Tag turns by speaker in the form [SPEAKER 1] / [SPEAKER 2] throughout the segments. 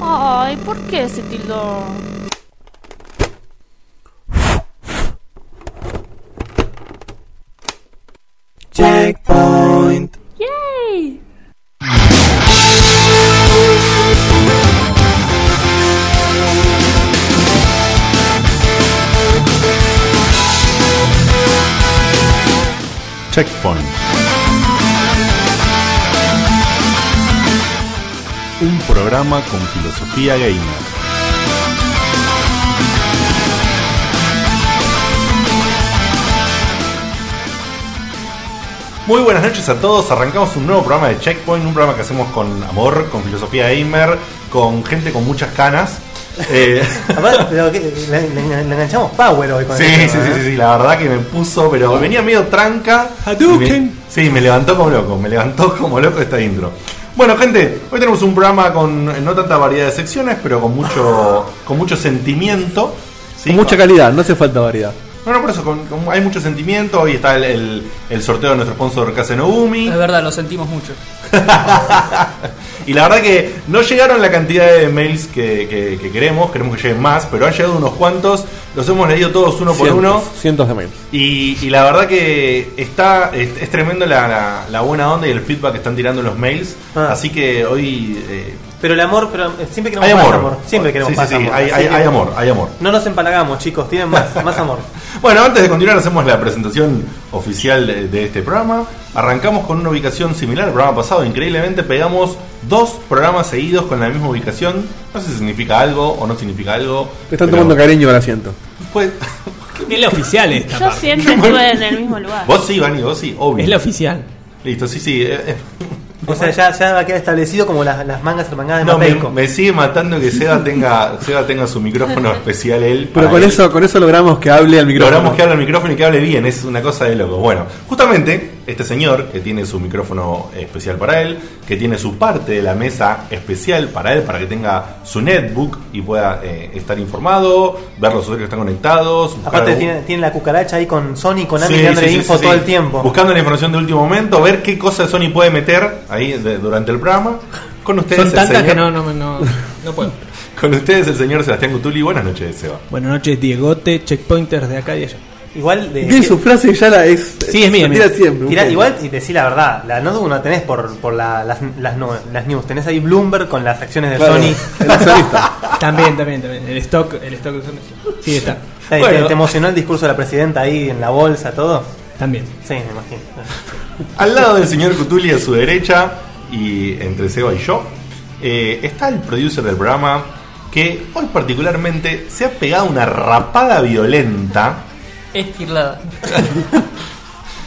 [SPEAKER 1] Ay, ¿por qué se tildó?
[SPEAKER 2] Checkpoint.
[SPEAKER 1] ¡Yay!
[SPEAKER 3] Checkpoint. Un programa con filosofía gamer. Muy buenas noches a todos, arrancamos un nuevo programa de Checkpoint, un programa que hacemos con amor, con filosofía gamer, con gente con muchas canas. Eh,
[SPEAKER 2] Aparte, pero que- le, le- le enganchamos power hoy con
[SPEAKER 3] Sí, sí,
[SPEAKER 2] el
[SPEAKER 3] sí,
[SPEAKER 2] tema, ¿eh?
[SPEAKER 3] sí, sí, la verdad que me puso, pero venía medio tranca.
[SPEAKER 4] Hadouken.
[SPEAKER 3] Me- sí, me levantó como loco, me levantó como loco esta intro. Bueno, gente, hoy tenemos un programa con eh, no tanta variedad de secciones, pero con mucho, con mucho sentimiento. ¿sí?
[SPEAKER 4] Con mucha calidad, no hace falta variedad.
[SPEAKER 3] No, no, por eso, con- con- hay mucho sentimiento. Hoy está el, el- el sorteo de nuestro sponsor Kazenobumi.
[SPEAKER 5] Es verdad, lo sentimos mucho.
[SPEAKER 3] Y la verdad que no llegaron la cantidad de mails que, que- que queremos, queremos que lleguen más, pero han llegado unos cuantos. Los hemos leído todos uno por
[SPEAKER 4] cientos,
[SPEAKER 3] uno.
[SPEAKER 4] Cientos de mails.
[SPEAKER 3] Y, y la verdad que está es, es tremendo la, la- la buena onda y el feedback que están tirando los mails.
[SPEAKER 2] Ah.
[SPEAKER 3] Así que hoy eh,
[SPEAKER 2] Pero el amor, pero eh, siempre queremos
[SPEAKER 3] hay
[SPEAKER 2] más
[SPEAKER 3] amor.
[SPEAKER 2] amor. Siempre queremos
[SPEAKER 3] Sí, sí,
[SPEAKER 2] más
[SPEAKER 3] sí,
[SPEAKER 2] amor.
[SPEAKER 3] Hay,
[SPEAKER 2] Así
[SPEAKER 3] hay-
[SPEAKER 2] que
[SPEAKER 3] hay amor, hay amor.
[SPEAKER 2] No nos empalagamos, chicos, tienen más, más amor.
[SPEAKER 3] Bueno, antes de continuar hacemos la presentación oficial de, de este programa. Arrancamos con una ubicación similar al programa pasado. Increíblemente pegamos dos programas seguidos con la misma ubicación. No sé si significa algo o no significa algo.
[SPEAKER 4] Le están
[SPEAKER 3] pero-
[SPEAKER 4] tomando cariño al asiento.
[SPEAKER 3] Pues,
[SPEAKER 6] Es la oficial esta.
[SPEAKER 1] Yo
[SPEAKER 6] parte.
[SPEAKER 1] siempre estuve en el mismo lugar.
[SPEAKER 3] vos sí, Vani, vos sí, obvio.
[SPEAKER 6] Es la oficial.
[SPEAKER 3] Listo, sí, sí. eh, eh.
[SPEAKER 2] O sea, ya, ya va a quedar establecido como las, las mangas hermangadas de
[SPEAKER 3] No, me,
[SPEAKER 2] Mapeico.
[SPEAKER 3] me sigue matando que Seba tenga, Seba tenga su micrófono especial él.
[SPEAKER 4] Pero
[SPEAKER 3] para
[SPEAKER 4] con
[SPEAKER 3] él.
[SPEAKER 4] eso, con eso logramos que hable al micrófono.
[SPEAKER 3] Logramos que hable el micrófono y que hable bien, es una cosa de loco. Bueno, justamente este señor que tiene su micrófono especial para él, que tiene su parte de la mesa especial para él, para que tenga su netbook y pueda eh, estar informado, ver los otros que están conectados. buscar
[SPEAKER 2] Aparte,
[SPEAKER 3] algún-
[SPEAKER 2] tiene, tiene la cucaracha ahí con Sony, con Ami,
[SPEAKER 3] Sí,
[SPEAKER 2] dándole
[SPEAKER 3] sí, sí,
[SPEAKER 2] info
[SPEAKER 3] sí, sí.
[SPEAKER 2] todo el tiempo.
[SPEAKER 3] Buscando la información de último momento, ver qué cosas Sony puede meter ahí de- durante el programa. Con ustedes,
[SPEAKER 6] Son
[SPEAKER 3] el
[SPEAKER 6] tantas que
[SPEAKER 3] señor-
[SPEAKER 6] no, no, no, no puedo.
[SPEAKER 3] Con ustedes el señor Sebastián Gutuli. Buenas noches, Seba.
[SPEAKER 6] Buenas noches, Diegote, checkpointers de acá y allá.
[SPEAKER 2] Igual, de,
[SPEAKER 4] Tiene su frase ya la es.
[SPEAKER 6] Sí, es mía,
[SPEAKER 4] se tira
[SPEAKER 6] mía.
[SPEAKER 4] siempre. un
[SPEAKER 2] Tirá-
[SPEAKER 4] poco.
[SPEAKER 2] igual, y decí la verdad, la notebook no tenés por, por la- las, las, no- las news. Tenés ahí Bloomberg con las acciones de
[SPEAKER 4] Claro,
[SPEAKER 2] Sony.
[SPEAKER 4] el accionista.
[SPEAKER 6] También, también, también. El stock, el stock de Sony. Sí, está.
[SPEAKER 2] Ahí, ¿te-
[SPEAKER 3] Bueno.
[SPEAKER 2] ¿Te emocionó el discurso de la presidenta ahí en la bolsa, todo?
[SPEAKER 6] También.
[SPEAKER 2] Sí, me imagino.
[SPEAKER 3] Al lado del señor Cutuli a su derecha y entre Seba y yo eh, está el producer del programa que hoy particularmente se ha pegado una rapada violenta.
[SPEAKER 5] Esquirlada.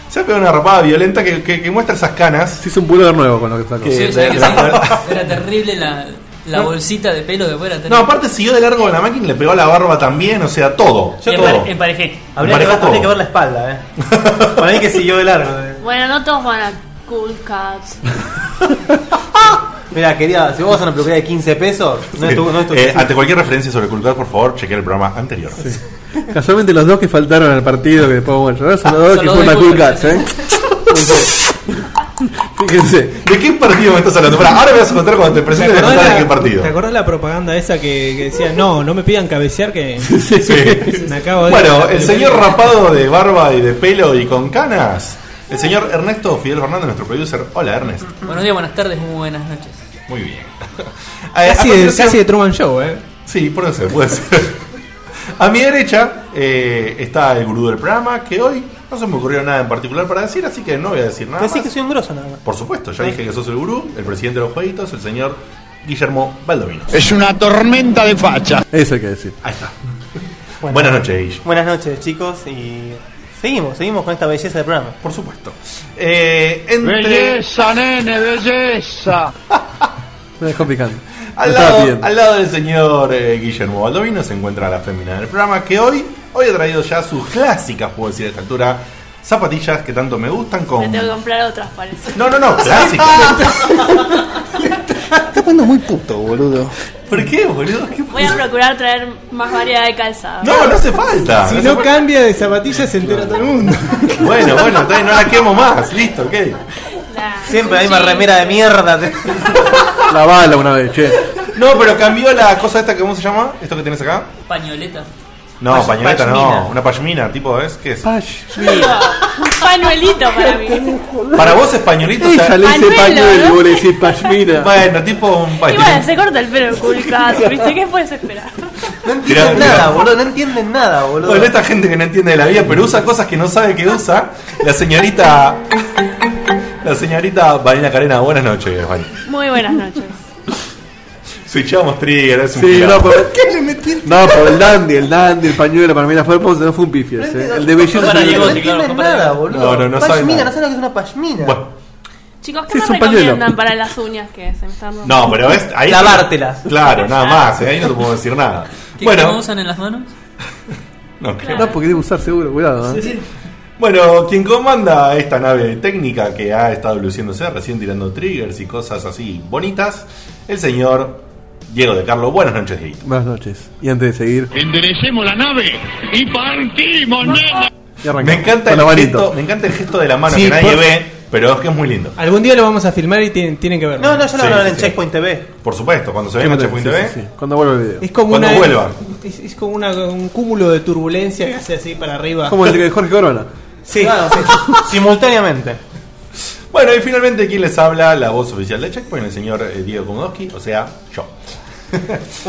[SPEAKER 3] Se ha pegado una rapada violenta que, que- que muestra esas canas.
[SPEAKER 4] Se hizo un pullover nuevo con lo que sacó.
[SPEAKER 3] Que-
[SPEAKER 5] Sí,
[SPEAKER 3] de-
[SPEAKER 5] ¿sabés
[SPEAKER 3] de-
[SPEAKER 5] que sí? Era terrible la, la
[SPEAKER 3] No.
[SPEAKER 5] bolsita de pelo de fuera.
[SPEAKER 3] No, aparte siguió de largo con la máquina y le pegó la barba también, o sea, todo.
[SPEAKER 5] Yo
[SPEAKER 3] todo.
[SPEAKER 5] emparejé.
[SPEAKER 2] Habría que,
[SPEAKER 3] Emparejó
[SPEAKER 2] ver, habría
[SPEAKER 3] todo.
[SPEAKER 2] que ver la espalda, ¿eh? Por ahí que siguió de largo. eh.
[SPEAKER 1] Bueno, no todos van a Cool Cats.
[SPEAKER 2] Mira, querida, si vos vas a una peluquería de 15 pesos, no es tu. No es tu
[SPEAKER 3] Eh, ante cualquier referencia sobre cultura, por favor, chequear el programa anterior.
[SPEAKER 4] Casualmente los dos que faltaron al partido, que después vamos a llorar, son los dos
[SPEAKER 5] Son
[SPEAKER 4] que
[SPEAKER 5] los
[SPEAKER 4] fueron
[SPEAKER 5] dos
[SPEAKER 4] a
[SPEAKER 5] de
[SPEAKER 4] Cool
[SPEAKER 5] Cool
[SPEAKER 4] Cats, ¿eh? Entonces, Fíjense.
[SPEAKER 3] ¿De qué partido me estás hablando? Pará, ahora me vas a contar cuando te
[SPEAKER 6] ¿Te
[SPEAKER 3] presentes me
[SPEAKER 6] acordás,
[SPEAKER 3] contás de
[SPEAKER 6] la,
[SPEAKER 3] qué partido.
[SPEAKER 6] te acordás la propaganda esa que, que decía, no, no me pidan cabecear que
[SPEAKER 3] Eh, Sí.
[SPEAKER 6] me acabo de...
[SPEAKER 3] Bueno, el señor rapado de barba y de pelo y con canas. El señor Ernesto Fidel Fernández, nuestro producer. Hola, Ernest.
[SPEAKER 5] Buenos días, buenas tardes, muy buenas noches.
[SPEAKER 3] Muy bien. Eh,
[SPEAKER 6] Casi, de-
[SPEAKER 3] A
[SPEAKER 6] casi de
[SPEAKER 3] continuación-
[SPEAKER 6] Truman Show, ¿eh?
[SPEAKER 3] Sí, puede ser, puede ser. A mi derecha eh, está el gurú del programa, que hoy no se me ocurrió nada en particular para decir, así que no voy a decir nada.
[SPEAKER 2] Decís
[SPEAKER 3] Más.
[SPEAKER 2] que soy un grosso nada más.
[SPEAKER 3] Por supuesto, ya dije que sos el gurú, el presidente de los jueguitos, el señor Guillermo Baldovinos.
[SPEAKER 7] Es una tormenta de facha.
[SPEAKER 4] Eso hay que decir.
[SPEAKER 3] Ahí está.
[SPEAKER 2] Bueno.
[SPEAKER 3] Buenas noches, Guille.
[SPEAKER 2] Buenas noches, chicos, y seguimos, seguimos con esta belleza de programa.
[SPEAKER 3] Por supuesto. Eh, entre...
[SPEAKER 7] Belleza, nene, belleza.
[SPEAKER 4] Me dejó picando. Lo
[SPEAKER 3] Al
[SPEAKER 4] estaba
[SPEAKER 3] lado,
[SPEAKER 4] pidiendo.
[SPEAKER 3] al lado del señor eh, Guillermo Baldovino se encuentra la fémina del programa que hoy, hoy ha traído ya sus clásicas, puedo decir a esta altura, zapatillas que tanto me gustan
[SPEAKER 1] Me
[SPEAKER 3] con...
[SPEAKER 1] tengo que comprar otras, parece.
[SPEAKER 3] No, no, no, clásicas.
[SPEAKER 4] Está poniendo muy puto, boludo.
[SPEAKER 3] ¿Por qué, boludo? ¿Qué
[SPEAKER 1] Voy a procurar traer más variedad de calzado.
[SPEAKER 3] no, no hace falta.
[SPEAKER 6] Si
[SPEAKER 3] Ah, no
[SPEAKER 6] no
[SPEAKER 3] hace
[SPEAKER 6] cambia de zapatillas se entera todo el mundo.
[SPEAKER 3] falta. Bueno, bueno, está bien, no la quemo más. Listo, ok.
[SPEAKER 1] La
[SPEAKER 2] Siempre hay una remera de mierda.
[SPEAKER 4] La bala una vez, che.
[SPEAKER 3] No, pero cambió la cosa esta que cómo se llama, esto que tenés acá.
[SPEAKER 5] Pañoleta.
[SPEAKER 3] No,
[SPEAKER 2] Pas-
[SPEAKER 3] pañoleta
[SPEAKER 2] pashmina.
[SPEAKER 3] no, una pashmina, tipo, ¿es? ¿Qué es?
[SPEAKER 8] Un pañuelito para mí.
[SPEAKER 3] Para vos es pañuelito, o sea,
[SPEAKER 4] Ella le dice
[SPEAKER 8] Pañuelo,
[SPEAKER 4] pañuelo y
[SPEAKER 8] ¿no?
[SPEAKER 4] vos le decís pashmina.
[SPEAKER 3] bueno, tipo un
[SPEAKER 8] Y
[SPEAKER 3] pañuelito.
[SPEAKER 8] bueno, se corta el pelo el culicazo, ¿viste? ¿Qué puedes esperar?
[SPEAKER 2] No entienden
[SPEAKER 3] Mirá,
[SPEAKER 2] nada,
[SPEAKER 3] mirá.
[SPEAKER 2] boludo. No entienden nada, boludo.
[SPEAKER 3] Bueno, este esta gente que no entiende de la vida, pero usa cosas que no sabe que usa. La señorita. La señorita Vanina Carena, buenas noches, Vani.
[SPEAKER 8] Muy buenas noches.
[SPEAKER 3] Switchamos trigger, es un
[SPEAKER 4] Sí,
[SPEAKER 3] quilombo.
[SPEAKER 4] no, por... ¿Qué le No, por el dandy, el dandy, el pañuelo, para mí la fue hermosa, no fue un pifias. eh. El de belleza.
[SPEAKER 5] Para
[SPEAKER 4] sí,
[SPEAKER 5] Diego,
[SPEAKER 2] No
[SPEAKER 5] sí, claro,
[SPEAKER 2] entienden
[SPEAKER 5] compra de-
[SPEAKER 2] nada, boludo.
[SPEAKER 3] No, no, no saben
[SPEAKER 2] Pashmina,
[SPEAKER 3] nada.
[SPEAKER 2] no saben lo que es una pashmina.
[SPEAKER 3] Bueno,
[SPEAKER 8] Chicos, ¿qué
[SPEAKER 4] Sí, es
[SPEAKER 8] me
[SPEAKER 4] un pañuelo.
[SPEAKER 8] recomiendan para las uñas que se me están rompiendo?
[SPEAKER 3] no, pero es. Ahí
[SPEAKER 2] Lavártelas.
[SPEAKER 3] Claro, nada más, ¿eh? ahí no te puedo decir nada.
[SPEAKER 5] ¿Qué cómo
[SPEAKER 3] Bueno,
[SPEAKER 5] usan en las manos?
[SPEAKER 3] no creo.
[SPEAKER 4] No, porque debe usar seguro, cuidado. ¿eh?
[SPEAKER 3] Bueno, quien comanda esta nave técnica que ha estado luciéndose recién tirando triggers y cosas así bonitas, el señor Diego de Carlos. Buenas noches, Diego.
[SPEAKER 4] Buenas noches. Y antes de seguir,
[SPEAKER 7] Enderecemos la nave y partimos, nena.
[SPEAKER 4] ya arrancamos.
[SPEAKER 3] Me encanta,
[SPEAKER 4] Con
[SPEAKER 3] el
[SPEAKER 4] la
[SPEAKER 3] gesto,
[SPEAKER 4] manito.
[SPEAKER 3] me encanta el gesto de la mano
[SPEAKER 6] Sí,
[SPEAKER 3] que nadie
[SPEAKER 6] por-
[SPEAKER 3] ve, pero es que es muy lindo.
[SPEAKER 6] Algún día lo vamos a filmar y tienen, tienen que verlo.
[SPEAKER 2] No, no, yo lo
[SPEAKER 3] Sí,
[SPEAKER 2] hablan
[SPEAKER 3] sí,
[SPEAKER 2] en
[SPEAKER 3] sí.
[SPEAKER 2] Checkpoint TV.
[SPEAKER 3] Por supuesto, cuando se ve ¿eh?
[SPEAKER 4] Sí,
[SPEAKER 3] en
[SPEAKER 4] sí,
[SPEAKER 3] Checkpoint
[SPEAKER 4] sí,
[SPEAKER 3] TV.
[SPEAKER 4] sí, Cuando vuelva el video.
[SPEAKER 6] Es como
[SPEAKER 3] Cuando
[SPEAKER 6] una.
[SPEAKER 3] vuelva.
[SPEAKER 6] Es, es como una- un cúmulo de turbulencia que hace así para arriba.
[SPEAKER 4] Es como el de Jorge Corona.
[SPEAKER 6] Sí.
[SPEAKER 2] Simultáneamente.
[SPEAKER 3] Bueno, y finalmente, ¿quién les habla? La voz oficial de Checkpoint, el señor eh, Diego Komodowski, o sea, yo.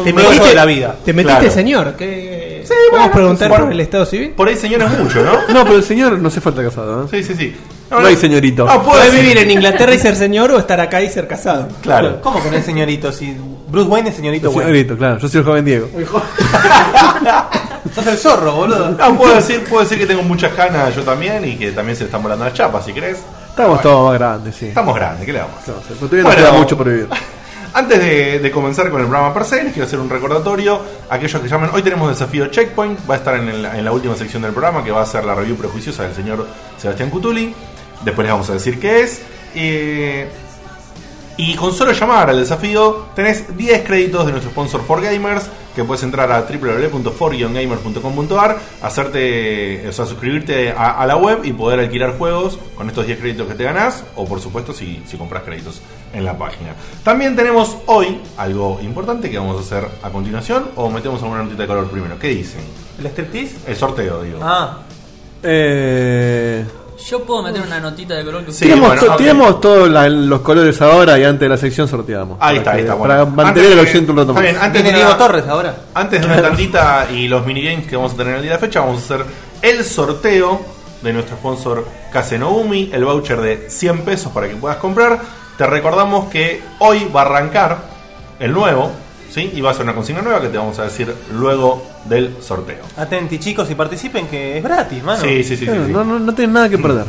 [SPEAKER 2] Te metiste de la vida.
[SPEAKER 6] Te metiste,
[SPEAKER 3] Claro.
[SPEAKER 6] señor. Que...
[SPEAKER 3] Sí,
[SPEAKER 6] ¿Podemos
[SPEAKER 3] bueno,
[SPEAKER 6] preguntar
[SPEAKER 3] bueno.
[SPEAKER 6] por el estado civil?
[SPEAKER 3] Por ahí, señor, es mucho, ¿no?
[SPEAKER 4] No, pero el señor no se falta casado. ¿eh?
[SPEAKER 3] Sí, sí, sí.
[SPEAKER 4] No hay señorito.
[SPEAKER 3] Ah, puedo
[SPEAKER 6] ¿Puedes
[SPEAKER 3] decir-
[SPEAKER 6] vivir en Inglaterra y ser señor o estar acá y ser casado?
[SPEAKER 3] Claro.
[SPEAKER 2] ¿Cómo que no es señorito? Si Bruce Wayne es señorito
[SPEAKER 4] El
[SPEAKER 2] Wayne.
[SPEAKER 4] señorito, claro. Yo soy el joven Diego.
[SPEAKER 2] Sos el zorro, boludo.
[SPEAKER 3] Ah, puedo decir, puedo decir que tengo muchas canas yo también y que también se le están volando las chapas, si crees.
[SPEAKER 4] Estamos todos más grandes, sí.
[SPEAKER 3] Estamos grandes, ¿qué le vamos a hacer?
[SPEAKER 4] Claro, o sea, todavía nos
[SPEAKER 3] Bueno.
[SPEAKER 4] queda mucho por vivir.
[SPEAKER 3] Antes de, de comenzar con el programa per se, les quiero hacer un recordatorio. Aquellos que llamen, hoy tenemos desafío Checkpoint, va a estar en, el- en la última sección del programa, que va a ser la review prejuiciosa del señor Sebastián Cutuli. Después les vamos a decir qué es. Eh, y con solo llamar al desafío, tenés 10 créditos de nuestro sponsor 4Gamers, que puedes entrar a www.4-gamer.com.ar, hacerte, o sea, suscribirte a, a la web y poder alquilar juegos con estos 10 créditos que te ganás, o por supuesto si, si compras créditos en la página. También tenemos hoy algo importante que vamos a hacer a continuación, o metemos alguna notita de color primero. ¿Qué dicen?
[SPEAKER 2] ¿El striptease?
[SPEAKER 3] El sorteo, digo.
[SPEAKER 2] Ah.
[SPEAKER 4] Eh,
[SPEAKER 5] Yo puedo meter una notita de color que
[SPEAKER 3] Sí,
[SPEAKER 4] tiramos
[SPEAKER 3] bueno,
[SPEAKER 4] to-
[SPEAKER 3] ok.
[SPEAKER 4] tiramos todos la- los colores ahora y antes de la sección sorteamos.
[SPEAKER 3] Ahí está,
[SPEAKER 4] Para
[SPEAKER 3] ahí
[SPEAKER 4] que-
[SPEAKER 3] está. bueno.
[SPEAKER 4] Para mantener el
[SPEAKER 3] Antes de-
[SPEAKER 4] oyente un rato
[SPEAKER 3] está
[SPEAKER 4] más.
[SPEAKER 3] bien, antes de
[SPEAKER 2] Tiene
[SPEAKER 3] nada-
[SPEAKER 2] Diego Torres ahora.
[SPEAKER 3] Antes de una tandita y los minigames que vamos a tener el día de la fecha, vamos a hacer el sorteo de nuestro sponsor Kazenogumi, el voucher de 100 pesos para que puedas comprar. Te recordamos que hoy va a arrancar el nuevo, ¿sí? Y va a ser una consigna nueva que te vamos a decir luego del sorteo.
[SPEAKER 2] Atenti, chicos, y participen, que es gratis, mano.
[SPEAKER 3] Sí, sí, sí. sí,
[SPEAKER 4] Claro,
[SPEAKER 3] sí.
[SPEAKER 4] No, no, no tienen nada que
[SPEAKER 2] Mm.
[SPEAKER 4] perder.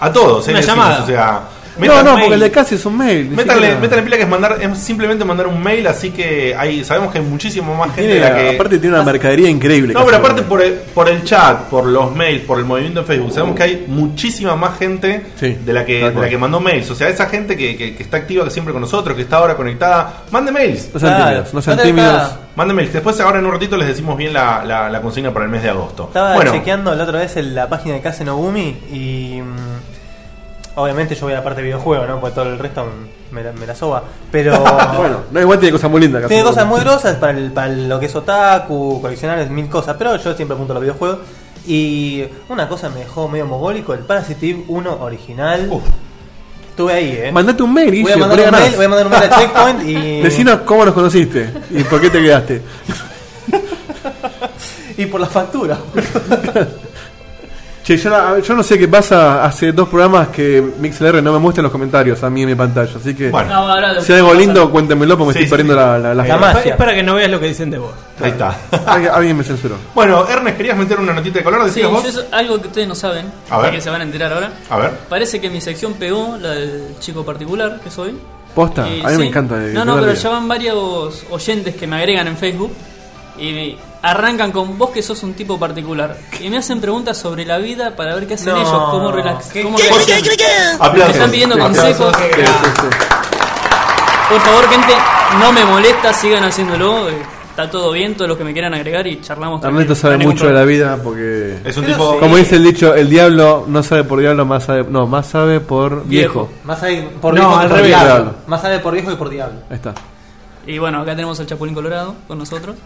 [SPEAKER 3] A todos, ¿eh?
[SPEAKER 6] Una
[SPEAKER 3] Decimos,
[SPEAKER 6] llamada.
[SPEAKER 3] O sea,
[SPEAKER 4] No,
[SPEAKER 3] metan-
[SPEAKER 4] no, porque el de casi es un mail. ni
[SPEAKER 3] Métanle,
[SPEAKER 4] siquiera-
[SPEAKER 3] métanle pila que es, mandar, es simplemente mandar un mail, así que hay, sabemos que hay muchísimo más gente
[SPEAKER 4] Tiene-
[SPEAKER 3] de la que.
[SPEAKER 4] Aparte tiene una mercadería increíble.
[SPEAKER 3] No, pero
[SPEAKER 4] Casi.
[SPEAKER 3] aparte por el, por el chat, por los mails, por el movimiento en Facebook, sabemos que hay muchísima más gente
[SPEAKER 4] Sí,
[SPEAKER 3] de, la que,
[SPEAKER 4] tal
[SPEAKER 3] de la
[SPEAKER 4] cual.
[SPEAKER 3] que mandó mails. O sea, esa gente que, que- que está activa siempre con nosotros, que está ahora conectada, mande mails.
[SPEAKER 4] No sean
[SPEAKER 2] Claro.
[SPEAKER 4] tímidos, no sean
[SPEAKER 2] ¿Dónde
[SPEAKER 4] tímidos.
[SPEAKER 2] está?
[SPEAKER 3] Mande mails. Después, ahora en un ratito, les decimos bien la, la- la consigna para el mes de agosto.
[SPEAKER 2] Estaba
[SPEAKER 3] bueno,
[SPEAKER 2] chequeando la otra vez en la página de Kase Nobumi y. mm, obviamente yo voy a la parte de videojuego, ¿no? Porque todo el resto mm, me la, me la soba. Pero.
[SPEAKER 4] Bueno, no, igual tiene cosas muy lindas.
[SPEAKER 2] Tiene
[SPEAKER 4] Casi.
[SPEAKER 2] cosas muy grosas para, el- para lo que es otaku, coleccionables, mil cosas, pero yo siempre apunto a los videojuegos. Y una cosa me dejó medio mogólico, el Parasitive 1 original.
[SPEAKER 3] Uf.
[SPEAKER 2] Estuve ahí, eh.
[SPEAKER 4] Mandate un mail,
[SPEAKER 2] voy, a
[SPEAKER 4] Guille,
[SPEAKER 2] mandar
[SPEAKER 4] por ahí
[SPEAKER 2] un mail,
[SPEAKER 4] ganás.
[SPEAKER 2] voy a mandar un mail a Checkpoint y,
[SPEAKER 4] Decinos cómo nos conociste y por qué te quedaste.
[SPEAKER 2] y por la factura.
[SPEAKER 4] Che, yo, la- yo no sé qué pasa. Hace dos programas que MixLR no me muestra en los comentarios a mí en mi pantalla. Así que
[SPEAKER 3] Bueno.
[SPEAKER 5] No, ahora lo-
[SPEAKER 4] si hay algo lindo, cuéntemelo porque
[SPEAKER 3] Sí,
[SPEAKER 4] me estoy
[SPEAKER 3] sí,
[SPEAKER 4] perdiendo
[SPEAKER 3] sí.
[SPEAKER 4] la, la, la
[SPEAKER 2] Eh,
[SPEAKER 4] fama.
[SPEAKER 2] Jamás.
[SPEAKER 6] Es para que no veas lo que dicen de vos.
[SPEAKER 3] ahí está.
[SPEAKER 4] Alguien- Alguien me censuró.
[SPEAKER 3] bueno, Ernest, ¿querías meter una notita de color?
[SPEAKER 5] Sí,
[SPEAKER 3] Decías
[SPEAKER 5] yo
[SPEAKER 3] vos.
[SPEAKER 5] eso- algo que ustedes no saben,
[SPEAKER 3] A ver.
[SPEAKER 5] que se van a enterar ahora.
[SPEAKER 3] A ver.
[SPEAKER 5] Parece que mi sección pegó, la del chico particular que soy.
[SPEAKER 4] Posta,
[SPEAKER 5] Y
[SPEAKER 4] a mí
[SPEAKER 5] sí.
[SPEAKER 4] me encanta. de-
[SPEAKER 5] No, no,
[SPEAKER 4] de
[SPEAKER 5] pero
[SPEAKER 4] verdad.
[SPEAKER 5] ya van varios oyentes que me agregan en Facebook y me arrancan con vos que sos un tipo particular. Y me hacen preguntas sobre la vida para ver qué hacen
[SPEAKER 2] No.
[SPEAKER 5] ellos, cómo relax.
[SPEAKER 2] ¿Qué-
[SPEAKER 5] cómo
[SPEAKER 2] qué-
[SPEAKER 5] relaxan.
[SPEAKER 3] Aplausos.
[SPEAKER 5] están pidiendo
[SPEAKER 3] Sí,
[SPEAKER 5] consejos.
[SPEAKER 3] aplausos.
[SPEAKER 4] Sí, sí, sí.
[SPEAKER 5] Por favor, gente, no me molesta, sigan haciéndolo. eh, está todo bien, todos los que me quieran agregar y charlamos.
[SPEAKER 4] Ernesto
[SPEAKER 5] tranquilo.
[SPEAKER 4] sabe
[SPEAKER 5] No hay
[SPEAKER 4] mucho de
[SPEAKER 5] ningún
[SPEAKER 4] la vida porque.
[SPEAKER 3] Es un
[SPEAKER 2] Pero
[SPEAKER 3] tipo.
[SPEAKER 2] sí.
[SPEAKER 4] Como dice el dicho, el diablo no sabe por diablo, más sabe. No, más sabe por viejo.
[SPEAKER 5] Viejo.
[SPEAKER 2] Más sabe por
[SPEAKER 6] No,
[SPEAKER 2] viejo que
[SPEAKER 6] al
[SPEAKER 2] por
[SPEAKER 6] revés.
[SPEAKER 2] diablo. Más sabe por viejo que por diablo.
[SPEAKER 4] Ahí está.
[SPEAKER 5] problema. Y bueno, acá tenemos al Chapulín Colorado con nosotros.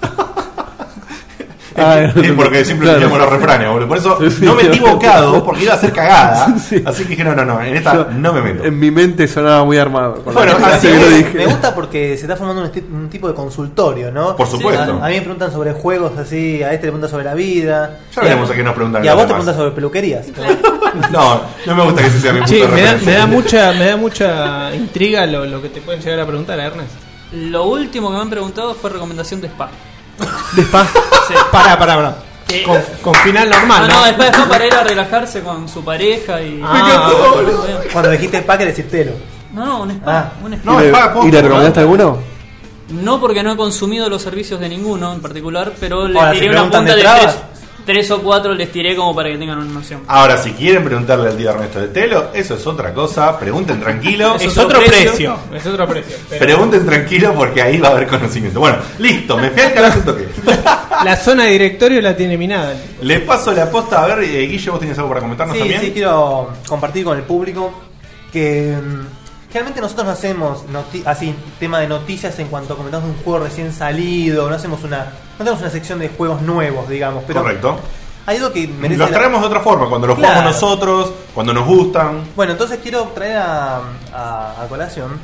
[SPEAKER 4] Ah,
[SPEAKER 3] Sí, porque siempre
[SPEAKER 4] claro.
[SPEAKER 3] decíamos los refranes, boludo. Por eso
[SPEAKER 4] Sí, sí.
[SPEAKER 3] no me he equivocado, porque iba a ser cagada.
[SPEAKER 4] Sí.
[SPEAKER 3] Así que dije, no, no, no, en esta
[SPEAKER 4] Yo-
[SPEAKER 3] no me meto.
[SPEAKER 4] En mi mente sonaba muy armado. con la
[SPEAKER 3] Bueno,
[SPEAKER 4] gente
[SPEAKER 3] así
[SPEAKER 4] que lo
[SPEAKER 3] es.
[SPEAKER 4] dije.
[SPEAKER 2] Me gusta porque se está formando un, esti- un tipo de consultorio, ¿no?
[SPEAKER 3] Por supuesto.
[SPEAKER 2] A, a mí me preguntan sobre juegos así, a este le preguntan sobre la vida.
[SPEAKER 3] Ya veremos a qué nos preguntan
[SPEAKER 2] Y a
[SPEAKER 3] los
[SPEAKER 2] vos te
[SPEAKER 3] demás.
[SPEAKER 2] preguntan sobre peluquerías.
[SPEAKER 3] No, no me gusta que ese sea mi punto
[SPEAKER 6] Che,
[SPEAKER 3] de
[SPEAKER 6] me da,
[SPEAKER 3] referencia.
[SPEAKER 6] me da mucha, me da mucha intriga lo, lo que te pueden llegar a preguntar a Ernest.
[SPEAKER 5] Lo último que me han preguntado fue recomendación de spa.
[SPEAKER 6] De spa.
[SPEAKER 5] Sí.
[SPEAKER 6] Pará, pará, pará.
[SPEAKER 5] Sí.
[SPEAKER 6] Con, con final
[SPEAKER 4] Ah,
[SPEAKER 6] normal,
[SPEAKER 5] Ah, No,
[SPEAKER 6] ¿no?
[SPEAKER 5] no, después spa para ir a relajarse con su pareja y.
[SPEAKER 6] Ah, Me encantó,
[SPEAKER 5] bueno, bueno.
[SPEAKER 2] Cuando dijiste spa, que decírtelo.
[SPEAKER 5] No, no, un spa.
[SPEAKER 2] Ah.
[SPEAKER 5] un spa.
[SPEAKER 3] No,
[SPEAKER 4] ¿Y,
[SPEAKER 3] es
[SPEAKER 4] le,
[SPEAKER 3] para poco,
[SPEAKER 4] ¿y le recomendaste alguno?
[SPEAKER 5] No porque no he consumido los servicios de ninguno en particular, pero les
[SPEAKER 2] Ahora, si
[SPEAKER 5] tiré una
[SPEAKER 2] preguntan
[SPEAKER 5] punta
[SPEAKER 2] de
[SPEAKER 5] de
[SPEAKER 2] trabas.
[SPEAKER 5] tres, tres o cuatro, les tiré como para que tengan una noción.
[SPEAKER 3] Ahora, si quieren preguntarle al tío Ernesto de Telo, eso es otra cosa. Pregunten tranquilo.
[SPEAKER 5] Eso
[SPEAKER 6] Es
[SPEAKER 5] Es otro
[SPEAKER 6] otro
[SPEAKER 5] precio.
[SPEAKER 6] precio. Es otro precio. Pero
[SPEAKER 3] Pregunten tranquilo porque ahí va a haber conocimiento. Bueno, listo, me fui al carajo un toque.
[SPEAKER 6] la zona de directorio la tiene minada.
[SPEAKER 3] Le paso la posta a ver, eh, Guille, vos tenías algo para comentarnos
[SPEAKER 2] Sí,
[SPEAKER 3] también.
[SPEAKER 2] sí, quiero compartir con el público que mm, generalmente nosotros no hacemos noti- así tema de noticias en cuanto comentamos un juego recién salido, no hacemos una no tenemos una sección de juegos nuevos, digamos, pero
[SPEAKER 3] Correcto.
[SPEAKER 2] hay algo que merece
[SPEAKER 3] los
[SPEAKER 2] la-
[SPEAKER 3] traemos de otra forma, cuando los
[SPEAKER 2] Claro.
[SPEAKER 3] jugamos nosotros, cuando nos gustan.
[SPEAKER 2] Bueno, entonces quiero traer a, a- a colación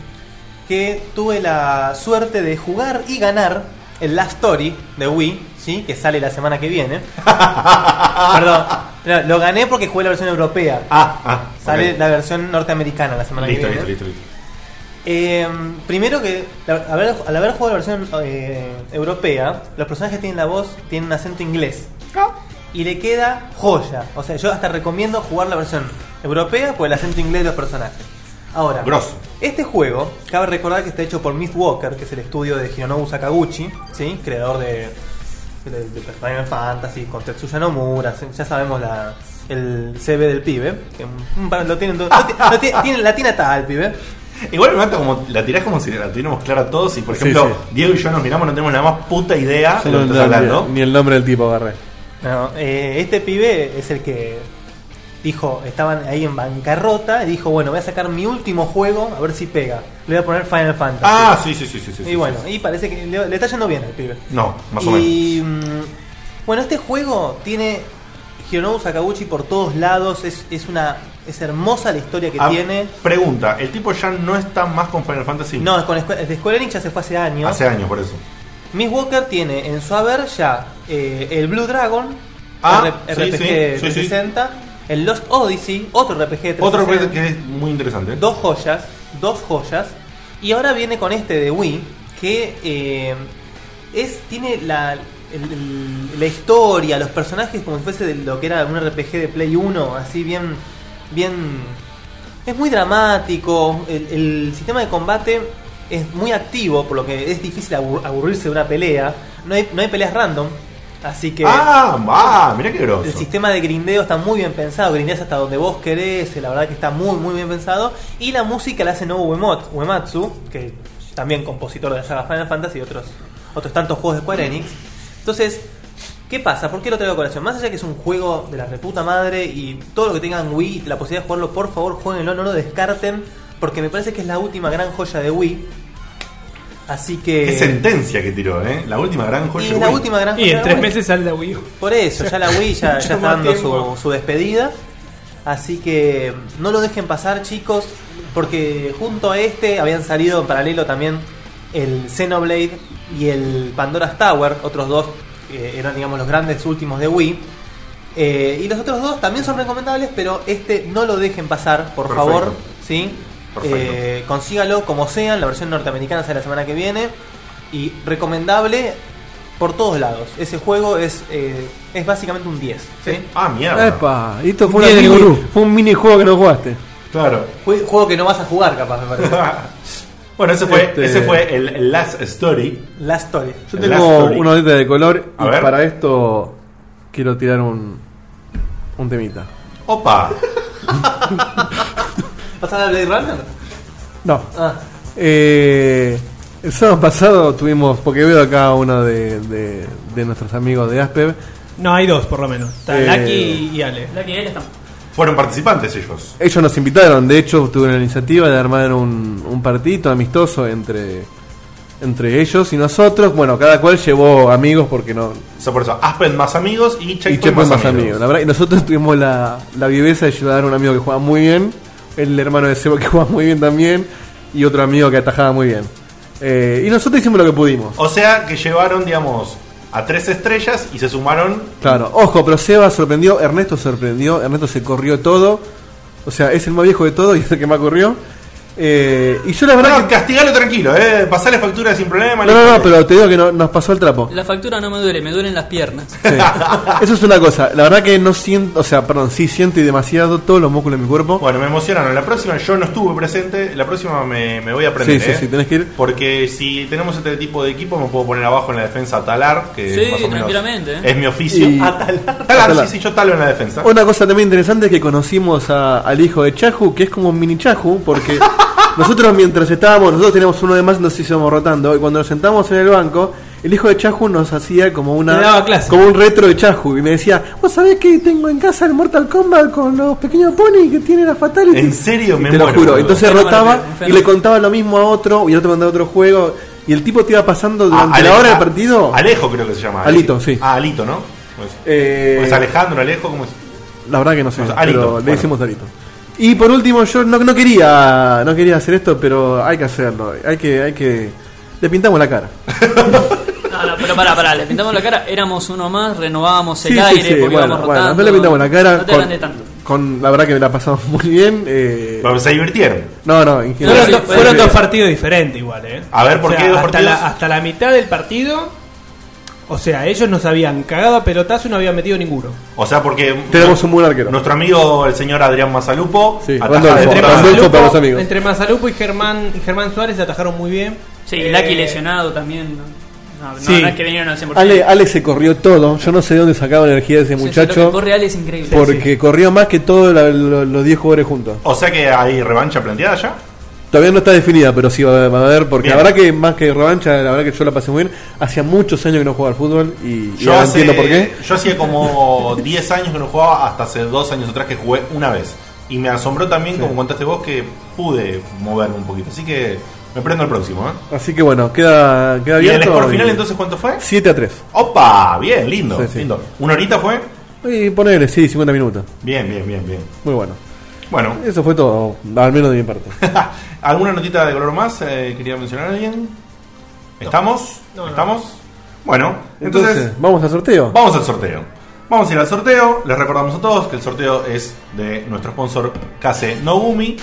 [SPEAKER 2] que tuve la suerte de jugar y ganar el Last Story de Wii, ¿sí? que sale la semana que viene. Perdón, no, lo gané porque jugué la versión europea.
[SPEAKER 3] Ah, ah.
[SPEAKER 2] Sale
[SPEAKER 3] ok.
[SPEAKER 2] la versión norteamericana la semana
[SPEAKER 3] Listo,
[SPEAKER 2] que viene.
[SPEAKER 3] listo, listo, listo.
[SPEAKER 2] Eh, primero que la- al haber, al haber jugado la versión eh, europea, los personajes tienen la voz, tienen un acento inglés. Y le queda joya. O sea, yo hasta recomiendo jugar la versión europea por el acento inglés de los personajes. Ahora,
[SPEAKER 3] Grosso.
[SPEAKER 2] este juego, cabe recordar que está hecho por Myth Walker, que es el estudio de Hironobu Sakaguchi, ¿sí? creador de, de, de Final Fantasy, con Tetsuya Nomura, se- ya sabemos la, el CV del pibe. que un- un par- lo tienen, todo- lo ti- lo ti- tiene- la tiene atada el pibe.
[SPEAKER 3] Igual me encanta como la tirás como si la tuviéramos clara todos y por
[SPEAKER 4] Sí,
[SPEAKER 3] ejemplo
[SPEAKER 4] sí.
[SPEAKER 3] Diego y yo nos miramos no tenemos la más puta idea de Ah, lo que
[SPEAKER 4] No,
[SPEAKER 3] estás hablando.
[SPEAKER 4] ni, ni el nombre del tipo agarré.
[SPEAKER 2] No, eh, este pibe es el que dijo, estaban ahí en bancarrota y dijo, bueno, voy a sacar mi último juego a ver si pega. Le voy a poner Final Fantasy.
[SPEAKER 3] Ah, sí, sí, sí, sí, sí.
[SPEAKER 2] y
[SPEAKER 3] sí,
[SPEAKER 2] bueno,
[SPEAKER 3] sí.
[SPEAKER 2] y parece que le, le está yendo bien al pibe.
[SPEAKER 3] No, más o menos.
[SPEAKER 2] y mm, bueno, este juego tiene Hironobu Sakaguchi por todos lados, es, es una es hermosa la historia que
[SPEAKER 3] Ah,
[SPEAKER 2] tiene.
[SPEAKER 3] Pregunta, el tipo ya no está más con Final Fantasy.
[SPEAKER 2] No, es con Square, de Square Enix ya se fue hace años.
[SPEAKER 3] Hace años, por eso.
[SPEAKER 2] Miss Walker tiene en su haber ya eh, el Blue Dragon,
[SPEAKER 3] Ah,
[SPEAKER 2] R-
[SPEAKER 3] sí,
[SPEAKER 2] RPG
[SPEAKER 3] sí, sí, sí.
[SPEAKER 2] 360, el Lost Odyssey, otro RPG 360,
[SPEAKER 3] Otro proyecto que es muy interesante.
[SPEAKER 2] dos joyas, dos joyas, y ahora viene con este de Wii, que eh, es tiene la, el- el- la historia, los personajes como si fuese de lo que era un RPG de Play 1, así bien... bien es muy dramático, el, el sistema de combate es muy activo, por lo que es difícil abur- aburrirse de una pelea. No hay, no hay peleas random, así que
[SPEAKER 3] Ah, va, mirá qué grosso.
[SPEAKER 2] el sistema de grindeo está muy bien pensado. Grindeas hasta donde vos querés, eh, la verdad que está muy, muy bien pensado. Y la música la hace Nobu Uemot- Uematsu, que también compositor de la saga Final Fantasy y otros, otros tantos juegos de Square Enix. Entonces, ¿qué pasa? ¿Por qué lo traigo a colación? Más allá que es un juego de la reputa madre y todo lo que tengan Wii, la posibilidad de jugarlo, por favor, jueguenlo, no lo descarten, porque me parece que es la última gran joya de Wii. Así que.
[SPEAKER 3] Qué sentencia que tiró, ¿eh? La última gran
[SPEAKER 2] y
[SPEAKER 3] joya.
[SPEAKER 2] es la
[SPEAKER 3] güey.
[SPEAKER 2] última gran joya
[SPEAKER 6] Y en
[SPEAKER 2] de
[SPEAKER 6] tres
[SPEAKER 2] Wii.
[SPEAKER 6] meses sale la Wii U.
[SPEAKER 2] Por eso, ya la Wii ya, ya está
[SPEAKER 6] más
[SPEAKER 2] dando
[SPEAKER 6] tiempo.
[SPEAKER 2] su, su despedida. Así que mm, no lo dejen pasar, chicos, porque junto a este habían salido en paralelo también el Xenoblade y el Pandora's Tower, otros dos que eran, digamos, los grandes últimos de Wii. Eh, y los otros dos también son recomendables, pero este no lo dejen pasar, por
[SPEAKER 3] Perfecto.
[SPEAKER 2] favor. ¿sí?
[SPEAKER 3] Perfecto.
[SPEAKER 2] Eh, consígalo como sea, la versión norteamericana sale la semana que viene. Y recomendable por todos lados. Ese juego es, eh, es básicamente un 10. ¿sí?
[SPEAKER 3] Ah, mierda.
[SPEAKER 4] Epa, y esto fue,
[SPEAKER 6] Bien,
[SPEAKER 4] una mini-
[SPEAKER 6] gurú.
[SPEAKER 4] fue un minijuego que no jugaste.
[SPEAKER 3] Claro.
[SPEAKER 2] Jue- Juego que no vas a jugar, capaz, me parece.
[SPEAKER 3] bueno, ese fue,
[SPEAKER 4] Este-
[SPEAKER 3] ese fue el, el Last Story.
[SPEAKER 2] La historia.
[SPEAKER 4] Yo
[SPEAKER 3] El
[SPEAKER 4] tengo
[SPEAKER 3] Last Story.
[SPEAKER 4] una letra de color
[SPEAKER 3] A
[SPEAKER 4] y
[SPEAKER 3] ver.
[SPEAKER 4] para esto quiero tirar un, un temita.
[SPEAKER 3] Opa.
[SPEAKER 2] ¿Vas a hablar de Blade Runner?
[SPEAKER 4] No.
[SPEAKER 2] Ah,
[SPEAKER 4] Eh, El sábado pasado tuvimos, porque veo acá uno de, de- de nuestros amigos de Aspev.
[SPEAKER 6] No, hay dos por lo menos. Está
[SPEAKER 4] Eh,
[SPEAKER 6] Lucky y Ale.
[SPEAKER 5] Lucky, ahí estamos.
[SPEAKER 3] Fueron participantes ellos.
[SPEAKER 4] Ellos nos invitaron, de hecho tuvieron la iniciativa de armar un, un partidito amistoso entre, entre ellos y nosotros. Bueno, cada cual llevó amigos porque no...
[SPEAKER 3] O sea, por eso, Aspen más amigos y
[SPEAKER 4] Y
[SPEAKER 3] Checkpoint
[SPEAKER 4] Chepo
[SPEAKER 3] más,
[SPEAKER 4] es más amigos. La verdad, y nosotros tuvimos la, la viveza de llevar a un amigo que juega muy bien, el hermano de Sebo que juega muy bien también, y otro amigo que atajaba muy bien. Eh, y nosotros hicimos lo que pudimos.
[SPEAKER 3] O sea, que llevaron, digamos, a tres estrellas y se sumaron.
[SPEAKER 4] Claro, ojo, pero Seba sorprendió, Ernesto sorprendió, Ernesto se corrió todo. O sea, es el más viejo de todo y es el que más corrió. Eh, y yo la verdad
[SPEAKER 3] No,
[SPEAKER 4] que-
[SPEAKER 3] castigalo tranquilo, eh. Pasale factura sin problema.
[SPEAKER 4] No, no, no,
[SPEAKER 3] listo.
[SPEAKER 4] pero te digo que no- nos pasó el trapo.
[SPEAKER 5] La factura no me duele, me duelen las piernas.
[SPEAKER 4] Sí. Eso es una cosa. La verdad que no siento, o sea, perdón, sí siento y demasiado todos los músculos de mi cuerpo.
[SPEAKER 3] Bueno, me emocionaron. La próxima yo no estuve presente. La próxima me, me voy a aprender.
[SPEAKER 4] Sí, sí,
[SPEAKER 3] eh.
[SPEAKER 4] sí, tenés que ir.
[SPEAKER 3] Porque si tenemos este tipo de equipo, me puedo poner abajo en la defensa a talar. Que
[SPEAKER 5] Sí,
[SPEAKER 3] más o menos
[SPEAKER 5] tranquilamente, eh.
[SPEAKER 3] Es mi oficio.
[SPEAKER 4] Y-
[SPEAKER 3] A talar.
[SPEAKER 4] A
[SPEAKER 3] Talar,
[SPEAKER 4] talar.
[SPEAKER 3] sí, sí, yo talo en la defensa.
[SPEAKER 4] Una cosa también interesante es que conocimos a- al hijo de Chahu, que es como un mini Chahu, porque nosotros mientras estábamos, nosotros teníamos uno de más, nos íbamos rotando, y cuando nos sentamos en el banco, el hijo de Chahu nos hacía como
[SPEAKER 6] Le
[SPEAKER 4] una
[SPEAKER 6] daba clase.
[SPEAKER 4] como un retro de Chahu, y me decía, ¿vos sabés que tengo en casa el Mortal Kombat con los pequeños ponis que tienen la Fatality?
[SPEAKER 3] En serio,
[SPEAKER 4] Y
[SPEAKER 3] me
[SPEAKER 4] Te lo
[SPEAKER 3] muero,
[SPEAKER 4] juro.
[SPEAKER 3] boludo.
[SPEAKER 4] Entonces
[SPEAKER 5] Un fenómeno,
[SPEAKER 4] rotaba
[SPEAKER 5] un
[SPEAKER 4] y
[SPEAKER 5] fenómeno.
[SPEAKER 4] le contaba lo mismo a otro, y el otro mandaba otro juego, y el tipo te iba pasando durante
[SPEAKER 3] Ah,
[SPEAKER 4] la
[SPEAKER 3] Ale-
[SPEAKER 4] hora del
[SPEAKER 3] a-
[SPEAKER 4] partido.
[SPEAKER 3] Alejo creo que se llama.
[SPEAKER 4] Alito, sí.
[SPEAKER 3] Ah, Alito, ¿no? ¿Cómo es?
[SPEAKER 4] Eh,
[SPEAKER 3] ¿Cómo es Alejandro, Alejo, ¿cómo es?
[SPEAKER 4] La verdad que no sé,
[SPEAKER 3] O sea, Arito,
[SPEAKER 4] pero
[SPEAKER 3] bueno.
[SPEAKER 4] le decimos Arito. Y por último, yo no, no quería no quería hacer esto, pero hay que hacerlo. Hay que hay que le pintamos la cara.
[SPEAKER 5] Ah, No, no, pero pará, pará, le pintamos la cara, éramos uno más, renovábamos el
[SPEAKER 4] Sí, sí,
[SPEAKER 5] aire,
[SPEAKER 4] sí,
[SPEAKER 5] porque
[SPEAKER 4] bueno,
[SPEAKER 5] íbamos
[SPEAKER 4] bueno, no
[SPEAKER 5] rotando.
[SPEAKER 4] le pintamos la cara
[SPEAKER 5] No te
[SPEAKER 4] con,
[SPEAKER 5] hagan de tanto.
[SPEAKER 4] con- la verdad que me la pasamos muy bien. eh,
[SPEAKER 3] Pero se divirtieron.
[SPEAKER 4] no, no, en general. eh,
[SPEAKER 6] Fueron,
[SPEAKER 5] sí,
[SPEAKER 6] dos-
[SPEAKER 5] fue-
[SPEAKER 6] fueron
[SPEAKER 5] sí.
[SPEAKER 6] dos partidos diferentes igual, ¿eh?
[SPEAKER 3] A ver, ¿por qué dos
[SPEAKER 6] hasta
[SPEAKER 3] partidos?
[SPEAKER 6] La, hasta la mitad del partido, o sea, ellos nos habían cagado a pelotazo y no habían metido ninguno.
[SPEAKER 3] O sea, porque
[SPEAKER 4] Tenemos un buen arquero.
[SPEAKER 3] nuestro amigo el señor Adrián Mazalupo
[SPEAKER 4] Sí,
[SPEAKER 3] ataja
[SPEAKER 4] Randolfo,
[SPEAKER 3] de tres para
[SPEAKER 4] Randolfo.
[SPEAKER 3] Mazalupo.
[SPEAKER 4] para los amigos.
[SPEAKER 6] Entre Mazalupo y Germán, y Germán Suárez se atajaron muy bien.
[SPEAKER 5] Sí,
[SPEAKER 6] Eh,
[SPEAKER 5] Lucky lesionado también. No, no, no,
[SPEAKER 6] sí.
[SPEAKER 5] no es que vinieron al 100%.
[SPEAKER 4] Ale, Ale se corrió todo. Yo no sé de dónde sacaba energía de ese
[SPEAKER 5] Sí, sí,
[SPEAKER 4] muchacho.
[SPEAKER 5] lo que corre Ale es increíble.
[SPEAKER 4] porque corrió más que todos la- lo- los 10 jugadores juntos.
[SPEAKER 3] O sea que hay revancha planteada ya.
[SPEAKER 4] Todavía no está definida, pero sí va a haber, va a haber, porque la
[SPEAKER 3] Bien.
[SPEAKER 4] verdad que más que revancha, la verdad que yo la pasé muy bien. Hacía muchos años que no jugaba al fútbol y, y
[SPEAKER 3] Yo
[SPEAKER 4] ahora
[SPEAKER 3] hace-
[SPEAKER 4] entiendo por qué.
[SPEAKER 3] Yo hacía como 10 años que no jugaba, hasta hace 2 años atrás que jugué una vez. Y me asombró también, como contaste vos, que pude moverme un poquito. Así que me prendo el próximo. ¿eh?
[SPEAKER 4] Así que bueno, queda, queda
[SPEAKER 3] ¿Y
[SPEAKER 4] abierto.
[SPEAKER 3] el score final entonces cuánto fue?
[SPEAKER 4] 7 a 3.
[SPEAKER 3] ¡Opa! Bien, lindo,
[SPEAKER 4] Sí, sí.
[SPEAKER 3] lindo. ¿Una horita fue?
[SPEAKER 4] Y ponele, sí, 50 minutos.
[SPEAKER 3] Bien, bien, bien, bien.
[SPEAKER 4] Muy bueno.
[SPEAKER 3] Bueno,
[SPEAKER 4] Eso fue todo, al menos de mi parte.
[SPEAKER 3] ¿alguna notita de color más? eh, ¿Quería mencionar a alguien? ¿Estamos?
[SPEAKER 6] No, no.
[SPEAKER 3] ¿Estamos? Bueno,
[SPEAKER 4] Entonces,
[SPEAKER 3] entonces
[SPEAKER 4] vamos al sorteo.
[SPEAKER 3] Vamos al sorteo. Vamos a ir al sorteo. Les recordamos a todos que el sorteo es de nuestro sponsor Kase Nogumi,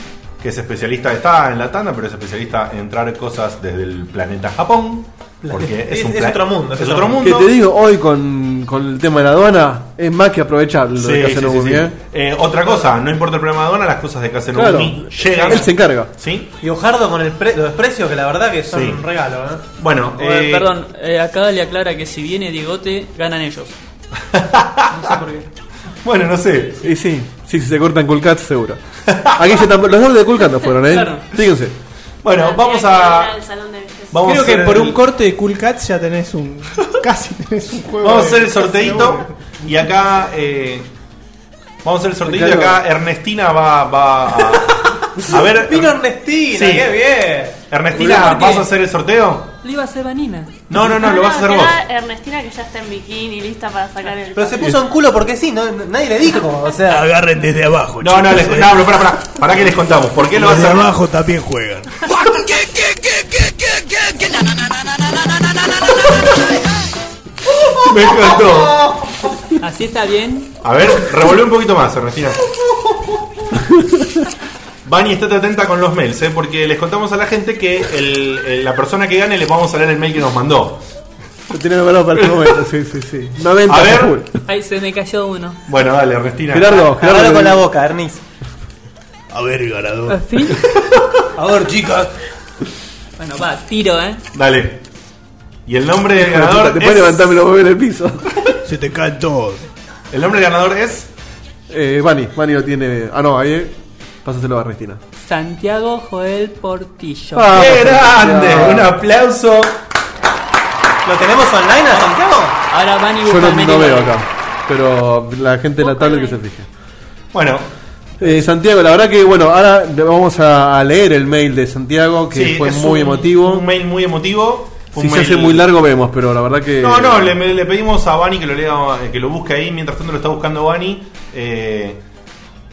[SPEAKER 3] que es especialista, está en la tanda, pero es especialista en traer cosas desde el planeta Japón. Porque es,
[SPEAKER 2] Es-
[SPEAKER 3] un
[SPEAKER 2] es
[SPEAKER 3] pla-
[SPEAKER 2] otro mundo,
[SPEAKER 3] Es otro
[SPEAKER 4] Que
[SPEAKER 3] mundo.
[SPEAKER 4] te digo, hoy con, con el tema de la aduana, es más que aprovechar lo
[SPEAKER 3] Sí,
[SPEAKER 4] de
[SPEAKER 3] sí,
[SPEAKER 4] Casa
[SPEAKER 3] sí,
[SPEAKER 4] Nobumi,
[SPEAKER 3] sí.
[SPEAKER 4] ¿eh?
[SPEAKER 3] Eh, otra cosa, no importa el problema de Dona, las cosas de Kase
[SPEAKER 4] Claro,
[SPEAKER 3] Nogumi llegan.
[SPEAKER 4] él se encarga.
[SPEAKER 3] ¿Sí?
[SPEAKER 2] Y Ojardo con el pre- los precios que la verdad que son
[SPEAKER 3] Sí.
[SPEAKER 2] un regalo, ¿eh?
[SPEAKER 3] Bueno,
[SPEAKER 5] Eh,
[SPEAKER 3] eh,
[SPEAKER 5] perdón, eh, acá le aclara que si viene Diegote, ganan ellos. No sé por qué.
[SPEAKER 3] Bueno, no sé.
[SPEAKER 4] Y sí, sí, si se cortan Coolcats, seguro. Aquí se tamp- los dos de Coolcats no fueron, ¿eh?
[SPEAKER 5] Claro.
[SPEAKER 4] Fíjense.
[SPEAKER 3] Bueno, vamos a. Vamos a
[SPEAKER 6] Creo que
[SPEAKER 3] hacer
[SPEAKER 6] por
[SPEAKER 3] el-
[SPEAKER 6] un corte de Cool Cats ya tenés un. casi tenés un juego.
[SPEAKER 3] Vamos a
[SPEAKER 6] de-
[SPEAKER 3] hacer el sorteito y acá eh, vamos a hacer el sorteito y acá Ernestina va, va a, a ver.
[SPEAKER 2] Vino Ernestina,
[SPEAKER 3] Sí.
[SPEAKER 2] qué bien.
[SPEAKER 3] Ernestina,
[SPEAKER 5] ¿Por qué?
[SPEAKER 3] ¿vas a hacer el sorteo?
[SPEAKER 5] Le iba a hacer Vanina.
[SPEAKER 3] No, no, no, lo vas a hacer vos.
[SPEAKER 8] Ah, queda Ernestina que ya está en bikini, lista para sacar el.
[SPEAKER 2] Pero se puso en culo porque sí, no, nadie le dijo. O sea,
[SPEAKER 9] Agarren desde abajo.
[SPEAKER 3] No, no, les, no, pero pará, pará, pará que les contamos. ¿Por qué lo vas a
[SPEAKER 9] desde
[SPEAKER 3] hacer?
[SPEAKER 9] abajo también juegan.
[SPEAKER 3] Me encantó.
[SPEAKER 5] Así está bien.
[SPEAKER 3] A ver, revolve un poquito más, Ernestina. Bani, estate atenta con los mails, ¿eh? porque les contamos a la gente que el- el- la persona que gane le vamos a leer el mail que nos mandó.
[SPEAKER 4] Lo tenía preparado para el momento, sí, sí, sí. 90
[SPEAKER 3] A ver.
[SPEAKER 4] full.
[SPEAKER 5] Ahí se me cayó uno.
[SPEAKER 3] Bueno, dale, Ernestina.
[SPEAKER 4] Gerardo, Gerardo.
[SPEAKER 2] hablalo con la boca, Ernis.
[SPEAKER 9] A ver, ganador.
[SPEAKER 5] ¿Así?
[SPEAKER 2] A ver, chicas.
[SPEAKER 5] Bueno, va, tiro, ¿eh?
[SPEAKER 3] Dale. Y el nombre del
[SPEAKER 4] Hijo de puta,
[SPEAKER 3] ganador
[SPEAKER 4] Te
[SPEAKER 3] es...
[SPEAKER 4] puedes levantarme los huevos en el piso.
[SPEAKER 9] Se te caen todos.
[SPEAKER 3] El nombre del ganador es...
[SPEAKER 4] Eh, Vani, Vani lo tiene. Ah, no, ahí. eh, Pásaselo a Ernestina.
[SPEAKER 5] Santiago Joel Portillo.
[SPEAKER 4] Ah,
[SPEAKER 3] ¡Qué grande!
[SPEAKER 4] Santiago.
[SPEAKER 3] Un aplauso.
[SPEAKER 2] ¿Lo tenemos online a Santiago?
[SPEAKER 5] Ahora van y
[SPEAKER 4] Yo no,
[SPEAKER 5] buscan
[SPEAKER 4] no veo acá. Pero la gente de la tablet que se fije.
[SPEAKER 3] Bueno,
[SPEAKER 4] Eh, Santiago, la verdad que bueno, ahora le vamos a a leer el mail de Santiago, que
[SPEAKER 3] sí,
[SPEAKER 4] fue
[SPEAKER 3] es
[SPEAKER 4] muy
[SPEAKER 3] un-
[SPEAKER 4] emotivo.
[SPEAKER 3] Un mail muy emotivo. Fue
[SPEAKER 4] Si
[SPEAKER 3] un
[SPEAKER 4] se hace
[SPEAKER 3] mail-
[SPEAKER 4] muy largo vemos, pero la verdad que...
[SPEAKER 3] No, no, le, le pedimos a Bani que lo lea, eh, que lo busque ahí. Mientras tanto lo está buscando Bani. Eh,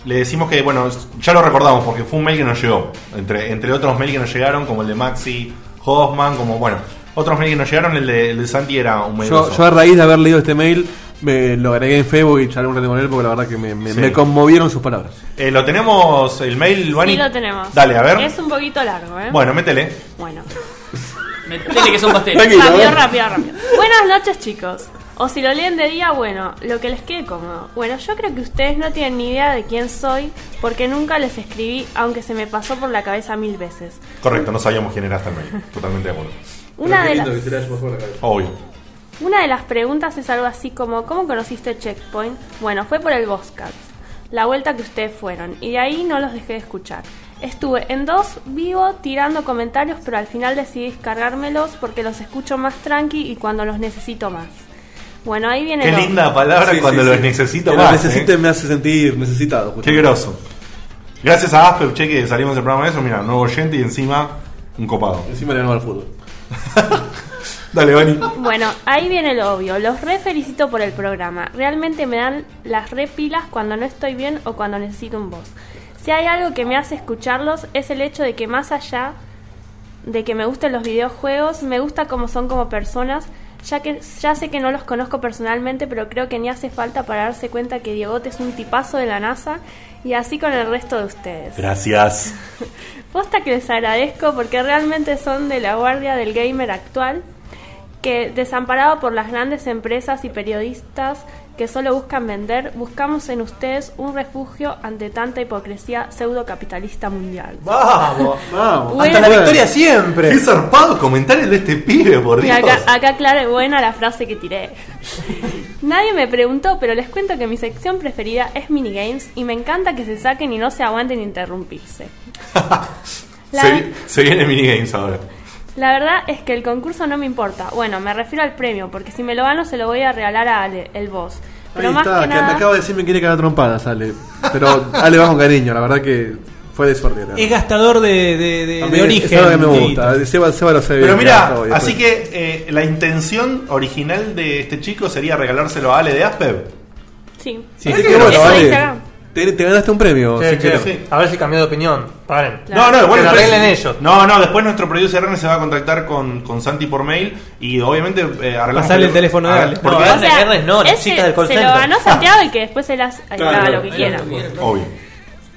[SPEAKER 3] le decimos que, bueno, ya lo recordamos porque fue un mail que nos llegó. Entre, entre otros mails que nos llegaron, como el de Maxi Hoffman, como, bueno, otros mails que nos llegaron. El de, el de Santi era un mail.
[SPEAKER 4] Yo,
[SPEAKER 3] grosso.
[SPEAKER 4] yo a raíz de haber leído este mail, me lo agregué en Facebook y charlé un rato con él porque la verdad que me, me-
[SPEAKER 3] Sí.
[SPEAKER 4] me conmovieron sus palabras.
[SPEAKER 3] Eh, lo tenemos, el mail, Bani.
[SPEAKER 8] Sí lo tenemos.
[SPEAKER 3] Dale, a ver.
[SPEAKER 8] Es un poquito largo, ¿eh?
[SPEAKER 3] Bueno, métele.
[SPEAKER 8] Bueno.
[SPEAKER 5] Metele que son pasteles.
[SPEAKER 4] Tranquilo,
[SPEAKER 8] rápido,
[SPEAKER 4] a ver.
[SPEAKER 8] rápido, rápido. Buenas noches, chicos. O si lo leen de día, bueno, lo que les quede cómodo. Bueno, yo creo que ustedes no tienen ni idea de quién soy, porque nunca les escribí, aunque se me pasó por la cabeza mil veces.
[SPEAKER 3] Correcto, no sabíamos quién era hasta el mail. Totalmente de acuerdo.
[SPEAKER 8] Una de, las
[SPEAKER 3] Obvio.
[SPEAKER 8] una de las preguntas es algo así como, ¿cómo conociste Checkpoint? Bueno, fue por el Voscat, la vuelta que ustedes fueron, y de ahí no los dejé de escuchar. Estuve en dos vivo tirando comentarios, pero al final decidí descargármelos porque los escucho más tranqui y cuando los necesito más. Bueno, ahí viene
[SPEAKER 3] Qué
[SPEAKER 8] lo-
[SPEAKER 3] linda palabra
[SPEAKER 4] Sí,
[SPEAKER 3] cuando
[SPEAKER 4] sí,
[SPEAKER 3] los
[SPEAKER 4] sí.
[SPEAKER 3] necesito
[SPEAKER 4] Que
[SPEAKER 3] más.
[SPEAKER 4] Los necesite
[SPEAKER 3] eh.
[SPEAKER 4] me hace sentir necesitado.
[SPEAKER 3] Qué
[SPEAKER 4] justamente.
[SPEAKER 3] groso. Gracias a Aspe, che, que salimos del programa de eso. Mira, nuevo oyente y encima un copado.
[SPEAKER 4] Encima le ganó al fútbol.
[SPEAKER 3] Dale, Bani.
[SPEAKER 8] Bueno, ahí viene lo obvio. Los re felicito por el programa. Realmente me dan las repilas cuando no estoy bien o cuando necesito un voz. Si hay algo que me hace escucharlos es el hecho de que más allá de que me gusten los videojuegos, me gusta cómo son como personas, ya que ya sé que no los conozco personalmente, pero creo que ni hace falta para darse cuenta que Diegote es un tipazo de la NASA y así con el resto de ustedes.
[SPEAKER 3] Gracias.
[SPEAKER 8] Posta que les agradezco porque realmente son de la guardia del gamer actual, que desamparado por las grandes empresas y periodistas que solo buscan vender, buscamos en ustedes un refugio ante tanta hipocresía pseudocapitalista mundial.
[SPEAKER 2] Vamos.
[SPEAKER 4] Vamos.
[SPEAKER 8] Bueno.
[SPEAKER 2] Hasta la victoria siempre.
[SPEAKER 3] Qué zarpado comentarios de este pibe, por
[SPEAKER 8] Y
[SPEAKER 3] Dios.
[SPEAKER 8] acá, acá claro y buena la frase que tiré. Nadie me preguntó, pero les cuento que mi sección preferida es minigames y me encanta que se saquen y no se aguanten interrumpirse. La-
[SPEAKER 3] se, vi- se viene minigames ahora.
[SPEAKER 8] La verdad es que el concurso no me importa. Bueno, me refiero al premio, porque si me lo gano se lo voy a regalar a Ale, el boss. Pero
[SPEAKER 4] Ahí
[SPEAKER 8] más
[SPEAKER 4] está,
[SPEAKER 8] que
[SPEAKER 4] que, me
[SPEAKER 8] nada,
[SPEAKER 4] acaba de decir me quiere cagar trompadas, Ale. Pero Ale va con cariño, la verdad que fue de suerte.
[SPEAKER 6] Es gastador de, de, de-
[SPEAKER 4] A mí
[SPEAKER 6] de
[SPEAKER 4] es-
[SPEAKER 6] origen.
[SPEAKER 4] Es algo que me
[SPEAKER 6] Dieguito.
[SPEAKER 4] gusta. Seba, Seba lo sabe
[SPEAKER 3] Pero
[SPEAKER 4] bien,
[SPEAKER 3] mira,
[SPEAKER 4] todo, y
[SPEAKER 3] así
[SPEAKER 4] después-
[SPEAKER 3] que eh, la intención original de este chico sería regalárselo a Ale de Aspe.
[SPEAKER 8] sí.
[SPEAKER 4] Sí,
[SPEAKER 8] Eso
[SPEAKER 4] así que bueno,
[SPEAKER 8] dice
[SPEAKER 4] Ale,
[SPEAKER 8] acá.
[SPEAKER 4] te, te ganaste un premio.
[SPEAKER 2] Che,
[SPEAKER 4] sin
[SPEAKER 2] che,
[SPEAKER 4] querer.
[SPEAKER 3] sí.
[SPEAKER 2] A ver si cambió de opinión. Paren.
[SPEAKER 8] Claro.
[SPEAKER 3] No, no, bueno,
[SPEAKER 2] Que lo
[SPEAKER 3] después-
[SPEAKER 2] arreglen ellos.
[SPEAKER 3] No, no, después nuestro producer Erne se va a contactar con, con Santi por mail y obviamente eh, arreglamos.
[SPEAKER 6] Pasarle el teléfono de
[SPEAKER 3] Ah,
[SPEAKER 6] Ale.
[SPEAKER 2] No,
[SPEAKER 3] Porque
[SPEAKER 2] Ale- R no, las
[SPEAKER 8] ese
[SPEAKER 2] chicas del call
[SPEAKER 8] se
[SPEAKER 2] center.
[SPEAKER 8] lo ganó Santiago y que después él hace- ahí
[SPEAKER 3] Claro,
[SPEAKER 8] haga lo que quiera.
[SPEAKER 3] Obvio.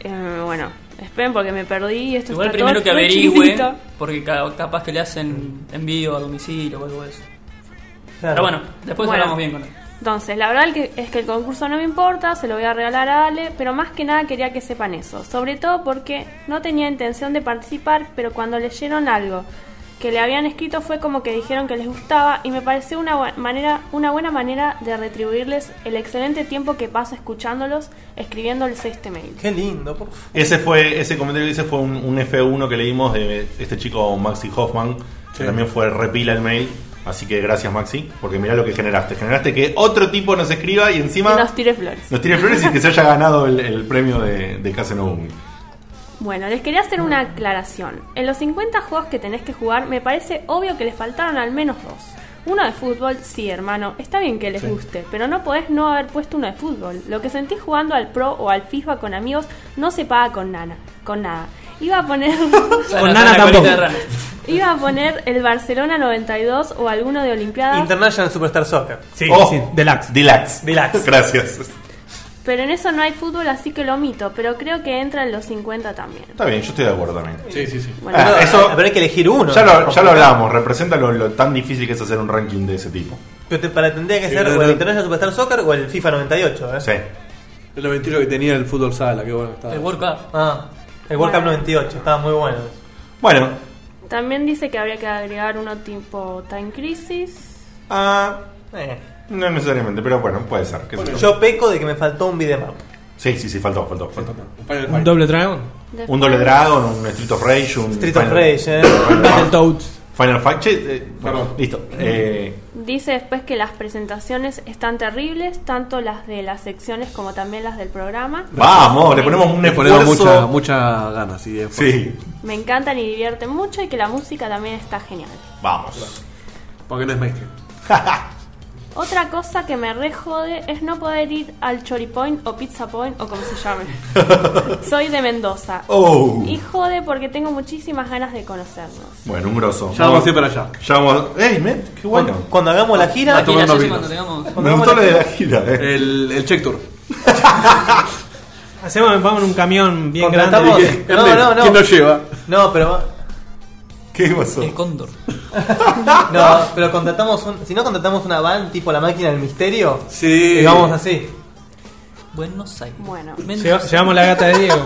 [SPEAKER 8] Eh, bueno, esperen porque me perdí. Esto
[SPEAKER 5] Igual
[SPEAKER 8] está
[SPEAKER 5] primero
[SPEAKER 8] todo
[SPEAKER 5] que
[SPEAKER 8] muy
[SPEAKER 5] averigüe,
[SPEAKER 8] chiquitito.
[SPEAKER 5] porque ca- capaz que le hacen envío a domicilio o algo de eso.
[SPEAKER 2] Claro.
[SPEAKER 5] Pero bueno, después
[SPEAKER 8] Bueno.
[SPEAKER 5] hablamos bien con él.
[SPEAKER 8] Entonces, la verdad que- es que el concurso no me importa, se lo voy a regalar a Ale, pero más que nada quería que sepan eso, sobre todo porque no tenía intención de participar, pero cuando leyeron algo que le habían escrito fue como que dijeron que les gustaba y me pareció una, bu- manera, una buena manera de retribuirles el excelente tiempo que paso escuchándolos, escribiéndoles este mail.
[SPEAKER 2] Qué lindo, por favor.
[SPEAKER 3] Ese fue, ese comentario que hice fue un, un F1 que leímos de este chico Maxi Hoffman, que también fue repila el mail. Así que gracias Maxi, porque mirá lo que generaste. Generaste que otro tipo nos escriba y
[SPEAKER 8] Y
[SPEAKER 3] encima
[SPEAKER 8] nos tiré flores.
[SPEAKER 3] nos tire flores y que se haya ganado el, el premio de, de Casanova.
[SPEAKER 8] Bueno, les quería hacer una aclaración. En los 50 juegos que tenés que jugar, me parece obvio que les faltaron al menos dos. Uno de fútbol, sí, hermano, está bien que les guste, pero no podés no haber puesto uno de fútbol. Lo que sentí jugando al Pro o al FIFA con amigos no se paga con nana, con nada. Iba a poner
[SPEAKER 6] Nana
[SPEAKER 5] Rana, rana, colita
[SPEAKER 6] tampoco.
[SPEAKER 5] de rana.
[SPEAKER 8] iba a poner el Barcelona 92 o alguno de Olimpiadas,
[SPEAKER 2] International Superstar Soccer.
[SPEAKER 6] Sí,
[SPEAKER 3] Oh.
[SPEAKER 6] sí, deluxe.
[SPEAKER 3] Deluxe.
[SPEAKER 2] Deluxe.
[SPEAKER 3] Gracias.
[SPEAKER 8] pero en eso no hay fútbol, así que lo omito, pero creo que entra en los 50 también.
[SPEAKER 3] Está bien, yo estoy de acuerdo también.
[SPEAKER 8] Bueno,
[SPEAKER 3] Ah,
[SPEAKER 2] Pero,
[SPEAKER 3] eso-
[SPEAKER 2] pero hay que elegir uno.
[SPEAKER 3] Ya lo,
[SPEAKER 2] ¿no?
[SPEAKER 3] ya lo hablábamos, representa lo, lo tan difícil que es hacer un ranking de ese tipo.
[SPEAKER 2] Pero te- para tendría que ser
[SPEAKER 4] no,
[SPEAKER 2] o el
[SPEAKER 4] no.
[SPEAKER 2] International Superstar Soccer o el FIFA 98, ¿eh?
[SPEAKER 3] Sí.
[SPEAKER 4] El 98 que tenía el fútbol sala, qué bueno que estaba.
[SPEAKER 5] El World Cup.
[SPEAKER 2] Ah, el World Cup
[SPEAKER 8] Bueno.
[SPEAKER 2] 98, estaba muy bueno.
[SPEAKER 3] Bueno,
[SPEAKER 8] también dice que habría que agregar uno tipo Time Crisis.
[SPEAKER 3] ah,
[SPEAKER 2] Eh.
[SPEAKER 3] no necesariamente, pero bueno, puede ser. qué sé yo.
[SPEAKER 2] Yo peco de que me faltó un videomap.
[SPEAKER 3] Sí, sí, sí, faltó, faltó, faltó.
[SPEAKER 6] Un doble dragón.
[SPEAKER 8] Después-
[SPEAKER 3] Un Doble Dragon, un Street of Rage, un.
[SPEAKER 2] Street of
[SPEAKER 3] Final-
[SPEAKER 2] Rage, ¿eh?
[SPEAKER 3] Final Fantasy.
[SPEAKER 6] Battletoads.
[SPEAKER 3] Final Fact Check. eh, bueno,
[SPEAKER 4] Perdón.
[SPEAKER 3] listo. Eh,
[SPEAKER 8] Dice después que las presentaciones están terribles, tanto las de las secciones como también las del programa.
[SPEAKER 3] vamos, le ponemos un
[SPEAKER 4] Le ponemos
[SPEAKER 3] esfuerzo.
[SPEAKER 4] mucha, mucha eh, ganas. Y esfuerzo.
[SPEAKER 3] Sí,
[SPEAKER 8] Me encantan y divierten mucho y que la música también está genial.
[SPEAKER 3] vamos.
[SPEAKER 4] Porque no es mainstream.
[SPEAKER 8] Otra cosa que me re jode es no poder ir al Choripoint o Pizza Point o como se llame. Soy de Mendoza.
[SPEAKER 3] Oh.
[SPEAKER 8] Y jode porque tengo muchísimas ganas de conocernos.
[SPEAKER 3] Bueno, un grosso.
[SPEAKER 4] Ya vamos a ir para allá.
[SPEAKER 3] Ya vamos. ¡Ey, men! ¡Qué bueno!
[SPEAKER 2] Cuando, cuando hagamos la gira,
[SPEAKER 5] Aquí en la
[SPEAKER 4] tomando
[SPEAKER 5] Yoshi
[SPEAKER 4] vinos.
[SPEAKER 5] cuando tengamos-
[SPEAKER 3] Me gustó lo de la gira, eh.
[SPEAKER 4] El, el check tour.
[SPEAKER 6] Hacemos, vamos en un camión bien
[SPEAKER 2] Contratamos- No,
[SPEAKER 6] grande.
[SPEAKER 2] no, no.
[SPEAKER 4] ¿Quién nos lleva?
[SPEAKER 2] no, pero
[SPEAKER 3] ¿Qué pasó?
[SPEAKER 5] El cóndor.
[SPEAKER 2] no, pero contratamos un, si no contratamos una van tipo la máquina del misterio,
[SPEAKER 4] Sí.
[SPEAKER 2] y vamos así.
[SPEAKER 5] Buenos Aires.
[SPEAKER 8] Bueno.
[SPEAKER 6] Lleva-
[SPEAKER 5] Mendoza.
[SPEAKER 6] llevamos la gata de Diego.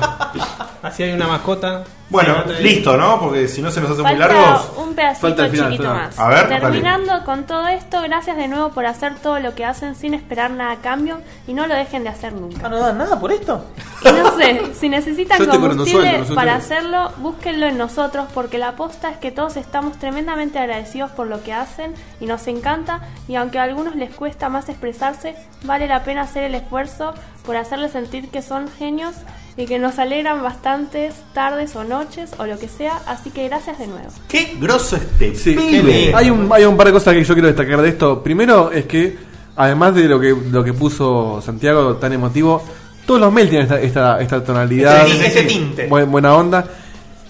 [SPEAKER 6] Así hay una mascota.
[SPEAKER 3] Bueno,
[SPEAKER 6] Sí, gata de
[SPEAKER 3] listo, ¿no? Porque si no se nos hace muy
[SPEAKER 8] Falta
[SPEAKER 3] largo.
[SPEAKER 8] un pedacito
[SPEAKER 4] Falta el final,
[SPEAKER 8] chiquito
[SPEAKER 4] claro.
[SPEAKER 8] más.
[SPEAKER 3] A ver, dale.
[SPEAKER 8] Terminando con todo esto, gracias de nuevo por hacer todo lo que hacen sin esperar nada a cambio y no lo dejen de hacer
[SPEAKER 2] Ah,
[SPEAKER 8] nunca.
[SPEAKER 2] no dan nada por esto.
[SPEAKER 8] Y no sé, si necesitan
[SPEAKER 4] Yo estoy con
[SPEAKER 8] combustible
[SPEAKER 4] nosotros, nosotros.
[SPEAKER 8] para hacerlo, búsquenlo en nosotros porque la aposta es que todos estamos tremendamente agradecidos por lo que hacen y nos encanta y aunque a algunos les cuesta más expresarse, vale la pena hacer el esfuerzo por hacerles sentir que son genios y que nos alegran bastantes tardes o noches o lo que sea, así que gracias de nuevo.
[SPEAKER 3] ¡Qué grosso este
[SPEAKER 4] Sí.
[SPEAKER 3] pibe!
[SPEAKER 4] Hay un, hay un par de cosas que yo quiero destacar de esto. Primero es que, además de lo que, lo que puso Santiago tan emotivo, todos los mails tienen esta, esta, esta tonalidad,
[SPEAKER 2] Ese, ese
[SPEAKER 3] sí.
[SPEAKER 2] tinte.
[SPEAKER 4] buen- buena onda.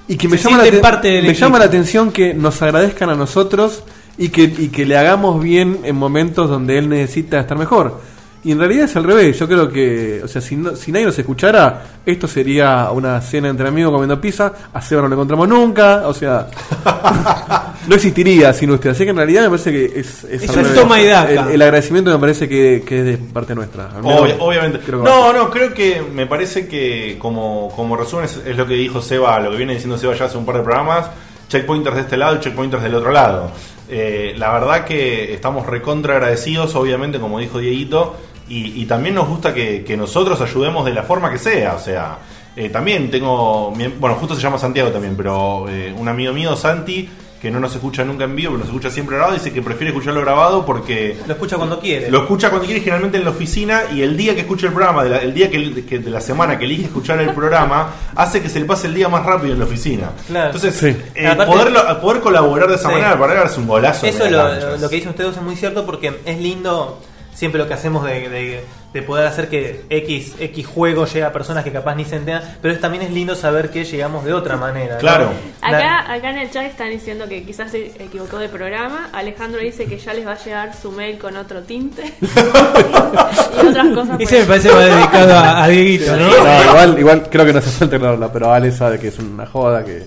[SPEAKER 4] Y que me,
[SPEAKER 6] Se
[SPEAKER 4] llama la,
[SPEAKER 6] sienten
[SPEAKER 4] aten-
[SPEAKER 6] parte del
[SPEAKER 4] me
[SPEAKER 6] equipo.
[SPEAKER 4] llama la atención que nos agradezcan a nosotros y que, y que le hagamos bien en momentos donde él necesita estar mejor. Y en realidad es al revés. Yo creo que, o sea, si, no- si nadie nos escuchara, esto sería una cena entre amigos comiendo pizza. A Seba no lo encontramos nunca. O sea, no existiría sin usted. Así que en realidad me parece que es.
[SPEAKER 6] Es
[SPEAKER 4] al
[SPEAKER 6] un
[SPEAKER 4] revés.
[SPEAKER 6] toma y daca.
[SPEAKER 4] El, el agradecimiento me parece que, que es de parte nuestra. Al menos
[SPEAKER 3] Obvia- obviamente.
[SPEAKER 4] Ah, creo que va a
[SPEAKER 3] no,
[SPEAKER 4] ser.
[SPEAKER 3] no, creo que me parece que como, como resumen es, es lo que dijo Seba, lo que viene diciendo Seba ya hace un par de programas, checkpointers de este lado y checkpointers del otro lado. Eh, la verdad que estamos recontra agradecidos, obviamente, como dijo Dieguito, y, y también nos gusta que, que nosotros ayudemos de la forma que sea, o sea... eh, también tengo, mi- em, bueno, justo se llama Santiago también, pero eh, un amigo mío, Santi, que no nos escucha nunca en vivo, pero nos escucha siempre grabado, dice que prefiere escucharlo grabado porque
[SPEAKER 2] Lo escucha cuando quiere.
[SPEAKER 3] lo escucha cuando quiere, generalmente en la oficina, y el día que escucha el programa, de la- el día que, que- de la semana que elige escuchar el programa, hace que se le pase el día más rápido en la oficina.
[SPEAKER 2] Claro.
[SPEAKER 3] Entonces,
[SPEAKER 4] Sí.
[SPEAKER 3] eh,
[SPEAKER 2] Aparte-
[SPEAKER 3] poderlo- poder colaborar de esa
[SPEAKER 2] Sí.
[SPEAKER 3] manera para darse un golazo.
[SPEAKER 2] Eso
[SPEAKER 3] en
[SPEAKER 2] es
[SPEAKER 3] las
[SPEAKER 2] lo,
[SPEAKER 3] canchas.
[SPEAKER 2] lo que dicen ustedes es muy cierto porque es lindo siempre lo que hacemos de, de- de poder hacer que X, X juego llegue a personas que capaz ni se enteran, pero es- también es lindo saber que llegamos de otra manera. ¿no?
[SPEAKER 3] Claro.
[SPEAKER 2] La-
[SPEAKER 8] Acá, acá en el chat están diciendo que quizás se equivocó de programa. Alejandro dice que ya les va a llegar su mail con otro tinte. y otras cosas. por
[SPEAKER 6] Ese me
[SPEAKER 8] el-
[SPEAKER 6] parece más dedicado a, a Dieguito, ¿no?
[SPEAKER 4] No, igual, igual creo que no hace falta aclararla, pero Ale sabe que es una joda que.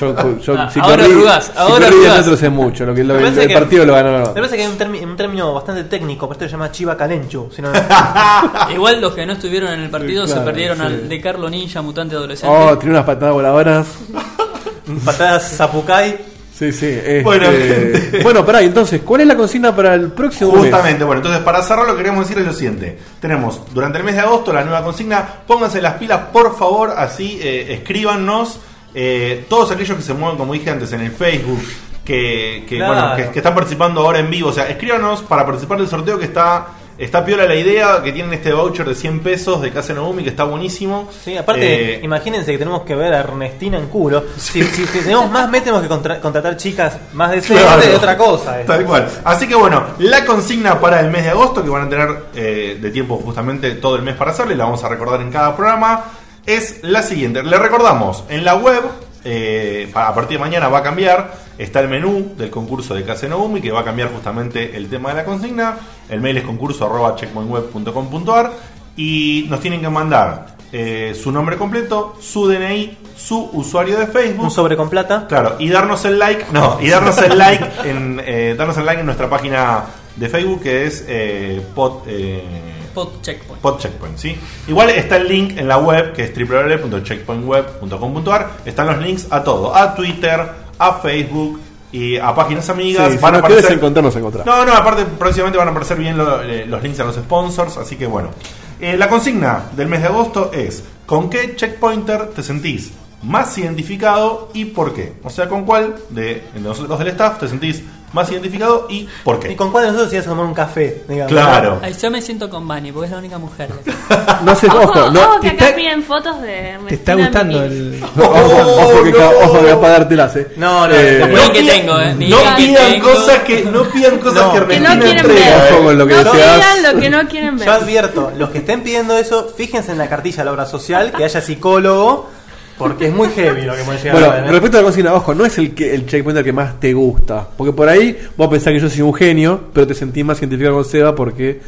[SPEAKER 4] Yo, yo
[SPEAKER 5] Ah,
[SPEAKER 4] si
[SPEAKER 5] ahora
[SPEAKER 4] corrí-
[SPEAKER 5] arrugás,
[SPEAKER 4] si
[SPEAKER 5] ahora
[SPEAKER 4] corrí de
[SPEAKER 5] arrugás.
[SPEAKER 4] nosotros es mucho, lo que lo,
[SPEAKER 2] Me
[SPEAKER 4] el,
[SPEAKER 2] parece
[SPEAKER 4] el
[SPEAKER 2] que-
[SPEAKER 4] partido lo
[SPEAKER 2] Me
[SPEAKER 4] ganaron.
[SPEAKER 2] parece que hay un, termi- un término bastante técnico, pero esto se llama Chiva Calenchu. Si no,
[SPEAKER 5] Igual los que no estuvieron en el partido
[SPEAKER 4] Sí, claro,
[SPEAKER 5] se perdieron
[SPEAKER 4] sí.
[SPEAKER 5] al de Carlo Ninja, mutante adolescente.
[SPEAKER 4] Oh, tiene unas patadas voladoras.
[SPEAKER 2] patadas Zapucay.
[SPEAKER 4] Sí, sí. este-
[SPEAKER 3] Bueno, gente.
[SPEAKER 4] bueno, pará, entonces, ¿cuál es la consigna para el próximo mes?
[SPEAKER 3] Justamente, bueno, entonces para cerrar lo que queremos decir es lo siguiente. Tenemos durante el mes de agosto la nueva consigna, pónganse las pilas por favor, así eh, escríbanos eh, todos aquellos que se mueven, como dije antes, en el Facebook. Que, que,
[SPEAKER 2] Claro.
[SPEAKER 3] bueno, que- que están participando ahora en vivo. O sea, escríbanos para participar del sorteo que está está piola la idea, que tienen este voucher de 100 pesos de Casa Nobumi, que está buenísimo.
[SPEAKER 2] Sí, aparte,
[SPEAKER 3] Eh,
[SPEAKER 2] imagínense que tenemos que ver a Ernestina en culo. Si, si- si tenemos más mes, tenemos que contra- contratar chicas más decentes
[SPEAKER 3] Claro.
[SPEAKER 2] de otra cosa. eh.
[SPEAKER 3] Tal cual. Así que bueno, la consigna para el mes de agosto, que van a tener eh, de tiempo justamente todo el mes para hacerlo y la vamos a recordar en cada programa, es la siguiente. Le recordamos, en la web, eh, pa- a partir de mañana va a cambiar, está el menú del concurso de Case Nobumi, que va a cambiar justamente el tema de la consigna. El mail es concurso arroba checkpointweb.com.ar y nos tienen que mandar eh, su nombre completo, su DNI, su usuario de Facebook.
[SPEAKER 2] Un sobre con plata.
[SPEAKER 3] Claro, y darnos el like, no, y darnos el like en eh, darnos el like en nuestra página de Facebook que es eh, pod, eh,
[SPEAKER 5] Spot checkpoint.
[SPEAKER 3] Pod Checkpoint, ¿sí? Igual está el link en la web que es www.checkpointweb.com.ar, están los links a todo, a Twitter, a Facebook y a páginas
[SPEAKER 4] Sí,
[SPEAKER 3] amigas,
[SPEAKER 4] si
[SPEAKER 3] van a
[SPEAKER 4] nos querés
[SPEAKER 3] aparecer-
[SPEAKER 4] encontrar, nos encontrás.
[SPEAKER 3] no, no, aparte próximamente van a aparecer bien lo- eh, los links a los sponsors, así que bueno. Eh, la consigna del mes de agosto es, ¿con qué checkpointer te sentís más identificado y por qué? O sea, ¿con cuál de de nosotros del staff te sentís más identificado y por
[SPEAKER 2] ¿Y
[SPEAKER 3] qué?
[SPEAKER 2] con cuál de nosotros ibas a tomar un café? digamos?
[SPEAKER 3] Claro.
[SPEAKER 5] Ay, yo me siento con Bani porque es la única mujer.
[SPEAKER 4] No sé, ojo,
[SPEAKER 8] Ojo,
[SPEAKER 4] no.
[SPEAKER 8] ojo, que
[SPEAKER 6] te
[SPEAKER 8] acá
[SPEAKER 6] está-
[SPEAKER 8] piden fotos de.
[SPEAKER 6] Te está
[SPEAKER 8] Ernestina
[SPEAKER 6] gustando
[SPEAKER 8] Mini.
[SPEAKER 6] el.
[SPEAKER 4] Ojo, ojo que, ca- ojo que va a pagártelas, eh.
[SPEAKER 2] No, no,
[SPEAKER 4] Eh,
[SPEAKER 5] Ni que tengo, eh. Ni
[SPEAKER 3] No
[SPEAKER 5] que
[SPEAKER 3] pidan
[SPEAKER 5] tengo.
[SPEAKER 3] cosas que no pidan cosas
[SPEAKER 2] No.
[SPEAKER 3] que
[SPEAKER 8] Que no
[SPEAKER 3] Argentina
[SPEAKER 8] quieren
[SPEAKER 3] entrega,
[SPEAKER 8] ver.
[SPEAKER 3] eh.
[SPEAKER 4] Ojo con lo que
[SPEAKER 8] no
[SPEAKER 4] deseas.
[SPEAKER 8] pidan lo que no quieren
[SPEAKER 2] Yo
[SPEAKER 8] ver.
[SPEAKER 2] advierto, los que estén pidiendo eso, fíjense en la cartilla de la obra social que haya psicólogo, porque es muy heavy lo que puede llegar a ver.
[SPEAKER 4] Bueno,
[SPEAKER 2] ¿eh?
[SPEAKER 4] respecto a la cocina, ojo, no es el, que, el checkpointer que más te gusta. Porque por ahí vos pensás que yo soy un genio, pero te sentís más científico con Seba porque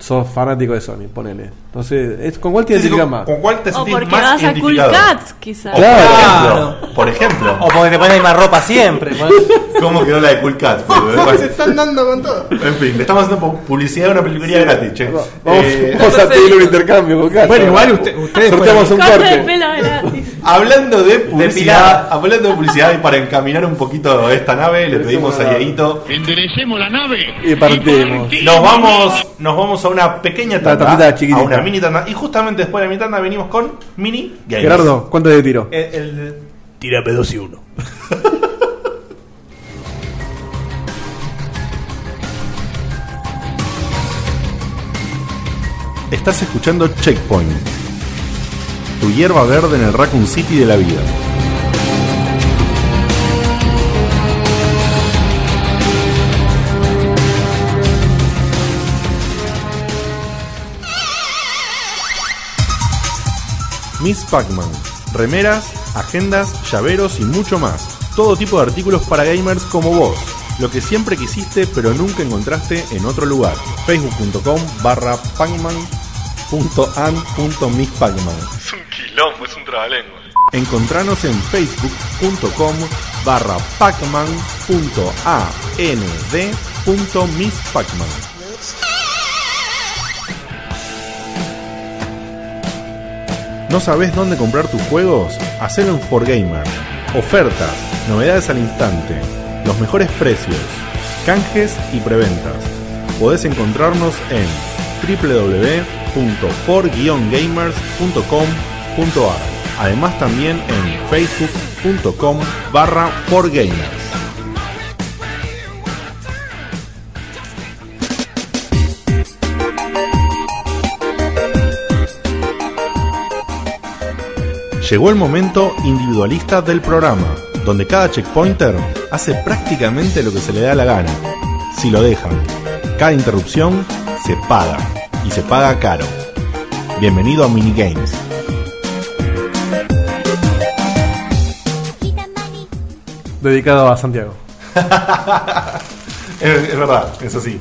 [SPEAKER 4] sos fanático de Sony, ponele. Entonces, es- ¿con cuál te
[SPEAKER 3] Sí, sí,
[SPEAKER 4] identificas
[SPEAKER 3] ¿Con
[SPEAKER 4] más?
[SPEAKER 3] con cuál te
[SPEAKER 8] O
[SPEAKER 3] sentís
[SPEAKER 8] porque
[SPEAKER 3] más
[SPEAKER 8] vas a Cool
[SPEAKER 3] identificado?
[SPEAKER 8] Cats, quizás.
[SPEAKER 3] O
[SPEAKER 4] Claro.
[SPEAKER 3] Por ejemplo,
[SPEAKER 2] O
[SPEAKER 3] por
[SPEAKER 2] porque te ponen la misma ropa siempre. ¿no?
[SPEAKER 3] ejemplo, ¿cómo quedó la de Cool Cat?
[SPEAKER 9] Se están dando con todo.
[SPEAKER 3] En fin, le estamos haciendo pu- publicidad de una peluquería gratis, che.
[SPEAKER 4] Vamos,
[SPEAKER 3] Eh,
[SPEAKER 4] vamos a pedir un intercambio con Castro.
[SPEAKER 6] Bueno, igual usted- ustedes
[SPEAKER 4] Sorteamos un
[SPEAKER 8] Corte de
[SPEAKER 4] corte.
[SPEAKER 8] pelo gratis.
[SPEAKER 3] hablando de
[SPEAKER 2] Depilada.
[SPEAKER 3] publicidad, hablando de publicidad y para encaminar un poquito esta nave, le
[SPEAKER 4] Eso
[SPEAKER 3] pedimos
[SPEAKER 4] me
[SPEAKER 3] a
[SPEAKER 4] da.
[SPEAKER 3] Dieguito.
[SPEAKER 7] Enderecemos la nave.
[SPEAKER 4] Y partimos.
[SPEAKER 3] Nos vamos, nos vamos a una pequeña
[SPEAKER 4] Una
[SPEAKER 3] tanda,
[SPEAKER 4] tandita chiquitita.
[SPEAKER 3] a una mini tanda y justamente después de la mini tanda venimos con mini games.
[SPEAKER 4] Gerardo, ¿cuánto te tiro?
[SPEAKER 2] El- el-
[SPEAKER 9] Tírame dos y uno.
[SPEAKER 3] Estás escuchando Checkpoint. Tu hierba verde en el Raccoon City de la vida. Miss Pac-Man. Remeras, agendas, llaveros y mucho más. Todo tipo de artículos para gamers como vos. Lo que siempre quisiste pero nunca encontraste en otro lugar. Facebook.com barra pacman.an.misspacman.
[SPEAKER 7] Es un quilombo, es un trabalengua.
[SPEAKER 3] Encontranos en facebook.com barra pacman.and.misspacman. ¿No sabes dónde comprar tus juegos? Hacelo en 4Gamer. Ofertas, novedades al instante, los mejores precios, canjes y preventas. Podés encontrarnos en www.for-gamers.com.ar Además también en facebook.com barra 4Gamers. Llegó el momento individualista del programa, donde cada checkpointer hace prácticamente lo que se le da la gana, si lo dejan. Cada interrupción se paga, y se paga caro. Bienvenido a Minigames.
[SPEAKER 4] Dedicado a Santiago.
[SPEAKER 3] Es, es verdad, es así.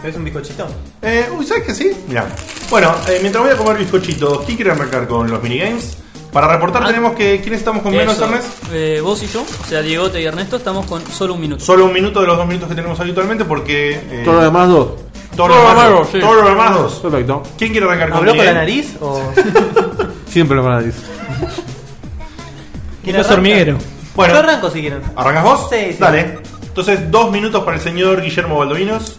[SPEAKER 2] ¿Tenés un bizcochito?
[SPEAKER 3] Eh, uy, ¿sabes que sí? Mira. Bueno, eh, mientras voy a comer bizcochitos, ¿quién quiere arrancar con los minigames? Para reportar
[SPEAKER 5] Ah.
[SPEAKER 3] tenemos que... ¿Quiénes estamos con menos,
[SPEAKER 5] Eso.
[SPEAKER 3] Ernest?
[SPEAKER 5] Eh, vos y yo, o sea, Diegote y Ernesto, estamos con solo un minuto.
[SPEAKER 3] Solo un minuto de los dos minutos que tenemos habitualmente porque... eh,
[SPEAKER 4] Todo lo demás, dos.
[SPEAKER 3] Toro
[SPEAKER 5] Toro
[SPEAKER 3] Armado.
[SPEAKER 5] Armado, sí.
[SPEAKER 3] Toro Armado.
[SPEAKER 4] Perfecto.
[SPEAKER 3] ¿Quién quiere arrancar con
[SPEAKER 2] ¿Habló con la
[SPEAKER 3] Miguel?
[SPEAKER 2] nariz? ¿O
[SPEAKER 4] Siempre lo van a decir.
[SPEAKER 2] quién
[SPEAKER 6] Los
[SPEAKER 2] arranca?
[SPEAKER 6] hormigueros.
[SPEAKER 3] Bueno. Ah,
[SPEAKER 2] Yo arranco si quieren.
[SPEAKER 3] ¿Arrancas vos?
[SPEAKER 2] Sí, sí.
[SPEAKER 3] Dale. Entonces, dos minutos para el señor Guillermo Baldovinos.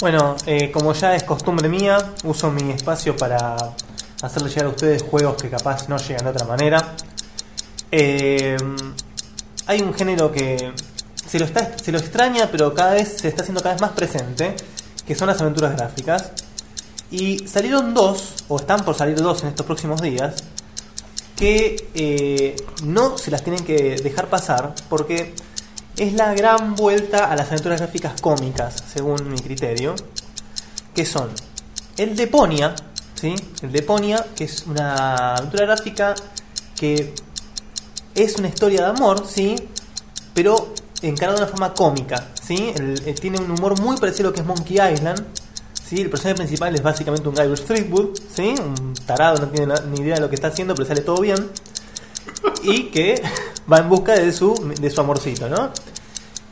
[SPEAKER 2] Bueno, eh, como ya es costumbre mía, uso mi espacio para hacerle llegar a ustedes juegos que capaz no llegan de otra manera. Eh, hay un género que se lo, está, se lo extraña, pero cada vez se está haciendo cada vez más presente, que son las aventuras gráficas. Y salieron dos, o están por salir dos en estos próximos días, que eh, no se las tienen que dejar pasar porque es la gran vuelta a las aventuras gráficas cómicas, según mi criterio, que son el Deponia, ¿sí? El Deponia, que es una aventura gráfica que es una historia de amor, ¿sí? Pero encarada de una forma cómica, ¿sí? El- eh, tiene un humor muy parecido a lo que es Monkey Island, ¿sí? El personaje principal es básicamente un Guy Streetwood, ¿sí? Un tarado, no tiene na- ni idea de lo que está haciendo, pero sale todo bien. Y que va en busca de su, de su amorcito, ¿no?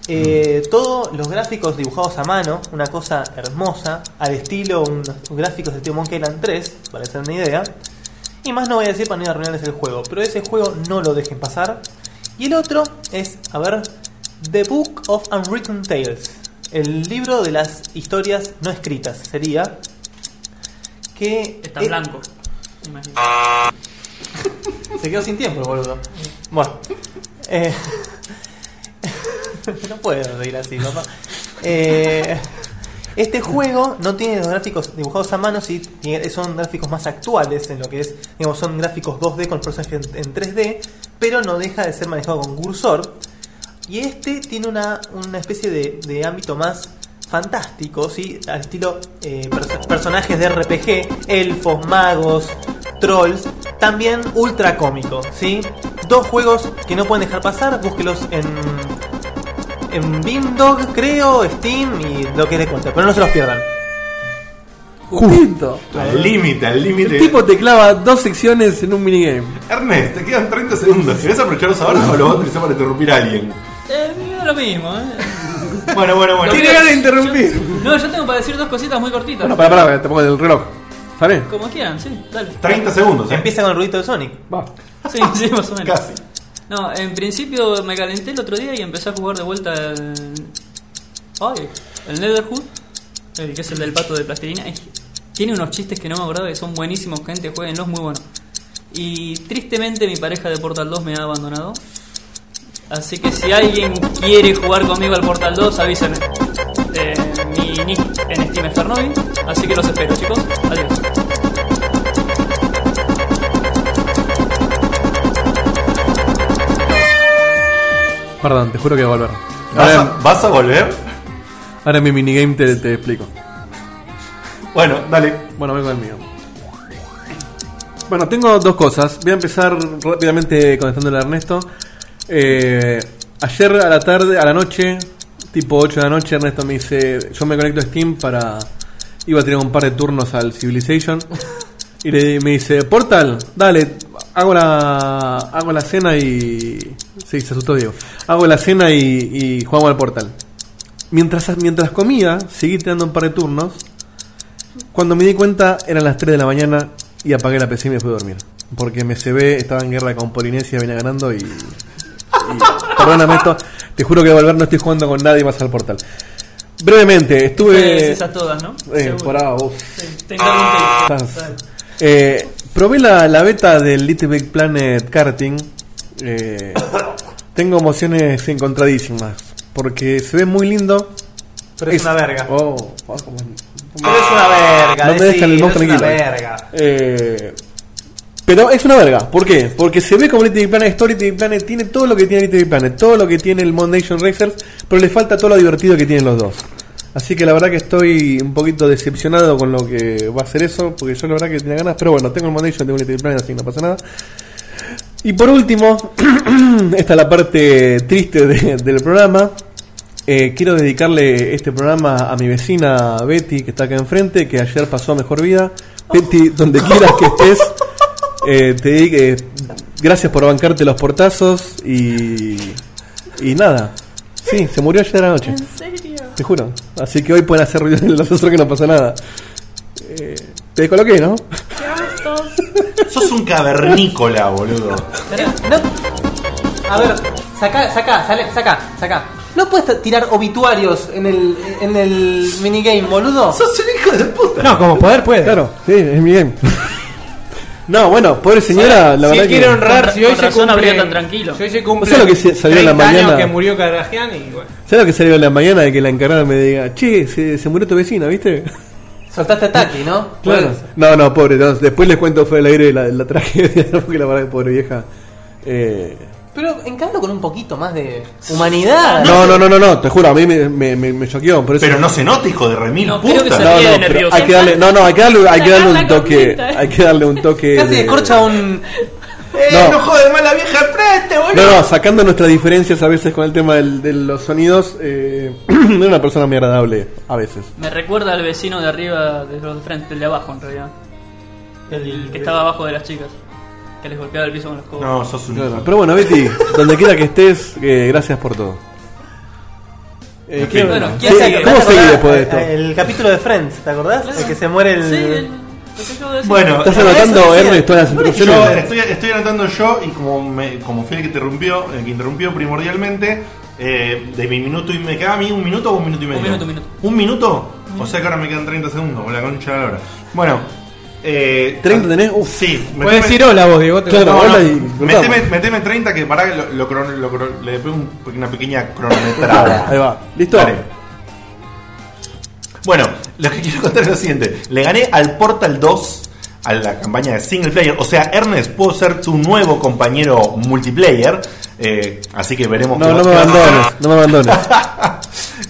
[SPEAKER 2] Eh, todos los gráficos dibujados a mano, una cosa hermosa, al estilo unos gráficos de tío Monkey Island 3, para hacer una idea. Y más no voy a decir para no ir a arruinarles el juego, pero ese juego no lo dejen pasar. Y el otro es, a ver, The Book of Unwritten Tales, el libro de las historias no escritas, sería. Que
[SPEAKER 5] Está
[SPEAKER 2] eh,
[SPEAKER 5] blanco. me imagino.
[SPEAKER 2] Se quedó sin tiempo el boludo. Bueno. Eh, no puedo reír así, papá. Eh, este juego no tiene los gráficos dibujados a mano, sí, tiene- son gráficos más actuales en lo que es, digamos, son gráficos 2D con personajes en, en 3D, pero no deja de ser manejado con cursor. Y este tiene una, una especie de, de ámbito más fantástico, ¿sí? Al estilo eh, perso- personajes de RPG, elfos, magos, trolls. También ultra cómico, ¿sí? Dos juegos que no pueden dejar pasar, búsquelos en, en Beam Dog, creo, Steam y lo que les cuente. Pero no se los pierdan.
[SPEAKER 4] Justito.
[SPEAKER 3] Al límite, al
[SPEAKER 4] El
[SPEAKER 3] límite.
[SPEAKER 4] tipo te clava dos secciones en un minigame.
[SPEAKER 3] Ernest, te quedan 30 segundos. ¿Querés aprovecharlos ahora o lo vas a utilizar para interrumpir a alguien?
[SPEAKER 5] Eh, me da lo mismo, eh.
[SPEAKER 3] Bueno, bueno, bueno.
[SPEAKER 5] Tiene ganas de
[SPEAKER 4] interrumpir.
[SPEAKER 5] No, yo tengo para decir dos cositas muy cortitas.
[SPEAKER 4] Bueno, para, para, te pongo el reloj. ¿Sale?
[SPEAKER 5] Como quieran, sí, dale.
[SPEAKER 3] 30 segundos, ¿eh?
[SPEAKER 2] Empieza con el ruido de Sonic.
[SPEAKER 4] Va.
[SPEAKER 5] Sí, sí, más o menos.
[SPEAKER 3] Casi.
[SPEAKER 5] No, en principio me calenté el otro día y empecé a jugar de vuelta el. Ay, el Netherhood, el que es el del pato de plastilina. Es- Tiene unos chistes que no me acordaba que son buenísimos, gente, jueguenlos, muy buenos. Y tristemente mi pareja de Portal 2 me ha abandonado. Así que si alguien quiere jugar conmigo al Portal 2, avísenme. Eh, mi nick en Steam es Fernovi, así que los espero, chicos. Adiós.
[SPEAKER 4] Perdón, te juro que voy a volver.
[SPEAKER 3] ¿Vas a,
[SPEAKER 4] Ahora,
[SPEAKER 3] vas a volver?
[SPEAKER 4] ahora en mi minigame te, te explico.
[SPEAKER 3] Bueno, dale.
[SPEAKER 4] Bueno, vengo el mío. Bueno, tengo dos cosas. Voy a empezar rápidamente contestándole a Ernesto. Eh, ayer a la tarde, a la noche, tipo 8 de la noche, Ernesto me dice, yo me conecto a Steam para... Iba a tirar un par de turnos al Civilization. Y le- me dice, Portal, dale, hago la, hago la cena y... Sí, se asustó Diego. Hago la cena y, y jugamos al Portal. Mientras, mientras comía, seguí tirando un par de turnos. Cuando me di cuenta eran las 3 de la mañana y apagué la PC y me fui a dormir. Porque me ve estaba en guerra con Polinesia, venía ganando y... y- perdóname esto, te juro que de volver no estoy jugando con nadie más al portal. Brevemente, estuve...
[SPEAKER 5] Ustedes esas todas, ¿no?
[SPEAKER 4] Eh,
[SPEAKER 5] Seguro.
[SPEAKER 4] por ahora, Ah. vos.
[SPEAKER 5] Sí, Tengan un teléfono.
[SPEAKER 4] Estás. Eh, probé la, la beta del Little Big Planet Karting. Eh, tengo emociones encontradísimas. Porque se ve muy lindo.
[SPEAKER 2] Pero es, una verga.
[SPEAKER 4] Oh, oh, como es-
[SPEAKER 2] Pero es una verga.
[SPEAKER 4] No me
[SPEAKER 2] decí,
[SPEAKER 4] dejan el mouse
[SPEAKER 2] es una
[SPEAKER 4] tranquilo.
[SPEAKER 2] verga.
[SPEAKER 4] Eh, pero es una verga. ¿Por qué? Porque se ve como Little Big Planet. Story Little Big Planet tiene todo lo que tiene Little Big Planet. Todo lo que tiene el Mondation Racers. Pero le falta todo lo divertido que tienen los dos. Así que la verdad que estoy un poquito decepcionado con lo que va a ser eso. Porque yo la verdad que tenía ganas. Pero bueno, tengo el Mondation, tengo el Little Big Planet, así que no pasa nada. Y por último, esta es la parte triste de- del programa. Eh, quiero dedicarle este programa a mi vecina Betty, que está acá enfrente, que ayer pasó a mejor vida. Betty, donde quieras que estés, eh, te di- eh, gracias por bancarte los portazos y, y nada. Sí, se murió ayer anoche,
[SPEAKER 8] ¿En serio?
[SPEAKER 4] te juro. Así que hoy pueden hacer ruido en el ascensor que no pasa nada. Eh, te descoloqué, ¿no?
[SPEAKER 8] ¿Qué asco.
[SPEAKER 3] Sos un cavernícola, boludo.
[SPEAKER 2] No- A ver, saca, saca, sale, saca, saca. No puedes t- tirar obituarios en el, en el minigame, boludo.
[SPEAKER 3] Sos un hijo de puta.
[SPEAKER 6] No, como poder puede.
[SPEAKER 4] Claro, sí, es mi game. Eh. no, bueno, pobre señora, la
[SPEAKER 6] si
[SPEAKER 4] verdad
[SPEAKER 6] él quiere
[SPEAKER 4] que...
[SPEAKER 6] honrar,
[SPEAKER 5] Con
[SPEAKER 6] si hoy
[SPEAKER 5] razón
[SPEAKER 6] se cumple,
[SPEAKER 5] habría tan tranquilo.
[SPEAKER 6] Si hoy se cumple.
[SPEAKER 4] ¿Sabes lo que se- salió en la
[SPEAKER 6] 30 años
[SPEAKER 4] mañana?
[SPEAKER 6] que murió Cardagian y bueno.
[SPEAKER 4] ¿Sabes lo que salió en la mañana de que la encargada me diga, che, se, se murió tu vecina, viste?
[SPEAKER 2] Soltaste ataque, ¿no?
[SPEAKER 4] No, no, pobre, no, después les cuento fue el aire la, la tragedia, ¿no? porque la verdad que pobre vieja. eh,
[SPEAKER 2] Pero encargo con un poquito más de humanidad.
[SPEAKER 4] No, no, no, no, no, te juro, a mí me, me, me, me choqueó. Por eso,
[SPEAKER 3] Pero no se nota, hijo de remil
[SPEAKER 5] No, creo que
[SPEAKER 3] puta.
[SPEAKER 5] se-
[SPEAKER 4] no,
[SPEAKER 5] ríe de
[SPEAKER 4] pero
[SPEAKER 5] nervioso.
[SPEAKER 4] hay que darle, no, no, hay que darle, hay que darle un toque, hay que darle un toque.
[SPEAKER 2] Casi
[SPEAKER 4] de-
[SPEAKER 2] descorcha un.
[SPEAKER 3] ¡Eh,
[SPEAKER 4] no.
[SPEAKER 3] no jode más la vieja enfrente, boludo!
[SPEAKER 4] No, no, sacando nuestras diferencias a veces con el tema del- de los sonidos, eh, era una persona muy agradable a veces.
[SPEAKER 5] Me recuerda al vecino de arriba, de los de frente, el de abajo en realidad. El que estaba abajo de las chicas. Que les golpeaba el piso con los codos.
[SPEAKER 3] No, sos un hijo.
[SPEAKER 4] Pero bueno, Betty, donde quiera que estés, eh, gracias por todo. Eh,
[SPEAKER 3] En fin.
[SPEAKER 4] ¿quién-
[SPEAKER 5] Bueno,
[SPEAKER 4] sí,
[SPEAKER 5] ¿quién sabe?
[SPEAKER 4] ¿Cómo
[SPEAKER 2] ¿Te
[SPEAKER 4] seguí
[SPEAKER 2] acordás?
[SPEAKER 4] después de esto?
[SPEAKER 2] El capítulo de Friends, ¿te acordás?
[SPEAKER 5] Claro.
[SPEAKER 2] El que se muere el.
[SPEAKER 5] Sí, el- lo que acabo de decir.
[SPEAKER 3] Bueno,
[SPEAKER 4] ¿Estás
[SPEAKER 2] Eso
[SPEAKER 4] anotando,
[SPEAKER 2] decía.
[SPEAKER 4] Ernest, todas las
[SPEAKER 3] Yo
[SPEAKER 4] instrucciones?
[SPEAKER 3] estoy, estoy anotando yo y como, me, como fui el que interrumpió, el que interrumpió primordialmente, eh, de mi minuto y me queda a mí un minuto o un minuto y medio.
[SPEAKER 5] minuto, un minuto.
[SPEAKER 3] ¿Un minuto? O sea que ahora me quedan 30 segundos, con la concha de la hora. Bueno, Eh,
[SPEAKER 4] 30 tenés, uf.
[SPEAKER 3] Sí,
[SPEAKER 6] Puedes decir hola vos, Diego. te
[SPEAKER 4] Claro,
[SPEAKER 6] lo-
[SPEAKER 3] No, no,
[SPEAKER 4] hola y
[SPEAKER 3] meteme,
[SPEAKER 4] cortamos.
[SPEAKER 3] meteme 30 que pará que lo, lo crono- lo crono- le pego un- una pequeña cronometrada.
[SPEAKER 4] Ahí va. ¿Listo?
[SPEAKER 3] Dale. Bueno, lo que quiero contar es lo siguiente. Le gané al Portal 2 a la campaña de single player. O sea, Ernest puedo ser tu nuevo compañero multiplayer. Eh, así que veremos
[SPEAKER 4] No,
[SPEAKER 3] cómo-
[SPEAKER 4] no
[SPEAKER 3] qué
[SPEAKER 4] me
[SPEAKER 3] va a
[SPEAKER 4] abandones, no me abandones.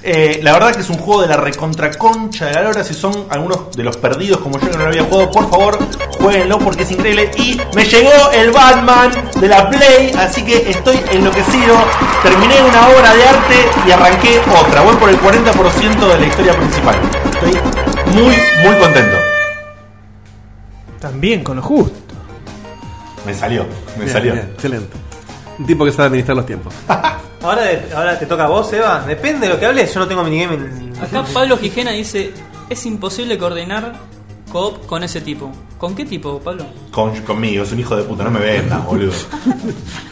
[SPEAKER 3] eh, la verdad que es un juego de la recontraconcha de la hora. Si son algunos de los perdidos como yo que no lo había jugado, por favor, jueguenlo porque es increíble. Y me llegó el Batman de la Play, así que estoy enloquecido. Terminé una obra de arte y arranqué otra. Voy por el 40% de la historia principal. Estoy muy, muy contento.
[SPEAKER 6] También con lo justo.
[SPEAKER 3] Me salió, me
[SPEAKER 4] Bien,
[SPEAKER 3] salió.
[SPEAKER 4] bien, excelente. Un tipo que sabe administrar los tiempos.
[SPEAKER 2] Ahora, de- ahora te toca a vos, Eva. Depende de lo que hables, yo no tengo minigame en.
[SPEAKER 5] Acá Pablo Gijena dice, es imposible coordinar coop con ese tipo. ¿Con qué tipo, Pablo?
[SPEAKER 3] Con- conmigo, es un hijo de puta, no me vendas, boludo.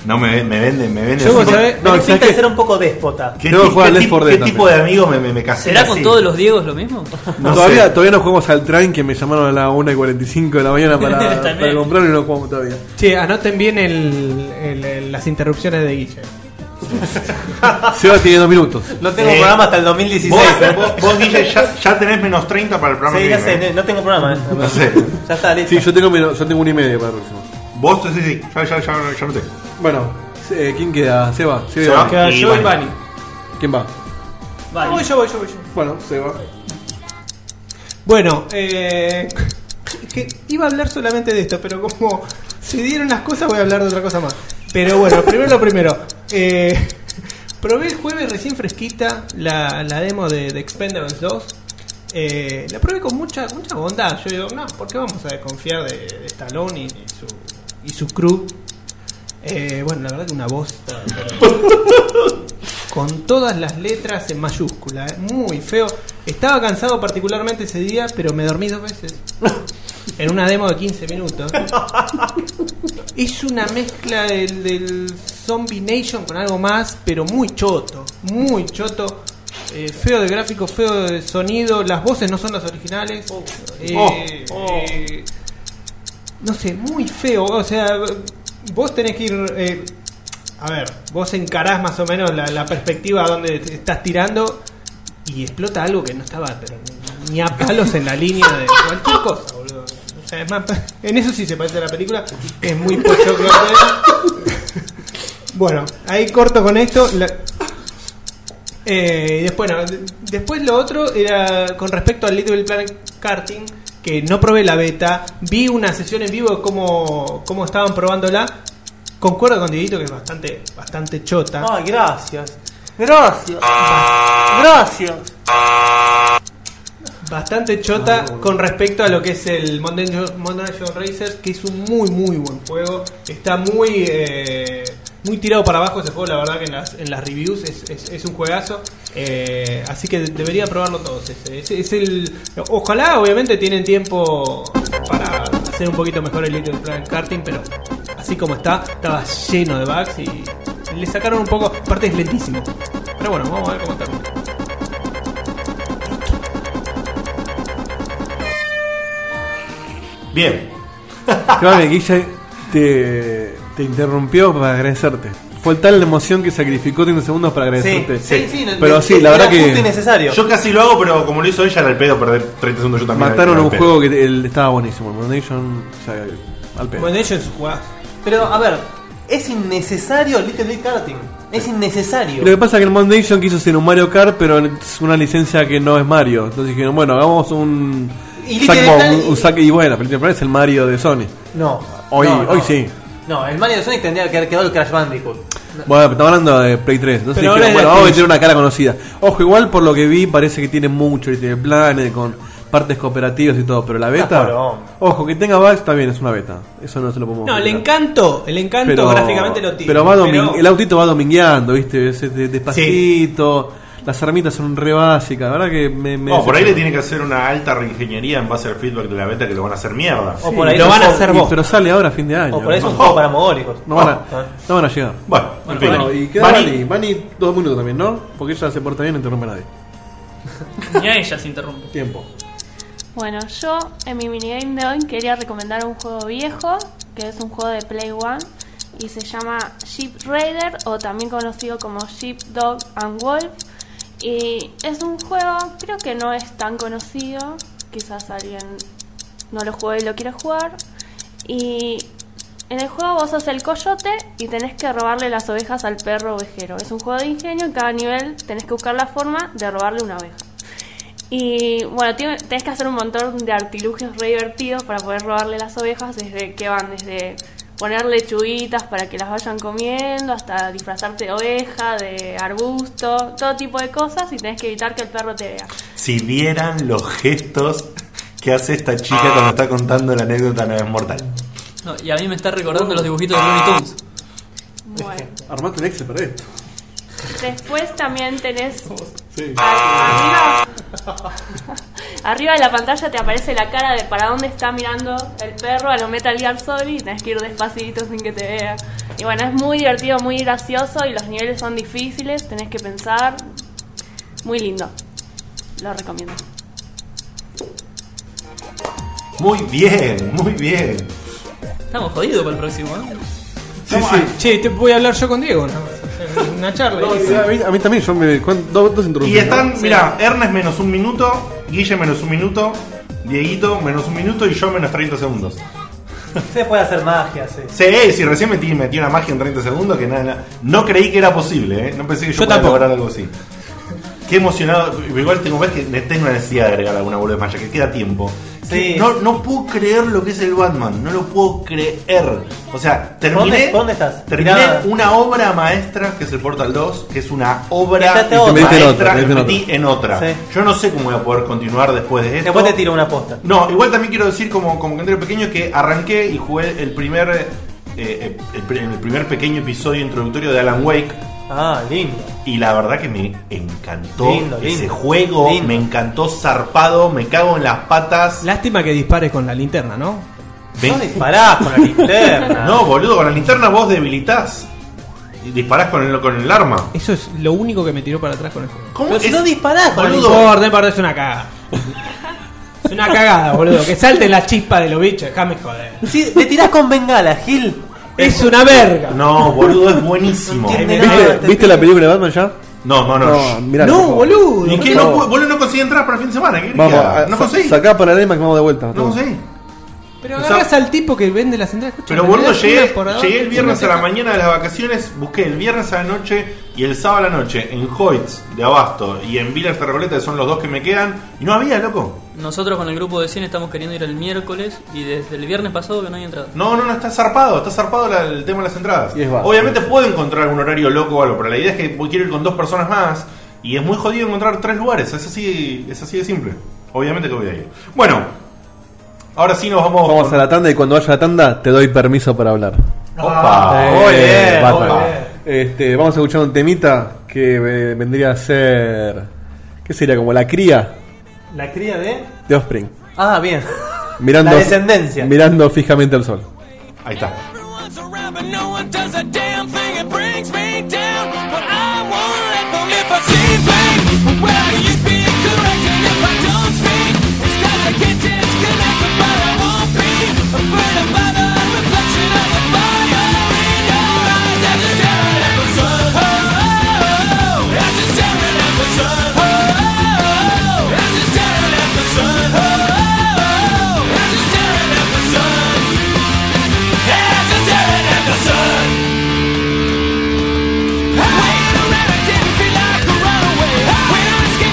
[SPEAKER 3] No me, me venden, me venden.
[SPEAKER 6] Yo vos
[SPEAKER 3] así.
[SPEAKER 6] sabés-
[SPEAKER 2] No,
[SPEAKER 4] No,
[SPEAKER 2] pinta
[SPEAKER 4] ¿sabes
[SPEAKER 2] de
[SPEAKER 4] qué?
[SPEAKER 2] ser un poco déspota.
[SPEAKER 3] ¿Qué,
[SPEAKER 4] Creo que
[SPEAKER 3] ti-
[SPEAKER 4] juega
[SPEAKER 3] qué
[SPEAKER 4] Left
[SPEAKER 3] ti-
[SPEAKER 4] 4
[SPEAKER 3] qué
[SPEAKER 4] Dead
[SPEAKER 3] tipo de amigo me, me, me casé?
[SPEAKER 5] ¿Será con
[SPEAKER 3] así?
[SPEAKER 5] todos los Diegos lo mismo?
[SPEAKER 3] No
[SPEAKER 4] todavía,
[SPEAKER 3] sé.
[SPEAKER 4] todavía no jugamos al train que me llamaron a las 1 y 45 de la mañana para,
[SPEAKER 5] También.
[SPEAKER 4] para comprarlo y no jugamos todavía.
[SPEAKER 6] Che, anoten bien el, el- el- las interrupciones de Guille.
[SPEAKER 4] Se va teniendo minutos.
[SPEAKER 2] No tengo
[SPEAKER 3] Eh,
[SPEAKER 2] programa hasta el 2016.
[SPEAKER 3] Vos,
[SPEAKER 2] eh.
[SPEAKER 3] vos, vos, Guille, ya, ya tenés menos 30 para el programa.
[SPEAKER 2] Sí,
[SPEAKER 3] que
[SPEAKER 2] ya
[SPEAKER 3] viene,
[SPEAKER 2] sé,
[SPEAKER 3] ¿eh?
[SPEAKER 2] no tengo programa. eh.
[SPEAKER 3] No sé.
[SPEAKER 2] Ya está, listo.
[SPEAKER 4] Sí, yo tengo, menos- yo tengo una y media para el próximo.
[SPEAKER 3] Vos, sí, sí, ya, ya, ya, ya no te.
[SPEAKER 4] Bueno, eh, ¿quién queda? Seba. Seba.
[SPEAKER 3] Seba.
[SPEAKER 6] Queda
[SPEAKER 3] Y
[SPEAKER 6] yo y
[SPEAKER 3] Bani.
[SPEAKER 6] Bani.
[SPEAKER 4] ¿Quién va?
[SPEAKER 5] Vale.
[SPEAKER 6] Voy yo, voy yo, voy yo.
[SPEAKER 4] Bueno, Seba.
[SPEAKER 6] Bueno, eh, que iba a hablar solamente de esto, pero como se dieron las cosas, voy a hablar de otra cosa más. Pero bueno, primero lo primero. Eh, probé el jueves recién fresquita la, la demo de, de Expendables 2. Eh, la probé con mucha mucha bondad. Yo digo, no, ¿por qué vamos a desconfiar de, de Stallone y, y su, y su crew? Eh, bueno, la verdad que una bosta. pero- con todas las letras en mayúscula, eh, muy feo. Estaba cansado particularmente ese día, pero me dormí dos veces. En una demo de 15 minutos. Es una mezcla del, del Zombie Nation con algo más, pero muy choto. Muy choto. Eh, feo de gráfico, feo de sonido. Las voces no son las originales. Eh, eh, no sé, muy feo. O sea, vos tenés que ir. eh, a ver, vos encarás más o menos la, la perspectiva a donde te estás tirando y explota algo que no estaba, pero ni- ni a palos en la línea de cualquier cosa, boludo. O sea, es más, en eso sí se parece a la película, es muy pochoclo. bueno, ahí corto con esto. la- eh, y después, no, de- después lo otro era con respecto al Little Big Planet Karting, que no probé la beta, vi una sesión en vivo de cómo, cómo estaban probándola. Concuerdo con Dieguito que es bastante, bastante chota.
[SPEAKER 2] Ay, gracias. Gracias. Gracias.
[SPEAKER 6] bastante chota con respecto a lo que es el Modern Racers, que es un muy muy buen juego. Está muy eh, muy tirado para abajo ese juego, la verdad que en las, en las reviews es, es- es un juegazo. Eh, así que debería probarlo todos. ese. Es, es el, ojalá obviamente tienen tiempo para hacer un poquito mejor el Little Planet Karting, pero así como está, estaba lleno de bugs y le sacaron un poco, aparte es lentísimo. Pero bueno, vamos a ver cómo termina.
[SPEAKER 3] Bien.
[SPEAKER 4] Claro, Guille te, te interrumpió para agradecerte. Fue tal la emoción que sacrificó 30 segundos para
[SPEAKER 2] Sí,
[SPEAKER 4] agradecerte.
[SPEAKER 2] sí, sí. no-
[SPEAKER 4] Pero
[SPEAKER 2] de-
[SPEAKER 4] sí, la
[SPEAKER 2] era
[SPEAKER 4] verdad que-
[SPEAKER 2] justo y necesario.
[SPEAKER 3] Yo casi lo hago, pero como lo hizo ella, era el pedo perder 30 segundos yo también.
[SPEAKER 4] Mataron
[SPEAKER 3] Era el
[SPEAKER 4] un
[SPEAKER 3] pedo.
[SPEAKER 4] juego que el- estaba buenísimo. El Foundation, o sea, al pedo.
[SPEAKER 6] Bueno, ellos jugadas.
[SPEAKER 2] Pero, a ver, es innecesario el Little Big Karting. Es innecesario.
[SPEAKER 4] Lo que pasa es que el Mondation quiso ser un Mario Kart, pero es una licencia que no es Mario. Entonces dijeron, bueno, hagamos un.
[SPEAKER 2] Y
[SPEAKER 4] Sackboy,
[SPEAKER 2] literal-
[SPEAKER 4] un, un Sack- y bueno, pero el primer es el Mario de Sony.
[SPEAKER 2] No.
[SPEAKER 4] Hoy-
[SPEAKER 2] no, no.
[SPEAKER 4] hoy sí.
[SPEAKER 2] No, el Mario de Sonic tendría que haber quedado el Crash Bandicoot.
[SPEAKER 4] Bueno, estamos hablando de Play 3. Entonces
[SPEAKER 6] Pero ahora
[SPEAKER 4] dijeron,
[SPEAKER 6] es
[SPEAKER 4] bueno,
[SPEAKER 6] de
[SPEAKER 4] vamos a
[SPEAKER 6] Switch.
[SPEAKER 4] meter una cara conocida. Ojo, igual por lo que vi, parece que tiene mucho y tiene planes con partes cooperativas y todo. Pero la
[SPEAKER 3] Ah,
[SPEAKER 4] beta.
[SPEAKER 2] poronga.
[SPEAKER 4] Ojo, que tenga bugs está bien, es una beta. Eso no se lo podemos
[SPEAKER 6] No, el
[SPEAKER 4] ocultar.
[SPEAKER 6] encanto, el encanto gráficamente lo tiene.
[SPEAKER 4] Pero, va domin- el autito va domingueando, ¿viste? Es- es- es despacito. Las armitas son re básicas. La verdad que me. me
[SPEAKER 3] No, Oh, por ahí le
[SPEAKER 4] decepcionó.
[SPEAKER 3] tiene que hacer una alta reingeniería en base al feedback de la beta que lo van a hacer mierda.
[SPEAKER 2] O por ahí
[SPEAKER 6] lo
[SPEAKER 2] es
[SPEAKER 6] van a
[SPEAKER 2] un-
[SPEAKER 6] hacer
[SPEAKER 4] Y-
[SPEAKER 6] vos.
[SPEAKER 4] pero sale ahora a fin de año.
[SPEAKER 2] O por ahí es un
[SPEAKER 4] no,
[SPEAKER 2] juego para mogólicos.
[SPEAKER 4] van a, no van a llegar.
[SPEAKER 3] Bueno, Ah, en fin.
[SPEAKER 4] Bueno, y queda
[SPEAKER 3] Bani,
[SPEAKER 4] Bani. Bani dos minutos también, ¿no? Porque ella se porta bien y no interrumpe a nadie.
[SPEAKER 5] Ni a ella se interrumpe.
[SPEAKER 4] Tiempo.
[SPEAKER 8] Bueno, yo en mi minigame de hoy quería recomendar un juego viejo, que es un juego de Play One, y se llama Sheep Raider, o también conocido como Sheep Dog and Wolf. Y es un juego, creo que no es tan conocido, quizás alguien no lo jugó y lo quiere jugar. Y en el juego vos sos el coyote y tenés que robarle las ovejas al perro ovejero. Es un juego de ingenio, en cada nivel tenés que buscar la forma de robarle una oveja. Y bueno, tiene- tenés que hacer un montón de artilugios re divertidos para poder robarle las ovejas, desde que van, desde poner lechuguitas para que las vayan comiendo, hasta disfrazarte de oveja, de arbusto, todo tipo de cosas y tenés que evitar que el perro te vea.
[SPEAKER 3] Si vieran los gestos que hace esta chica
[SPEAKER 2] Ah.
[SPEAKER 3] cuando está contando la anécdota no es mortal.
[SPEAKER 5] No, y a mí me está recordando los dibujitos de Looney Tunes.
[SPEAKER 8] Bueno,
[SPEAKER 4] Armate un Excel para esto.
[SPEAKER 8] después también tenés
[SPEAKER 4] Sí.
[SPEAKER 8] Arriba, arriba de la pantalla te aparece la cara de para dónde está mirando el perro a lo Metal Gear Solid y tenés que ir despacito sin que te vea. Y bueno, es muy divertido, muy gracioso y los niveles son difíciles, tenés que pensar. Muy lindo. Lo recomiendo.
[SPEAKER 3] Muy bien, muy bien.
[SPEAKER 5] Estamos jodidos para el próximo, ¿eh?
[SPEAKER 6] Vamos a- Che, te voy a hablar yo con Diego. ¿no? Una charla.
[SPEAKER 4] A mí, a mí también, yo me. ¿cuán- Dos, dos
[SPEAKER 3] Y
[SPEAKER 4] introducciones.
[SPEAKER 3] están, mirá, Ernest menos un minuto, Guille menos un minuto, Dieguito menos un minuto y yo menos 30 segundos.
[SPEAKER 2] Se puede hacer magia, sí.
[SPEAKER 3] Sí, sí, recién metí, metí una magia en 30 segundos que nada, nada- no creí que era posible, ¿eh? no pensé que yo,
[SPEAKER 6] Yo
[SPEAKER 3] podía
[SPEAKER 6] tampoco.
[SPEAKER 3] lograr algo así. Qué emocionado, igual tengo ves que me tengo una necesidad de agregar alguna boludez más, ya que queda tiempo.
[SPEAKER 2] Sí.
[SPEAKER 3] Que No, no puedo creer lo que es el Batman, no lo puedo creer. O sea, terminé,
[SPEAKER 2] ¿Dónde- dónde estás?
[SPEAKER 3] terminé
[SPEAKER 2] Mirá.
[SPEAKER 3] una obra maestra que es el Portal 2, que es una obra
[SPEAKER 2] Metete otra.
[SPEAKER 3] maestra,
[SPEAKER 4] Metete en otra,
[SPEAKER 3] me
[SPEAKER 4] metete en
[SPEAKER 3] metí
[SPEAKER 4] otra.
[SPEAKER 3] en otra.
[SPEAKER 2] Sí.
[SPEAKER 3] Yo no sé cómo voy a poder continuar después de esto.
[SPEAKER 2] Después te tiro una posta.
[SPEAKER 3] No, igual también quiero decir como, como comentario pequeño que arranqué y jugué el primer eh, eh, el, pr- el primer pequeño episodio introductorio de Alan Wake
[SPEAKER 2] Ah, lindo.
[SPEAKER 3] y la verdad que me encantó
[SPEAKER 2] Lindo,
[SPEAKER 3] ese
[SPEAKER 2] lindo.
[SPEAKER 3] juego,
[SPEAKER 2] Lindo.
[SPEAKER 3] me encantó zarpado, me cago en las patas.
[SPEAKER 6] Lástima que dispares con la linterna, ¿no?
[SPEAKER 3] Ven-
[SPEAKER 2] No disparás con la linterna.
[SPEAKER 3] No, boludo, con la linterna vos debilitas. Y disparás con el, con el arma.
[SPEAKER 6] Eso es lo único que me tiró para atrás con el juego.
[SPEAKER 3] ¿Cómo
[SPEAKER 2] Pero si no disparás con la
[SPEAKER 3] boludo?
[SPEAKER 6] No importa, no importa, es una cagada. Es una cagada, boludo. Que salte la chispa de los bichos, déjame joder.
[SPEAKER 2] Sí, le tirás con bengala, Gil.
[SPEAKER 6] Es una verga.
[SPEAKER 3] No, boludo, es buenísimo.
[SPEAKER 2] No entiende
[SPEAKER 4] ¿Viste,
[SPEAKER 2] nada.
[SPEAKER 4] viste la película de Batman ya?
[SPEAKER 3] No, no, no.
[SPEAKER 4] No, mirá.
[SPEAKER 6] No, boludo.
[SPEAKER 3] ¿Y qué? No, pude- boludo, no conseguí entrar para el fin de semana. ¿Qué querés
[SPEAKER 4] Vamos,
[SPEAKER 3] que haga?
[SPEAKER 4] a-
[SPEAKER 3] No
[SPEAKER 4] sa-
[SPEAKER 3] conseguí.
[SPEAKER 4] Sacá para el que vamos de vuelta.
[SPEAKER 3] No conseguí.
[SPEAKER 6] Pero agarras al tipo que vende las entradas. escucha,
[SPEAKER 3] Pero
[SPEAKER 6] me
[SPEAKER 3] boludo,
[SPEAKER 6] das una
[SPEAKER 3] llegué,
[SPEAKER 6] por abajo,
[SPEAKER 3] llegué el viernes a
[SPEAKER 6] una
[SPEAKER 3] la mañana de las vacaciones, busqué el viernes a la noche y el sábado a la noche en Hoyts de Abasto y en Villa Recoleta, que son los dos que me quedan, y no había, loco.
[SPEAKER 5] Nosotros con el grupo de cine estamos queriendo ir el miércoles y desde el viernes pasado que no hay entrada.
[SPEAKER 3] No, no, no, está zarpado, está zarpado la- el tema de las entradas.
[SPEAKER 4] Y es eh. básico.
[SPEAKER 3] Obviamente puedo encontrar un horario loco o algo, pero la idea es que voy- quiero ir con dos personas más y es muy jodido encontrar tres lugares, es así, es así de simple. Obviamente que voy a ir. Bueno, ahora sí nos vamos,
[SPEAKER 4] Vamos a la tanda y cuando vaya la tanda te doy permiso para hablar.
[SPEAKER 3] Opa,
[SPEAKER 2] Eh,
[SPEAKER 3] Ah, muy bien,
[SPEAKER 4] Batman.
[SPEAKER 3] opa.
[SPEAKER 4] Este, vamos a escuchar un temita que eh, vendría a ser. ¿Qué sería? Como la cría
[SPEAKER 2] La cría de.
[SPEAKER 4] de Offspring.
[SPEAKER 2] Ah, bien.
[SPEAKER 4] Mirando,
[SPEAKER 2] La descendencia.
[SPEAKER 4] Mirando fijamente al sol.
[SPEAKER 3] Ahí está.
[SPEAKER 7] Everyone's around, but no one does a damn thing. It brings me down, but I won't let them. If I seem vain, well, you be correct, and if I don't speak, it's 'cause I get disconnected, but I won't be afraid by the reflection of the fire in your eyes. As you stare at the sun, oh, oh, oh. as you stare at the sun, oh, oh, oh. as you stare at the sun, oh, oh, oh. as you stare at the sun. As I'm staring at the sun. I waited around, I didn't feel like a runaway.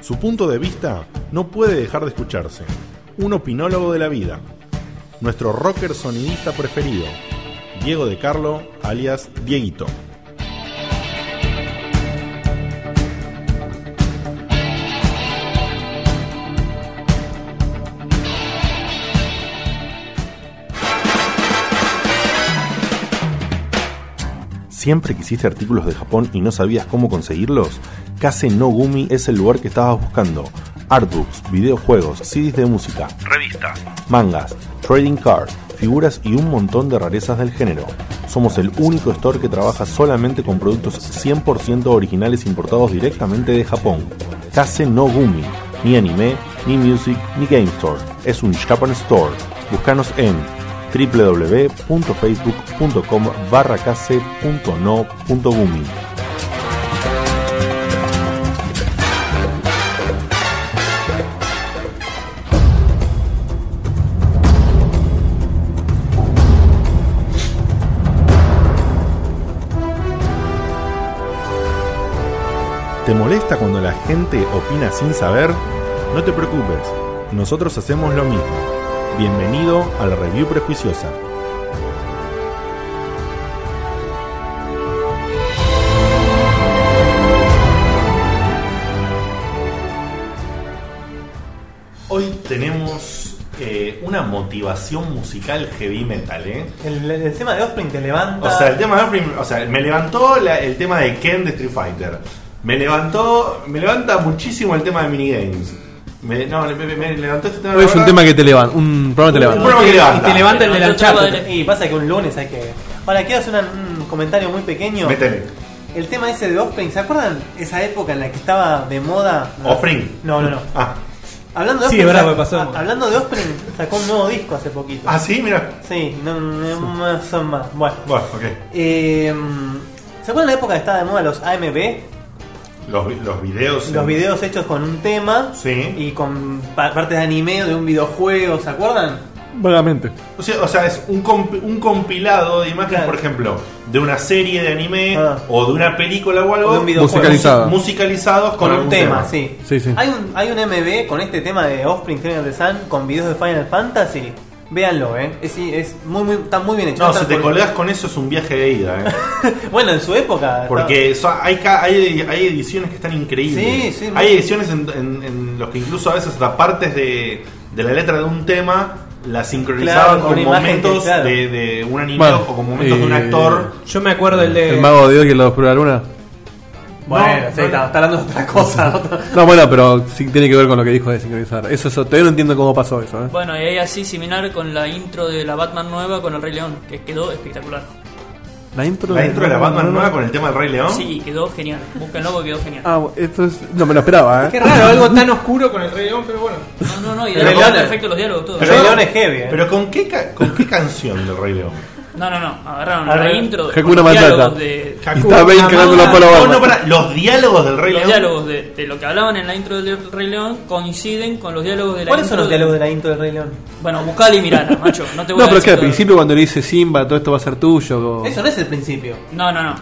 [SPEAKER 3] Su punto de vista no puede dejar de escucharse. Un opinólogo de la vida. Nuestro rocker sonidista preferido. Diego de Carlo, alias Dieguito. ¿Siempre quisiste artículos de Japón y no sabías cómo conseguirlos? Kase no Gumi es el lugar que estabas buscando. Artbooks, videojuegos, CDs de música,
[SPEAKER 9] Revista.
[SPEAKER 3] mangas, trading cards, figuras y un montón de rarezas del género. Somos el único store que trabaja solamente con productos 100% originales importados directamente de Japón. Kase no Gumi, ni anime, ni music, ni game store. Es un Japan Store. Búscanos en www.facebook.com barra kase.no.gumi. ¿Te molesta cuando la gente opina sin saber? No te preocupes, nosotros hacemos lo mismo. Bienvenido a la Review Prejuiciosa. Hoy tenemos eh, una motivación musical heavy metal, ¿eh?
[SPEAKER 2] El, el tema de Offspring te levanta.
[SPEAKER 3] O sea, el tema de Offspring, o sea, me levantó la- el tema de Ken de Street Fighter. Me levantó, me levanta muchísimo el tema de minigames. Me, no, me, me- me levantó este tema.
[SPEAKER 4] Hoy es un
[SPEAKER 3] ahora.
[SPEAKER 4] tema que te levanta, un programa que te
[SPEAKER 3] Un
[SPEAKER 4] levanta.
[SPEAKER 3] programa que levanta.
[SPEAKER 6] Y te levanta el de la
[SPEAKER 5] Otro chavo
[SPEAKER 6] Uncharted.
[SPEAKER 5] del-
[SPEAKER 2] Y pasa que un lunes hay que. Ahora, quiero hacer una- un comentario muy pequeño.
[SPEAKER 3] Métele.
[SPEAKER 2] El tema ese de Offspring, ¿se acuerdan esa época en la que estaba de moda?
[SPEAKER 3] Offspring.
[SPEAKER 2] No, no, no.
[SPEAKER 3] Ah,
[SPEAKER 2] Hablando de Offspring,
[SPEAKER 6] Sí, es verdad,
[SPEAKER 2] sa-
[SPEAKER 6] me pasó.
[SPEAKER 2] a- hablando de Offspring, sacó un nuevo disco hace poquito.
[SPEAKER 3] ah, sí, mira.
[SPEAKER 2] Sí, no, no, no son más. Bueno.
[SPEAKER 3] Bueno, ok.
[SPEAKER 2] Eh, ¿Se acuerdan la época que estaba de moda los AMB?
[SPEAKER 3] Los, vi- los videos.
[SPEAKER 2] Los videos hechos con un tema
[SPEAKER 3] Sí.
[SPEAKER 2] y con pa- partes de anime o de un videojuego, ¿se acuerdan?
[SPEAKER 4] Vagamente.
[SPEAKER 3] O sea, o sea, es un, comp- un compilado de imágenes,
[SPEAKER 2] Claro.
[SPEAKER 3] por ejemplo, de una serie de anime
[SPEAKER 2] Ah.
[SPEAKER 3] o de una película o algo.
[SPEAKER 2] O de un videojuego.
[SPEAKER 4] Musicalizado.
[SPEAKER 3] Musicalizados con,
[SPEAKER 2] Con un
[SPEAKER 3] algún
[SPEAKER 2] tema, sí.
[SPEAKER 4] Sí, sí.
[SPEAKER 2] Hay, un, hay un MB con este tema de Offspring Train of the Sun con videos de Final Fantasy. Véanlo, ¿eh? Es, es muy, muy, está muy bien hecho.
[SPEAKER 3] No,
[SPEAKER 2] Está
[SPEAKER 3] si te
[SPEAKER 2] por-
[SPEAKER 3] colgas con eso es un viaje de ida, ¿eh?
[SPEAKER 2] Bueno, en su época.
[SPEAKER 3] Porque so- hay, ca- hay, hay ediciones que están
[SPEAKER 2] Sí,
[SPEAKER 3] increíbles.
[SPEAKER 2] sí,
[SPEAKER 3] hay
[SPEAKER 2] muy-
[SPEAKER 3] ediciones en, en- en los que incluso a veces hasta partes de, de la letra de un tema la sincronizaban
[SPEAKER 2] Claro, con
[SPEAKER 3] con,
[SPEAKER 2] una imagen
[SPEAKER 3] momentos
[SPEAKER 2] que- claro.
[SPEAKER 3] de, de un anime
[SPEAKER 4] Bueno,
[SPEAKER 3] o con momentos de un
[SPEAKER 4] eh,
[SPEAKER 3] actor.
[SPEAKER 6] Yo me acuerdo el de.
[SPEAKER 4] El mago de Dios que lo probó la luna.
[SPEAKER 2] está- Bueno, sí, está, está hablando de otra cosa. otra-
[SPEAKER 4] No, bueno, pero sí tiene que ver con lo que dijo de sincronizar. Eso, eso todavía no entiendo cómo pasó eso. ¿eh?
[SPEAKER 5] Bueno, y ahí así similar con la intro de la Batman nueva con el Rey León, que quedó espectacular.
[SPEAKER 4] La intro,
[SPEAKER 3] La intro de la Batman nueva con el tema del Rey León.
[SPEAKER 5] Sí, quedó genial. Búsquenlo porque quedó genial.
[SPEAKER 4] Ah, bueno, esto es. No me lo esperaba,
[SPEAKER 6] Qué
[SPEAKER 4] ¿eh?
[SPEAKER 6] raro, algo tan oscuro con el Rey León, pero bueno.
[SPEAKER 5] No, no, no, y
[SPEAKER 2] Pero
[SPEAKER 5] de
[SPEAKER 2] León-
[SPEAKER 5] perfecto los diálogos, todo.
[SPEAKER 2] Pero el León es heavy, ¿eh?
[SPEAKER 3] Pero ¿con qué, ca- con qué canción del Rey León?
[SPEAKER 5] No, no, no, agarraron
[SPEAKER 2] Agarra-
[SPEAKER 5] la intro.
[SPEAKER 4] Hakuna
[SPEAKER 5] con los
[SPEAKER 4] Matata.
[SPEAKER 5] diálogos de,
[SPEAKER 4] Y está Ben
[SPEAKER 3] Hakuna Matata.
[SPEAKER 4] cagando la pala a
[SPEAKER 3] No,
[SPEAKER 4] Batman.
[SPEAKER 3] no, pará, Los diálogos del Rey
[SPEAKER 5] Ah, los
[SPEAKER 3] León.
[SPEAKER 5] diálogos de, de lo que hablaban en la intro del Rey León coinciden con los diálogos de la
[SPEAKER 2] ¿Cuáles
[SPEAKER 5] intro
[SPEAKER 2] son los
[SPEAKER 5] de-
[SPEAKER 2] diálogos de la intro del Rey León?
[SPEAKER 5] Bueno, buscala y mirala, macho. No te voy
[SPEAKER 4] No,
[SPEAKER 5] a
[SPEAKER 4] pero es que
[SPEAKER 5] decir
[SPEAKER 4] al
[SPEAKER 5] todo.
[SPEAKER 4] principio cuando le dice Simba, todo esto va a ser tuyo. o-
[SPEAKER 2] Eso no es el principio.
[SPEAKER 5] No, no, no.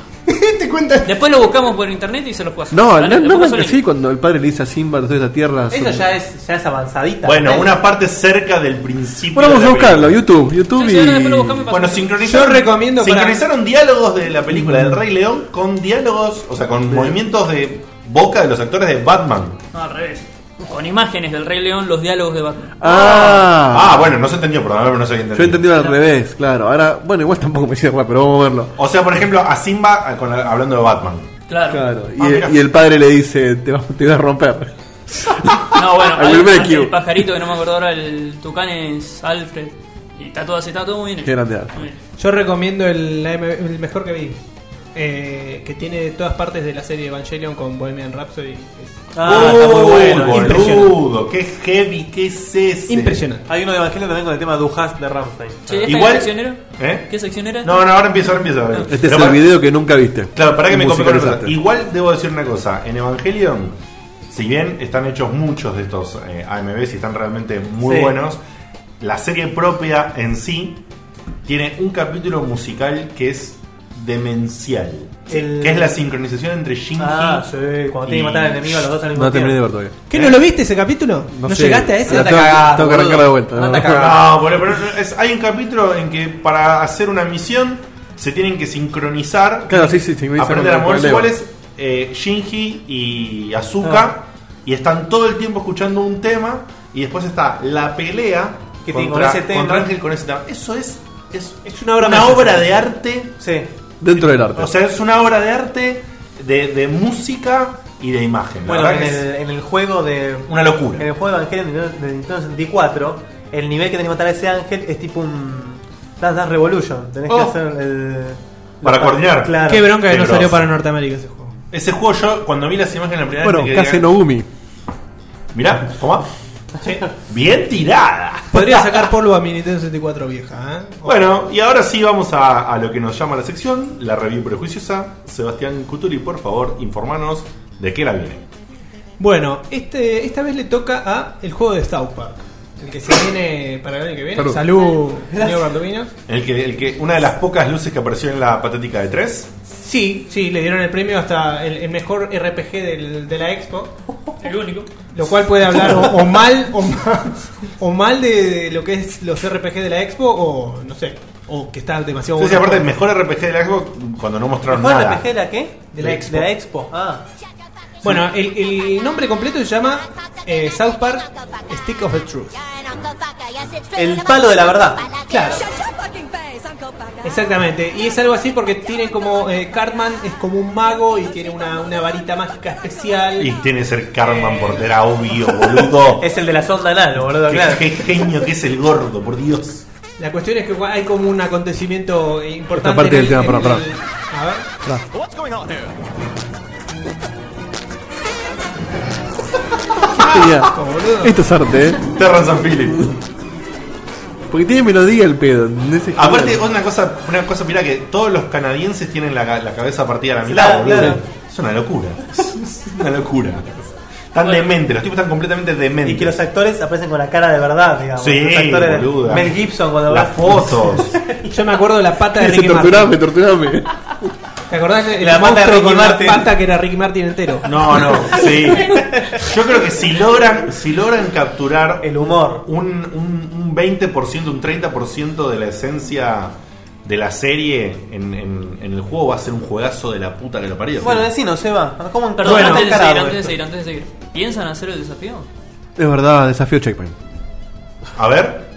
[SPEAKER 6] te cuentas.
[SPEAKER 5] Después lo buscamos por internet y se los paso.
[SPEAKER 4] No,
[SPEAKER 5] Dale,
[SPEAKER 4] no,
[SPEAKER 5] te
[SPEAKER 4] no,
[SPEAKER 5] paso
[SPEAKER 4] no
[SPEAKER 5] el
[SPEAKER 4] sí,
[SPEAKER 5] link.
[SPEAKER 4] cuando el padre le dice a Simba, toda esta tierra.
[SPEAKER 2] Eso
[SPEAKER 4] son-
[SPEAKER 2] ya es, ya es avanzadita.
[SPEAKER 3] Bueno,
[SPEAKER 2] ¿eh?
[SPEAKER 3] una parte cerca del principio.
[SPEAKER 4] Bueno, vamos
[SPEAKER 3] de
[SPEAKER 4] a
[SPEAKER 3] la
[SPEAKER 4] buscarlo,
[SPEAKER 3] película.
[SPEAKER 4] YouTube. YouTube
[SPEAKER 5] Sí, sí,
[SPEAKER 4] y.
[SPEAKER 5] ahora después lo buscamos y
[SPEAKER 3] Bueno,
[SPEAKER 5] pasamos.
[SPEAKER 3] sincronizaron,
[SPEAKER 6] Yo recomiendo para-
[SPEAKER 3] sincronizaron diálogos de la película del Rey León con diálogos, o sea, con movimientos de boca de los actores de Batman.
[SPEAKER 5] No, al revés. Con imágenes del Rey León, los diálogos de Batman.
[SPEAKER 4] Ah,
[SPEAKER 3] Ah, bueno, no se entendió, perdón, pero no se había
[SPEAKER 4] yo he
[SPEAKER 3] entendido.
[SPEAKER 4] entendido al revés, claro. Ahora, bueno, igual tampoco me cierra, pero vamos a verlo.
[SPEAKER 3] O sea, por ejemplo, a Simba eh, con la- hablando de Batman.
[SPEAKER 5] Claro.
[SPEAKER 4] Claro. Y,
[SPEAKER 3] Ah,
[SPEAKER 4] el-
[SPEAKER 3] mira.
[SPEAKER 4] y el padre le dice, te vas, te vas a romper.
[SPEAKER 5] No, bueno,
[SPEAKER 4] I will
[SPEAKER 5] al-
[SPEAKER 4] make you.
[SPEAKER 5] el pajarito que no me acuerdo ahora, el tucán es Alfred. Y está todo así, está todo muy bien.
[SPEAKER 4] Qué
[SPEAKER 5] hecho.
[SPEAKER 4] grande Alfred.
[SPEAKER 5] Muy bien.
[SPEAKER 6] Yo recomiendo el, AM el mejor que vi. Eh, que tiene todas partes de la serie Evangelion con Bohemian Rhapsody. Es
[SPEAKER 2] Ah, está muy
[SPEAKER 3] Uy,
[SPEAKER 2] bueno.
[SPEAKER 6] impresionante.
[SPEAKER 3] Uh, boludo, qué heavy, qué es ese.
[SPEAKER 6] impresionante.
[SPEAKER 2] Hay uno de Evangelio también con el tema Duhast de Ramstein.
[SPEAKER 5] Che, ¿este ¿esta
[SPEAKER 3] Igual-
[SPEAKER 5] qué sección era?
[SPEAKER 3] ¿Eh?
[SPEAKER 5] ¿Qué sección era?
[SPEAKER 3] No, no, ahora empiezo, ahora empiezo. ahora empiezo.
[SPEAKER 4] Este
[SPEAKER 3] Pero
[SPEAKER 4] es el
[SPEAKER 3] para-
[SPEAKER 4] video que nunca viste.
[SPEAKER 3] Claro, para que
[SPEAKER 4] Y
[SPEAKER 3] me compre con otra.
[SPEAKER 4] musicalizaste.
[SPEAKER 3] Igual debo decir una cosa, en Evangelion, si bien están hechos muchos de estos eh, AMVs y están realmente muy
[SPEAKER 2] Sí.
[SPEAKER 3] buenos, la serie propia en sí tiene un capítulo musical que es demencial.
[SPEAKER 2] El-
[SPEAKER 3] Que es la sincronización entre Shinji.
[SPEAKER 2] Ah, sí, cuando tiene que
[SPEAKER 3] y-
[SPEAKER 2] matar al enemigo los dos al mismo
[SPEAKER 4] No
[SPEAKER 2] tiempo.
[SPEAKER 4] terminé de ver todavía.
[SPEAKER 6] ¿Qué no lo viste ese capítulo? ¿No,
[SPEAKER 4] sé,
[SPEAKER 6] llegaste a ese?
[SPEAKER 4] la
[SPEAKER 2] Anda
[SPEAKER 4] tengo,
[SPEAKER 2] cagada,
[SPEAKER 4] tengo que arrancar de
[SPEAKER 2] boludo.
[SPEAKER 4] vuelta.
[SPEAKER 2] Anda
[SPEAKER 4] ¿no?
[SPEAKER 2] cagada.
[SPEAKER 3] No, boludo, pero es- hay un capítulo en que para hacer una misión se tienen que sincronizar.
[SPEAKER 4] Claro, sí, sí, sincronizan
[SPEAKER 3] Aprender a
[SPEAKER 4] con-
[SPEAKER 3] moverse
[SPEAKER 4] con Leo.
[SPEAKER 3] iguales eh, Shinji y
[SPEAKER 2] Ah.
[SPEAKER 3] Azuka. Y están todo el tiempo escuchando un tema. Y después está la pelea
[SPEAKER 2] Que tiene
[SPEAKER 3] contra,
[SPEAKER 2] con ese tema.
[SPEAKER 3] contra Ángel con ese tema. Eso es, es
[SPEAKER 2] Es una obra
[SPEAKER 3] una
[SPEAKER 2] maestra.
[SPEAKER 3] obra de arte.
[SPEAKER 2] Sí.
[SPEAKER 4] Dentro del arte.
[SPEAKER 3] O sea, es una obra de arte de, de música y de imagen. La
[SPEAKER 2] Bueno, eh,
[SPEAKER 3] verdad
[SPEAKER 2] en
[SPEAKER 3] que
[SPEAKER 2] el,
[SPEAKER 3] es
[SPEAKER 2] en el juego de.
[SPEAKER 3] una locura.
[SPEAKER 2] En el juego de Evangelion de de Nintendo 64, el nivel que tenés que matar a ese ángel es tipo un. Dance Dance Revolution. Tenés que
[SPEAKER 3] Oh.
[SPEAKER 2] hacer el.
[SPEAKER 3] Para
[SPEAKER 2] la-
[SPEAKER 3] coordinar.
[SPEAKER 2] Claro.
[SPEAKER 6] Qué bronca que
[SPEAKER 3] Qué
[SPEAKER 6] no salió
[SPEAKER 3] grosso.
[SPEAKER 6] para Norteamérica ese juego.
[SPEAKER 3] Ese juego yo, cuando vi las imágenes la primera
[SPEAKER 4] Bueno,
[SPEAKER 3] vez... me quedé-
[SPEAKER 4] Kase Nogumi.
[SPEAKER 3] Mirá, toma. Bien tirada.
[SPEAKER 6] Podría sacar polvo a mi Nintendo 64 vieja, ¿eh?
[SPEAKER 3] Bueno, y ahora sí vamos a, a lo que nos llama la sección, la review prejuiciosa. Sebastián Cutuli, por favor, informanos de qué la viene.
[SPEAKER 6] Bueno, este, esta vez le toca a el juego de South Park. El que se viene para el año que
[SPEAKER 4] Salud.
[SPEAKER 6] viene. Salud, Diego Bartolomeo.
[SPEAKER 3] El que, el que, una de las pocas luces que apareció en la patética de 3.
[SPEAKER 6] Sí, sí, le dieron el premio hasta el, el mejor RPG del- de la expo.
[SPEAKER 5] El único.
[SPEAKER 6] Lo cual puede hablar o, o mal o mal, o mal de, de lo que es los RPG de la expo o no sé, o que está demasiado
[SPEAKER 3] Entonces,
[SPEAKER 6] bueno.
[SPEAKER 3] aparte, el mejor RPG de la Xbox cuando no mostraron
[SPEAKER 2] ¿Mejor
[SPEAKER 3] nada.
[SPEAKER 2] RPG de la qué?
[SPEAKER 6] De la Expo.
[SPEAKER 2] De la Expo. Ah.
[SPEAKER 6] Bueno, el, el nombre completo se llama eh, South Park Stick of the Truth.
[SPEAKER 2] El palo de la verdad.
[SPEAKER 6] Claro. Exactamente, y es algo así porque tiene como. eh, Cartman es como un mago y tiene una, una varita mágica especial.
[SPEAKER 3] Y tiene que ser Carman Portera, obvio, boludo.
[SPEAKER 2] Es el de la sonda anal, boludo,
[SPEAKER 3] qué,
[SPEAKER 2] claro.
[SPEAKER 3] qué genio que es el gordo, por Dios.
[SPEAKER 6] La cuestión es que hay como un acontecimiento importante.
[SPEAKER 4] Esta parte
[SPEAKER 6] en
[SPEAKER 4] del
[SPEAKER 6] el-
[SPEAKER 4] tema,
[SPEAKER 6] en
[SPEAKER 4] pará,
[SPEAKER 6] el- A ver.
[SPEAKER 3] Ah,
[SPEAKER 4] Genial.
[SPEAKER 6] boludo.
[SPEAKER 4] Esto es arte, ¿eh?
[SPEAKER 3] Terran San Philip.
[SPEAKER 4] Porque tiene melodía el pedo. ¿entendés? Es
[SPEAKER 3] Aparte,
[SPEAKER 4] genial.
[SPEAKER 3] una cosa, una cosa, mirá que todos los canadienses tienen la, ca- la cabeza partida a la mitad,
[SPEAKER 2] Claro,
[SPEAKER 3] boludo.
[SPEAKER 2] claro.
[SPEAKER 3] Es una locura. Es una locura. Están dementes, los tipos están completamente dementes.
[SPEAKER 2] Y que los actores aparecen con la cara de verdad, digamos.
[SPEAKER 3] Sí,
[SPEAKER 2] los actores de-
[SPEAKER 3] boluda.
[SPEAKER 2] Mel Gibson cuando
[SPEAKER 3] Las
[SPEAKER 2] va-
[SPEAKER 3] fotos.
[SPEAKER 6] Yo me acuerdo de la pata de
[SPEAKER 4] Dice,
[SPEAKER 6] Ricky Martin.
[SPEAKER 4] torturame, torturame.
[SPEAKER 6] ¿Te acordás? El
[SPEAKER 2] La pata de
[SPEAKER 6] monstruo
[SPEAKER 2] Ricky
[SPEAKER 6] con la
[SPEAKER 2] Martin.
[SPEAKER 6] pata que era Ricky Martin entero.
[SPEAKER 3] No, no, sí. Yo creo que si logran, si logran capturar
[SPEAKER 2] El humor.
[SPEAKER 3] un, un, un 20%, un 30% de la esencia de la serie en, en- en el juego, va a ser un juegazo de la puta que lo parió.
[SPEAKER 2] Bueno, decinos, Seba. ¿Cómo
[SPEAKER 5] Perdón,
[SPEAKER 2] encargar
[SPEAKER 5] antes, de seguir, antes de seguir, antes de seguir. ¿Piensan hacer el desafío?
[SPEAKER 4] Es verdad, desafío checkpoint.
[SPEAKER 3] A ver.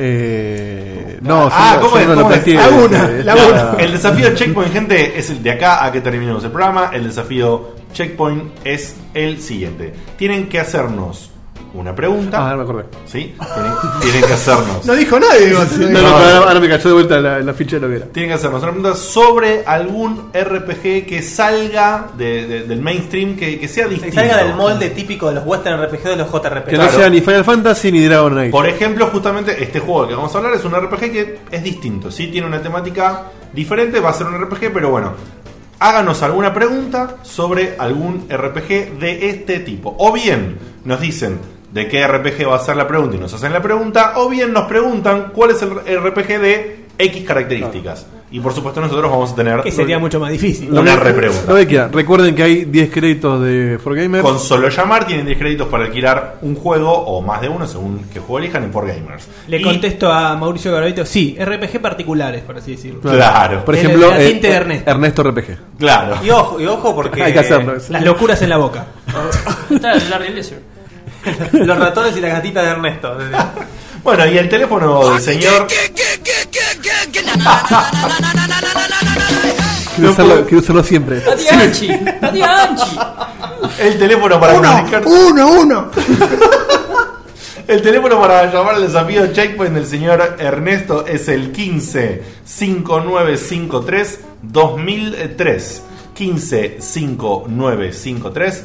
[SPEAKER 4] Eh, no,
[SPEAKER 3] ah,
[SPEAKER 4] yo no-
[SPEAKER 3] ¿cómo
[SPEAKER 4] yo
[SPEAKER 3] es?
[SPEAKER 4] no lo
[SPEAKER 3] ¿Cómo es?
[SPEAKER 4] planteé.
[SPEAKER 3] La una,
[SPEAKER 4] Eh,
[SPEAKER 3] la
[SPEAKER 4] ya.
[SPEAKER 3] una. El desafío checkpoint, gente, es el de acá a que terminemos el programa. El desafío checkpoint es el siguiente. Tienen que hacernos una
[SPEAKER 4] Ah, ahora
[SPEAKER 3] pregunta.
[SPEAKER 4] me acordé.
[SPEAKER 3] ¿Sí? Tienen, tienen que hacernos.
[SPEAKER 9] dijo nadie.
[SPEAKER 4] No, no, pero ahora, ahora me cayó de vuelta la, la ficha de lo que era.
[SPEAKER 3] Tienen que hacernos una pregunta sobre algún RPG que salga de- de- del mainstream, que, que sea
[SPEAKER 2] Que
[SPEAKER 3] distinto.
[SPEAKER 2] salga del molde típico de los western RPG de los JRPG.
[SPEAKER 4] Que no
[SPEAKER 3] Claro.
[SPEAKER 4] sea ni Final Fantasy ni Dragon Age.
[SPEAKER 3] Por ejemplo, justamente este juego del que vamos a hablar es un RPG que es distinto, ¿sí? Tiene una temática diferente, va a ser un RPG, pero bueno. Háganos alguna pregunta sobre algún RPG de este tipo. O bien nos dicen de qué RPG va a ser la pregunta y nos hacen la pregunta, o bien nos preguntan cuál es el RPG de X características. Y por supuesto nosotros vamos a tener
[SPEAKER 6] Que sería mucho más difícil.
[SPEAKER 3] una
[SPEAKER 4] que-
[SPEAKER 3] repregunta.
[SPEAKER 4] Lo que quieran. Recuerden que hay 10 créditos de 4Gamers.
[SPEAKER 3] Con solo llamar tienen 10 créditos para alquilar un juego o más de uno según qué juego elijan en 4Gamers.
[SPEAKER 6] Le
[SPEAKER 3] Y-
[SPEAKER 6] contesto a Mauricio Garavito, sí, RPG particulares, por así decirlo.
[SPEAKER 3] Claro.
[SPEAKER 4] Por
[SPEAKER 6] El-
[SPEAKER 4] ejemplo, eh,
[SPEAKER 6] el tinte de Ernesto.
[SPEAKER 4] RPG.
[SPEAKER 3] Claro.
[SPEAKER 2] Y ojo, y ojo porque
[SPEAKER 4] Hay que hacerlo.
[SPEAKER 6] Las locuras en la boca.
[SPEAKER 5] Está el Larry Lesser.
[SPEAKER 2] los ratones y la gatita de Ernesto.
[SPEAKER 3] Bueno, y el teléfono del señor.
[SPEAKER 4] Quiero,
[SPEAKER 3] No
[SPEAKER 4] usarlo,
[SPEAKER 3] puedo-
[SPEAKER 4] quiero usarlo siempre.
[SPEAKER 5] ¡Tati Anchi! ¡Tati Anchi!
[SPEAKER 3] El teléfono para comunicar-
[SPEAKER 9] uno, uno.
[SPEAKER 3] El teléfono para llamar al desafío checkpoint del señor Ernesto es el 15 5953 2003. 15 5953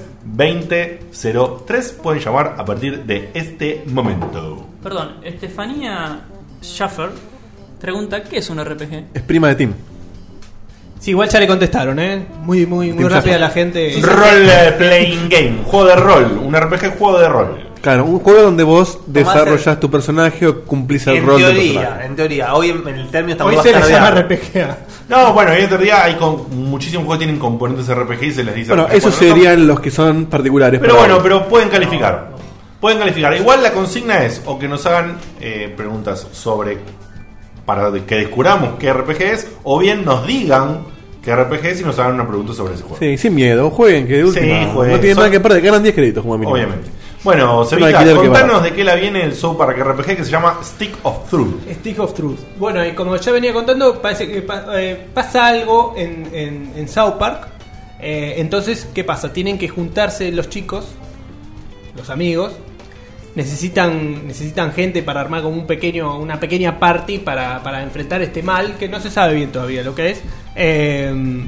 [SPEAKER 3] 2003. Pueden llamar a partir de este momento.
[SPEAKER 5] Perdón, Estefanía Schaffer pregunta: ¿Qué es un RPG?
[SPEAKER 4] Es prima de Tim.
[SPEAKER 6] Sí, igual ya le contestaron, ¿eh? Muy, muy, muy
[SPEAKER 4] Tim
[SPEAKER 6] rápida
[SPEAKER 4] Schafer.
[SPEAKER 6] la gente.
[SPEAKER 3] Role playing game, juego de rol, un RPG juego de rol.
[SPEAKER 4] Claro, un juego donde vos
[SPEAKER 2] el-
[SPEAKER 4] desarrollás tu personaje o cumplís el
[SPEAKER 2] en
[SPEAKER 4] rol del personaje.
[SPEAKER 2] teoría, eh. en teoría. Hoy en, en el término estamos
[SPEAKER 6] Hoy se les llama
[SPEAKER 2] bastardeados.
[SPEAKER 6] RPG.
[SPEAKER 3] No, bueno, hoy en día hay con, muchísimos juegos tienen componentes RPG y se les dice.
[SPEAKER 4] Bueno,
[SPEAKER 3] RPG.
[SPEAKER 4] esos
[SPEAKER 3] Bueno, no-
[SPEAKER 4] serían los que son particulares.
[SPEAKER 3] Pero
[SPEAKER 4] para-
[SPEAKER 3] bueno, pero pueden calificar. Pueden calificar. Igual la consigna es o que nos hagan eh, preguntas sobre para de- que descubramos qué RPG es, o bien nos digan qué RPG es y nos hagan una pregunta sobre ese juego.
[SPEAKER 4] Sí, sin miedo, jueguen, que de última.
[SPEAKER 3] jueguen.
[SPEAKER 4] no tienen
[SPEAKER 3] Son-
[SPEAKER 4] nada que perder, ganan 10 créditos como mínimo.
[SPEAKER 3] Obviamente. Bueno,
[SPEAKER 4] Hay que
[SPEAKER 3] Sevita,
[SPEAKER 4] ver qué
[SPEAKER 3] contanos
[SPEAKER 4] va.
[SPEAKER 3] de qué la viene el show para RPG que se llama Stick of Truth.
[SPEAKER 6] Stick of Truth. Bueno, y como ya venía contando, parece que pa- eh, pasa algo en, en, en South Park. Eh, entonces, ¿qué pasa? Tienen que juntarse los chicos, los amigos. Necesitan, necesitan gente para armar como un pequeño, una pequeña party para, para enfrentar este mal que no se sabe bien todavía lo que es. Eh,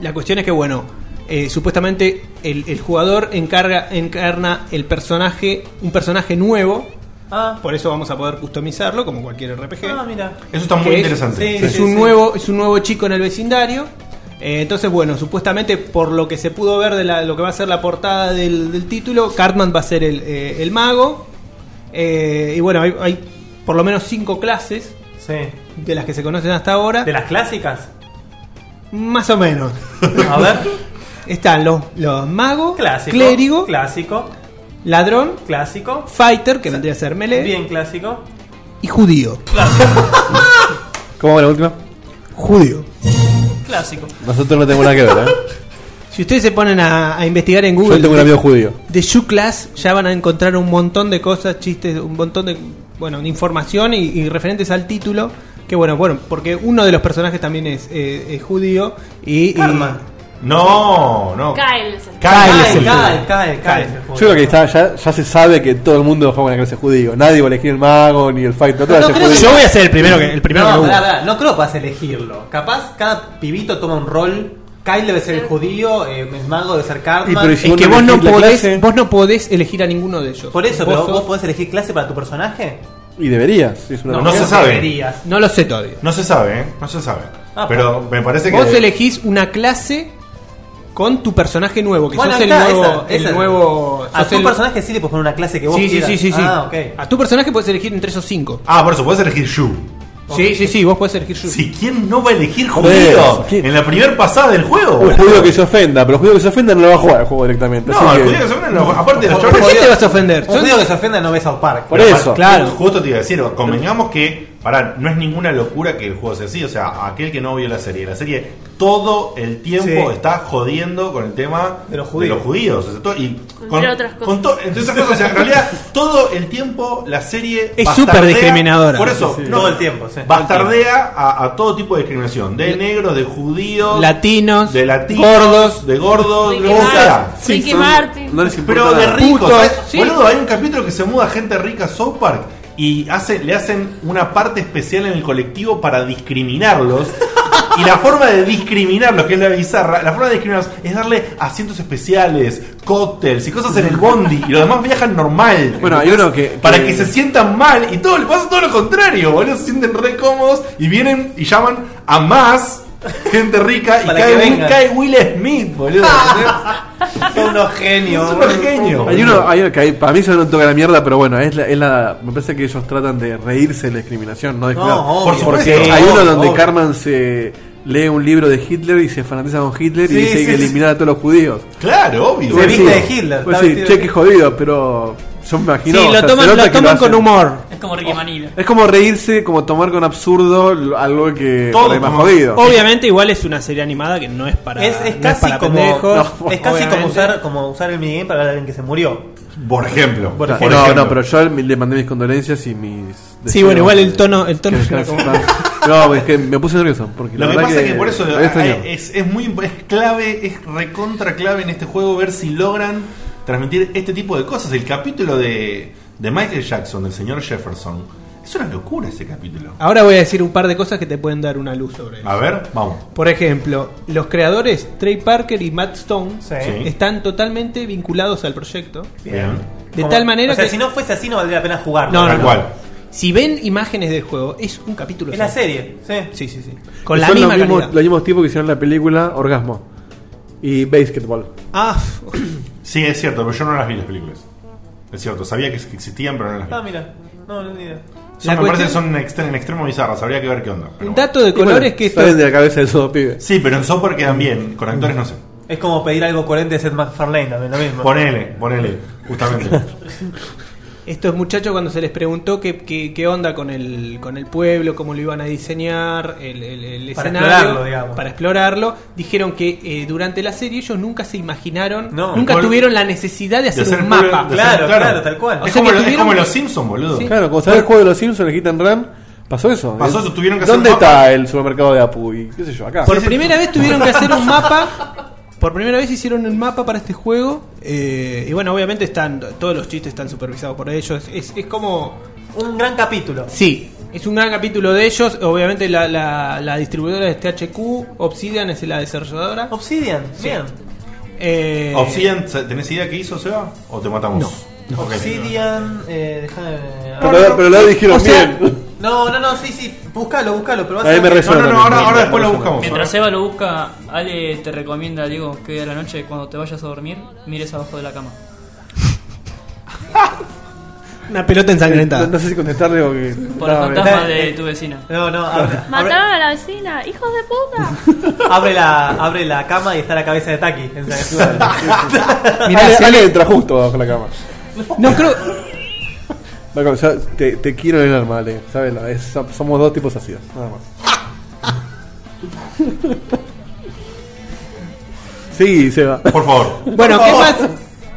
[SPEAKER 6] la cuestión es que, bueno, eh, supuestamente el, el jugador encarga, encarna el personaje, un personaje nuevo.
[SPEAKER 2] Ah.
[SPEAKER 6] Por eso vamos a poder customizarlo como cualquier RPG.
[SPEAKER 2] Ah, mira.
[SPEAKER 3] Eso está
[SPEAKER 6] Que
[SPEAKER 3] muy
[SPEAKER 6] es-
[SPEAKER 3] interesante.
[SPEAKER 6] Es, un nuevo, es un nuevo chico en el vecindario. Eh, entonces, bueno, supuestamente por lo que se pudo ver de la- lo que va a ser la portada del, del título, Cartman va a ser el, eh, el mago. Eh, y bueno, hay, hay por lo menos cinco clases
[SPEAKER 2] Sí.
[SPEAKER 6] de las que se conocen hasta ahora.
[SPEAKER 2] ¿De las clásicas?
[SPEAKER 6] Más o menos.
[SPEAKER 2] A ver.
[SPEAKER 6] Están los, los magos,
[SPEAKER 2] Clásico.
[SPEAKER 6] clérigo,
[SPEAKER 2] Clásico.
[SPEAKER 6] ladrón,
[SPEAKER 2] Clásico.
[SPEAKER 6] fighter, que vendría a ser melee,
[SPEAKER 2] Bien clásico.
[SPEAKER 6] y judío.
[SPEAKER 4] ¿Cómo va la última?
[SPEAKER 6] Judío.
[SPEAKER 2] Clásico.
[SPEAKER 4] Nosotros no tenemos nada que ver, ¿eh?
[SPEAKER 6] Si ustedes se ponen a, a investigar en
[SPEAKER 4] Yo
[SPEAKER 6] Google
[SPEAKER 4] tengo un amigo judío.
[SPEAKER 6] de You Class, ya van a encontrar un montón de cosas, chistes, un montón de bueno, de información y, y referentes al título. Que bueno, bueno, porque uno de los personajes también es, eh, es judío y, y-
[SPEAKER 2] Cartman.
[SPEAKER 3] No, no.
[SPEAKER 8] Kyle es el-
[SPEAKER 3] Kyle es
[SPEAKER 2] Cae,
[SPEAKER 3] el
[SPEAKER 2] cae, cae, cae.
[SPEAKER 4] Yo creo que está, ya, ya se sabe que todo el mundo juega con la clase judío. Nadie va a elegir el mago ni el fight.
[SPEAKER 2] No,
[SPEAKER 4] No,
[SPEAKER 2] creo que-
[SPEAKER 6] Yo voy a ser el primero que el primero que
[SPEAKER 2] no,
[SPEAKER 6] lo
[SPEAKER 2] pará,
[SPEAKER 6] busque.
[SPEAKER 2] pará, no creo que vas a elegirlo. Capaz cada pibito toma un rol. Kyle debe ser el judío, eh, el mago debe ser
[SPEAKER 4] Y,
[SPEAKER 2] Cartman.
[SPEAKER 4] pero, ¿y si
[SPEAKER 6] Es que
[SPEAKER 4] uno
[SPEAKER 6] vos no,
[SPEAKER 4] elegís la clase?
[SPEAKER 6] podés, vos no podés elegir a ninguno de ellos.
[SPEAKER 2] Por eso,
[SPEAKER 6] Vos
[SPEAKER 2] pero
[SPEAKER 6] sos-
[SPEAKER 2] vos podés elegir clase para tu personaje.
[SPEAKER 4] Y deberías. si es una
[SPEAKER 3] No,
[SPEAKER 4] mujer.
[SPEAKER 3] se sabe.
[SPEAKER 2] deberías.
[SPEAKER 6] No lo sé todavía.
[SPEAKER 3] No se sabe, ¿eh? No se sabe.
[SPEAKER 2] Ah,
[SPEAKER 3] Pero me parece que.
[SPEAKER 6] pues. Vos elegís una clase con tu personaje nuevo, que
[SPEAKER 2] Bueno,
[SPEAKER 6] sos el
[SPEAKER 2] está,
[SPEAKER 6] nuevo.
[SPEAKER 2] esa,
[SPEAKER 6] el
[SPEAKER 2] esa.
[SPEAKER 6] nuevo
[SPEAKER 2] A
[SPEAKER 6] sos
[SPEAKER 2] tu
[SPEAKER 6] el-
[SPEAKER 2] personaje sí le puedes poner una clase que vos
[SPEAKER 6] Sí, sí,
[SPEAKER 2] quieras.
[SPEAKER 6] sí, sí, sí.
[SPEAKER 2] Ah, ok.
[SPEAKER 6] A tu personaje puedes elegir entre esos cinco.
[SPEAKER 3] Ah, por eso, podés elegir Yu.
[SPEAKER 6] Sí, sí, sí, vos podés elegir Yu.
[SPEAKER 3] Si quién no va a elegir judío
[SPEAKER 4] ¿quién?
[SPEAKER 3] en la primer pasada del juego.
[SPEAKER 4] Un judío que se ofenda, pero el judío que se ofenda no lo va a jugar el juego directamente.
[SPEAKER 3] No,
[SPEAKER 4] así
[SPEAKER 3] el
[SPEAKER 4] que-
[SPEAKER 3] judío que se ofende no. Aparte de los
[SPEAKER 6] ¿Por
[SPEAKER 3] chorros-
[SPEAKER 6] qué te vas a ofender?
[SPEAKER 2] Un
[SPEAKER 6] Son-
[SPEAKER 2] judío que se ofenda no ves a Park.
[SPEAKER 4] Por
[SPEAKER 3] Pero,
[SPEAKER 4] eso.
[SPEAKER 3] par-
[SPEAKER 6] Claro.
[SPEAKER 3] Justo te iba a decir, convengamos que, pará, no es ninguna locura que el juego sea así. O sea, aquel que no vio la serie. La serie todo el tiempo
[SPEAKER 2] Sí.
[SPEAKER 3] está jodiendo con el tema
[SPEAKER 2] De los judíos.
[SPEAKER 3] judíos, o sea, todo- y con,
[SPEAKER 8] otras cosas.
[SPEAKER 3] con to- entre esas cosas, o sea, en realidad, todo el tiempo la serie.
[SPEAKER 6] Es
[SPEAKER 3] bastardea-
[SPEAKER 6] súper discriminadora.
[SPEAKER 3] Por eso, no,
[SPEAKER 2] Todo el tiempo, sí.
[SPEAKER 3] Bastardea a, a todo tipo de discriminación. De negros, de judíos,
[SPEAKER 6] Latinos,
[SPEAKER 3] de latinos,
[SPEAKER 6] gordos.
[SPEAKER 3] de gordos,
[SPEAKER 8] Ricky
[SPEAKER 3] de lo que
[SPEAKER 8] Martin.
[SPEAKER 3] sea.
[SPEAKER 4] Sí,
[SPEAKER 8] Ricky
[SPEAKER 4] son-
[SPEAKER 8] Martin.
[SPEAKER 4] No les importa
[SPEAKER 3] Pero de
[SPEAKER 4] nada.
[SPEAKER 3] ricos,
[SPEAKER 6] Putos,
[SPEAKER 2] eh,
[SPEAKER 3] ¿sabes?
[SPEAKER 6] sí.
[SPEAKER 3] boludo, hay un capítulo que se muda gente rica a South Park y hace, le hacen una parte especial en el colectivo para discriminarlos. Y la forma de discriminarlos, que es la bizarra, la forma de discriminarlos es darle asientos especiales, cócteles y cosas en el bondi. Y los demás viajan normal.
[SPEAKER 4] Bueno, hay uno que-
[SPEAKER 3] Para
[SPEAKER 4] que-
[SPEAKER 3] que se sientan mal y todo le pasa todo lo contrario, boludo. Se sienten re cómodos y vienen y llaman a más gente rica y
[SPEAKER 2] Para que
[SPEAKER 3] cae,
[SPEAKER 2] vengan.
[SPEAKER 3] cae Will Smith, boludo.
[SPEAKER 2] Son unos genios.
[SPEAKER 3] es un genio.
[SPEAKER 4] Hay uno, hay uno que hay- para mí eso no toca la mierda, pero bueno, es la, es la- me parece que ellos tratan de reírse de la discriminación, no de
[SPEAKER 2] No,
[SPEAKER 4] claro.
[SPEAKER 2] obvio.
[SPEAKER 3] Por supuesto.
[SPEAKER 4] Porque hay uno
[SPEAKER 2] obvio,
[SPEAKER 4] donde
[SPEAKER 2] obvio.
[SPEAKER 4] Carman se lee un libro de Hitler y se fanatiza con Hitler
[SPEAKER 2] Sí,
[SPEAKER 4] y dice
[SPEAKER 2] sí,
[SPEAKER 4] que
[SPEAKER 2] sí.
[SPEAKER 4] eliminar a todos los judíos.
[SPEAKER 3] Claro, obvio.
[SPEAKER 2] Se
[SPEAKER 4] Vos
[SPEAKER 2] viste
[SPEAKER 4] decís-
[SPEAKER 2] de Hitler,
[SPEAKER 4] vos
[SPEAKER 2] está
[SPEAKER 4] decís,
[SPEAKER 2] vestido
[SPEAKER 4] pues che,
[SPEAKER 2] de-
[SPEAKER 4] qué jodido, pero yo me imagino.
[SPEAKER 6] sí,
[SPEAKER 4] o sea,
[SPEAKER 6] lo
[SPEAKER 4] se
[SPEAKER 6] toman,
[SPEAKER 4] nota
[SPEAKER 6] lo
[SPEAKER 4] que
[SPEAKER 6] toman
[SPEAKER 4] hacen.
[SPEAKER 6] con humor.
[SPEAKER 5] Es como Ricky Manila.
[SPEAKER 4] Es como reírse, como tomar con absurdo lo- algo que
[SPEAKER 3] Todo
[SPEAKER 4] por ahí más
[SPEAKER 3] como-
[SPEAKER 4] jodido.
[SPEAKER 6] Obviamente, igual es una serie animada que no es para.
[SPEAKER 2] Es, es
[SPEAKER 6] no
[SPEAKER 2] casi
[SPEAKER 6] para
[SPEAKER 2] como,
[SPEAKER 6] pendejos,
[SPEAKER 2] no, es casi
[SPEAKER 6] obviamente.
[SPEAKER 2] como usar, como usar el minigame para hablar de alguien que se murió.
[SPEAKER 3] Por ejemplo.
[SPEAKER 4] O sea,
[SPEAKER 3] por
[SPEAKER 4] no,
[SPEAKER 3] ejemplo.
[SPEAKER 4] no, pero yo le mandé mis condolencias y mis.
[SPEAKER 6] Sí, bueno,
[SPEAKER 4] deseos
[SPEAKER 6] igual el
[SPEAKER 4] de-
[SPEAKER 6] tono- el tono
[SPEAKER 4] que
[SPEAKER 6] es una
[SPEAKER 4] descansen más. No, es que me puse nervioso. Porque
[SPEAKER 3] Lo
[SPEAKER 4] la
[SPEAKER 3] que
[SPEAKER 4] verdad
[SPEAKER 3] pasa es que por eso eh,
[SPEAKER 4] lo había extrañado.
[SPEAKER 3] hay- es, es muy es clave, es recontra clave en este juego ver si logran transmitir este tipo de cosas. El capítulo de, de Michael Jackson, del señor Jefferson, es una locura ese capítulo.
[SPEAKER 6] Ahora voy a decir un par de cosas que te pueden dar una luz sobre eso.
[SPEAKER 3] A ver, vamos.
[SPEAKER 6] Por ejemplo, los creadores Trey Parker y Matt Stone
[SPEAKER 2] Sí.
[SPEAKER 3] Sí.
[SPEAKER 6] están totalmente vinculados al proyecto.
[SPEAKER 3] Bien.
[SPEAKER 6] De
[SPEAKER 2] Como-
[SPEAKER 6] tal manera
[SPEAKER 2] o sea,
[SPEAKER 6] que.
[SPEAKER 2] si no fuese así no valdría la pena jugar.
[SPEAKER 6] No,
[SPEAKER 3] Tal
[SPEAKER 6] no, no.
[SPEAKER 3] cual.
[SPEAKER 6] Si ven imágenes del juego, es un capítulo.
[SPEAKER 2] Es la
[SPEAKER 6] solo.
[SPEAKER 2] serie, sí.
[SPEAKER 6] Sí, sí, sí. Con la
[SPEAKER 4] Son
[SPEAKER 6] misma
[SPEAKER 4] los mismos,
[SPEAKER 6] calidad.
[SPEAKER 4] los mismos tipos que hicieron la película Orgasmo y Basketball.
[SPEAKER 6] Ah,
[SPEAKER 3] Sí, es cierto, pero yo no las vi las películas. Es cierto, sabía que existían, pero no las vi.
[SPEAKER 2] Ah, mira. No, no ni idea.
[SPEAKER 3] Son, me parece que son extre- en extremo bizarras, habría que ver qué onda.
[SPEAKER 6] Un dato de colores que esto.
[SPEAKER 4] Salen de la cabeza de esos pibes.
[SPEAKER 3] Sí, pero en software quedan bien, con actores no sé.
[SPEAKER 2] Es como pedir algo coherente de Seth MacFarlane también, lo mismo.
[SPEAKER 3] Ponele, ponele, justamente.
[SPEAKER 6] Estos muchachos cuando se les preguntó qué, qué, qué onda con el, con el pueblo, cómo lo iban a diseñar, el, el- el
[SPEAKER 2] Para
[SPEAKER 6] escenario,
[SPEAKER 2] explorarlo, digamos.
[SPEAKER 6] para explorarlo, dijeron que eh, durante la serie ellos nunca se imaginaron,
[SPEAKER 2] No,
[SPEAKER 6] nunca
[SPEAKER 3] igual-
[SPEAKER 6] tuvieron la necesidad de hacer,
[SPEAKER 3] hacer
[SPEAKER 6] un
[SPEAKER 3] pueblo-
[SPEAKER 6] mapa.
[SPEAKER 3] de
[SPEAKER 2] Claro,
[SPEAKER 3] hacer-
[SPEAKER 2] claro, tal cual.
[SPEAKER 6] O
[SPEAKER 3] Es,
[SPEAKER 6] sea
[SPEAKER 3] como,
[SPEAKER 6] que
[SPEAKER 3] lo- es
[SPEAKER 6] tuvieron-
[SPEAKER 3] como los Simpsons, boludo.
[SPEAKER 6] Sí.
[SPEAKER 4] Claro, como sabes el juego de los Simpsons, el Hit and Run, pasó eso.
[SPEAKER 3] Pasó eso, tuvieron que hacer
[SPEAKER 4] ¿Dónde
[SPEAKER 3] un mapa.
[SPEAKER 4] está el supermercado de Apu? Y qué sé yo, acá.
[SPEAKER 6] Por primera vez tuvieron que hacer un mapa. Por primera vez hicieron un mapa para este juego. eh, y bueno, obviamente están todos los chistes están supervisados por ellos. Es, es como.
[SPEAKER 2] Un gran capítulo.
[SPEAKER 6] Sí, es un gran capítulo de ellos. Obviamente la, la- la distribuidora es THQ. Obsidian es la desarrolladora.
[SPEAKER 2] Obsidian, bien.
[SPEAKER 6] Eh,
[SPEAKER 3] Obsidian, ¿tenés idea qué hizo, Seba? ¿O te matamos?
[SPEAKER 6] No,
[SPEAKER 3] Ok.
[SPEAKER 2] Obsidian, eh, déjame.
[SPEAKER 4] Pero, pero lo dijeron
[SPEAKER 6] O sea,
[SPEAKER 4] bien.
[SPEAKER 2] No, no, no, sí, sí, búscalo, búscalo, pero vas
[SPEAKER 4] Ahí me
[SPEAKER 2] ver-
[SPEAKER 3] No,
[SPEAKER 4] resuena.
[SPEAKER 3] no, no, ahora, ahora
[SPEAKER 4] Bien,
[SPEAKER 3] después lo
[SPEAKER 4] bien.
[SPEAKER 3] buscamos.
[SPEAKER 5] Mientras Eva lo busca, Ale te recomienda, Diego, que hoy a la noche cuando te vayas a dormir, mires abajo de la cama.
[SPEAKER 6] Una
[SPEAKER 4] No,
[SPEAKER 6] pelota
[SPEAKER 4] no
[SPEAKER 6] ensangrentada.
[SPEAKER 4] sé si contestarle o que.
[SPEAKER 5] Por el
[SPEAKER 4] Ah,
[SPEAKER 5] fantasma
[SPEAKER 2] bien.
[SPEAKER 5] de tu vecina.
[SPEAKER 2] No, no, abre, abre,
[SPEAKER 8] Mataron a la vecina, hijos de puta.
[SPEAKER 2] abre la, abre la cama y está la cabeza de Taki. en la-
[SPEAKER 4] eh, Ale,
[SPEAKER 6] Mirá, si-
[SPEAKER 4] Ale entra justo bajo la cama.
[SPEAKER 6] No creo.
[SPEAKER 4] Bajo- o sea, te, te quiero en el alma, Ale. ¿sabes? No, es- somos dos tipos así, nada más. Sí, Seba.
[SPEAKER 3] Por favor.
[SPEAKER 6] Bueno, ¿qué más,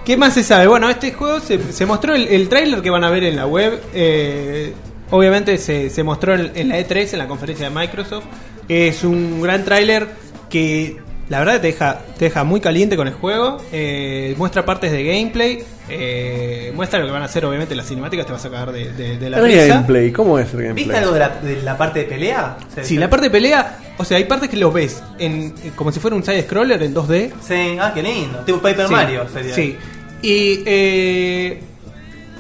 [SPEAKER 6] ¿qué más se sabe? Bueno, este juego se, se mostró el, el tráiler que van a ver en la web. eh, obviamente se, se mostró en, en la E3, en la conferencia de Microsoft. Es un gran tráiler que la verdad te deja, te deja muy caliente con el juego. eh, muestra partes de gameplay. eh, muestra lo que van a hacer, obviamente, las cinemáticas. Te vas a cagar de, de- de la
[SPEAKER 4] El
[SPEAKER 6] risa.
[SPEAKER 4] gameplay, ¿cómo es el
[SPEAKER 2] ¿Viste
[SPEAKER 4] gameplay?
[SPEAKER 2] algo de la, de la parte de pelea? Se-
[SPEAKER 6] Sí, la parte de pelea, o sea, hay partes que lo ves en, como si fuera un side-scroller en 2D.
[SPEAKER 2] Sí, ah, qué lindo. Tipo Paper
[SPEAKER 6] Sí,
[SPEAKER 2] Mario sería.
[SPEAKER 6] Sí. Y eh,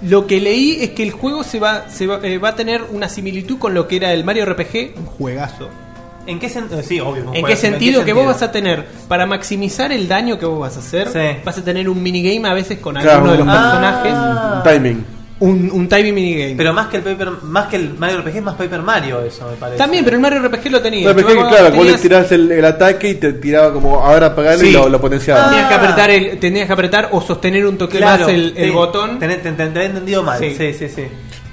[SPEAKER 6] lo que leí es que el juego se va, se va, eh, va a tener una similitud con lo que era el Mario RPG, un juegazo.
[SPEAKER 2] ¿En qué sentido? Sí, obvio.
[SPEAKER 6] ¿En qué sentido? que vos vas a tener, para maximizar el daño que vos vas a hacer,
[SPEAKER 2] Sí.
[SPEAKER 6] vas a tener un minigame a veces con
[SPEAKER 4] Claro,
[SPEAKER 6] alguno de los
[SPEAKER 4] un-
[SPEAKER 6] personajes,
[SPEAKER 2] Ah.
[SPEAKER 4] Timing.
[SPEAKER 6] un, un timing minigame.
[SPEAKER 2] Pero más que el Paper, más que el Mario RPG es más Paper Mario eso, me parece.
[SPEAKER 6] También, pero el Mario RPG lo tenía.
[SPEAKER 4] No, pero es que,
[SPEAKER 6] Luego
[SPEAKER 4] claro, vos le
[SPEAKER 6] tenías-
[SPEAKER 4] tirás el, el ataque y te tiraba como ahora apagarlo y
[SPEAKER 6] Sí.
[SPEAKER 4] lo, lo potenciaba.
[SPEAKER 6] Tenías que
[SPEAKER 2] Ah.
[SPEAKER 6] apretar el, tenías que apretar o sostener un toque más el, el
[SPEAKER 2] sí,
[SPEAKER 6] botón.
[SPEAKER 2] Te, te- te- te he entendido mal.
[SPEAKER 6] Sí.
[SPEAKER 2] Sí, sí, sí. sí.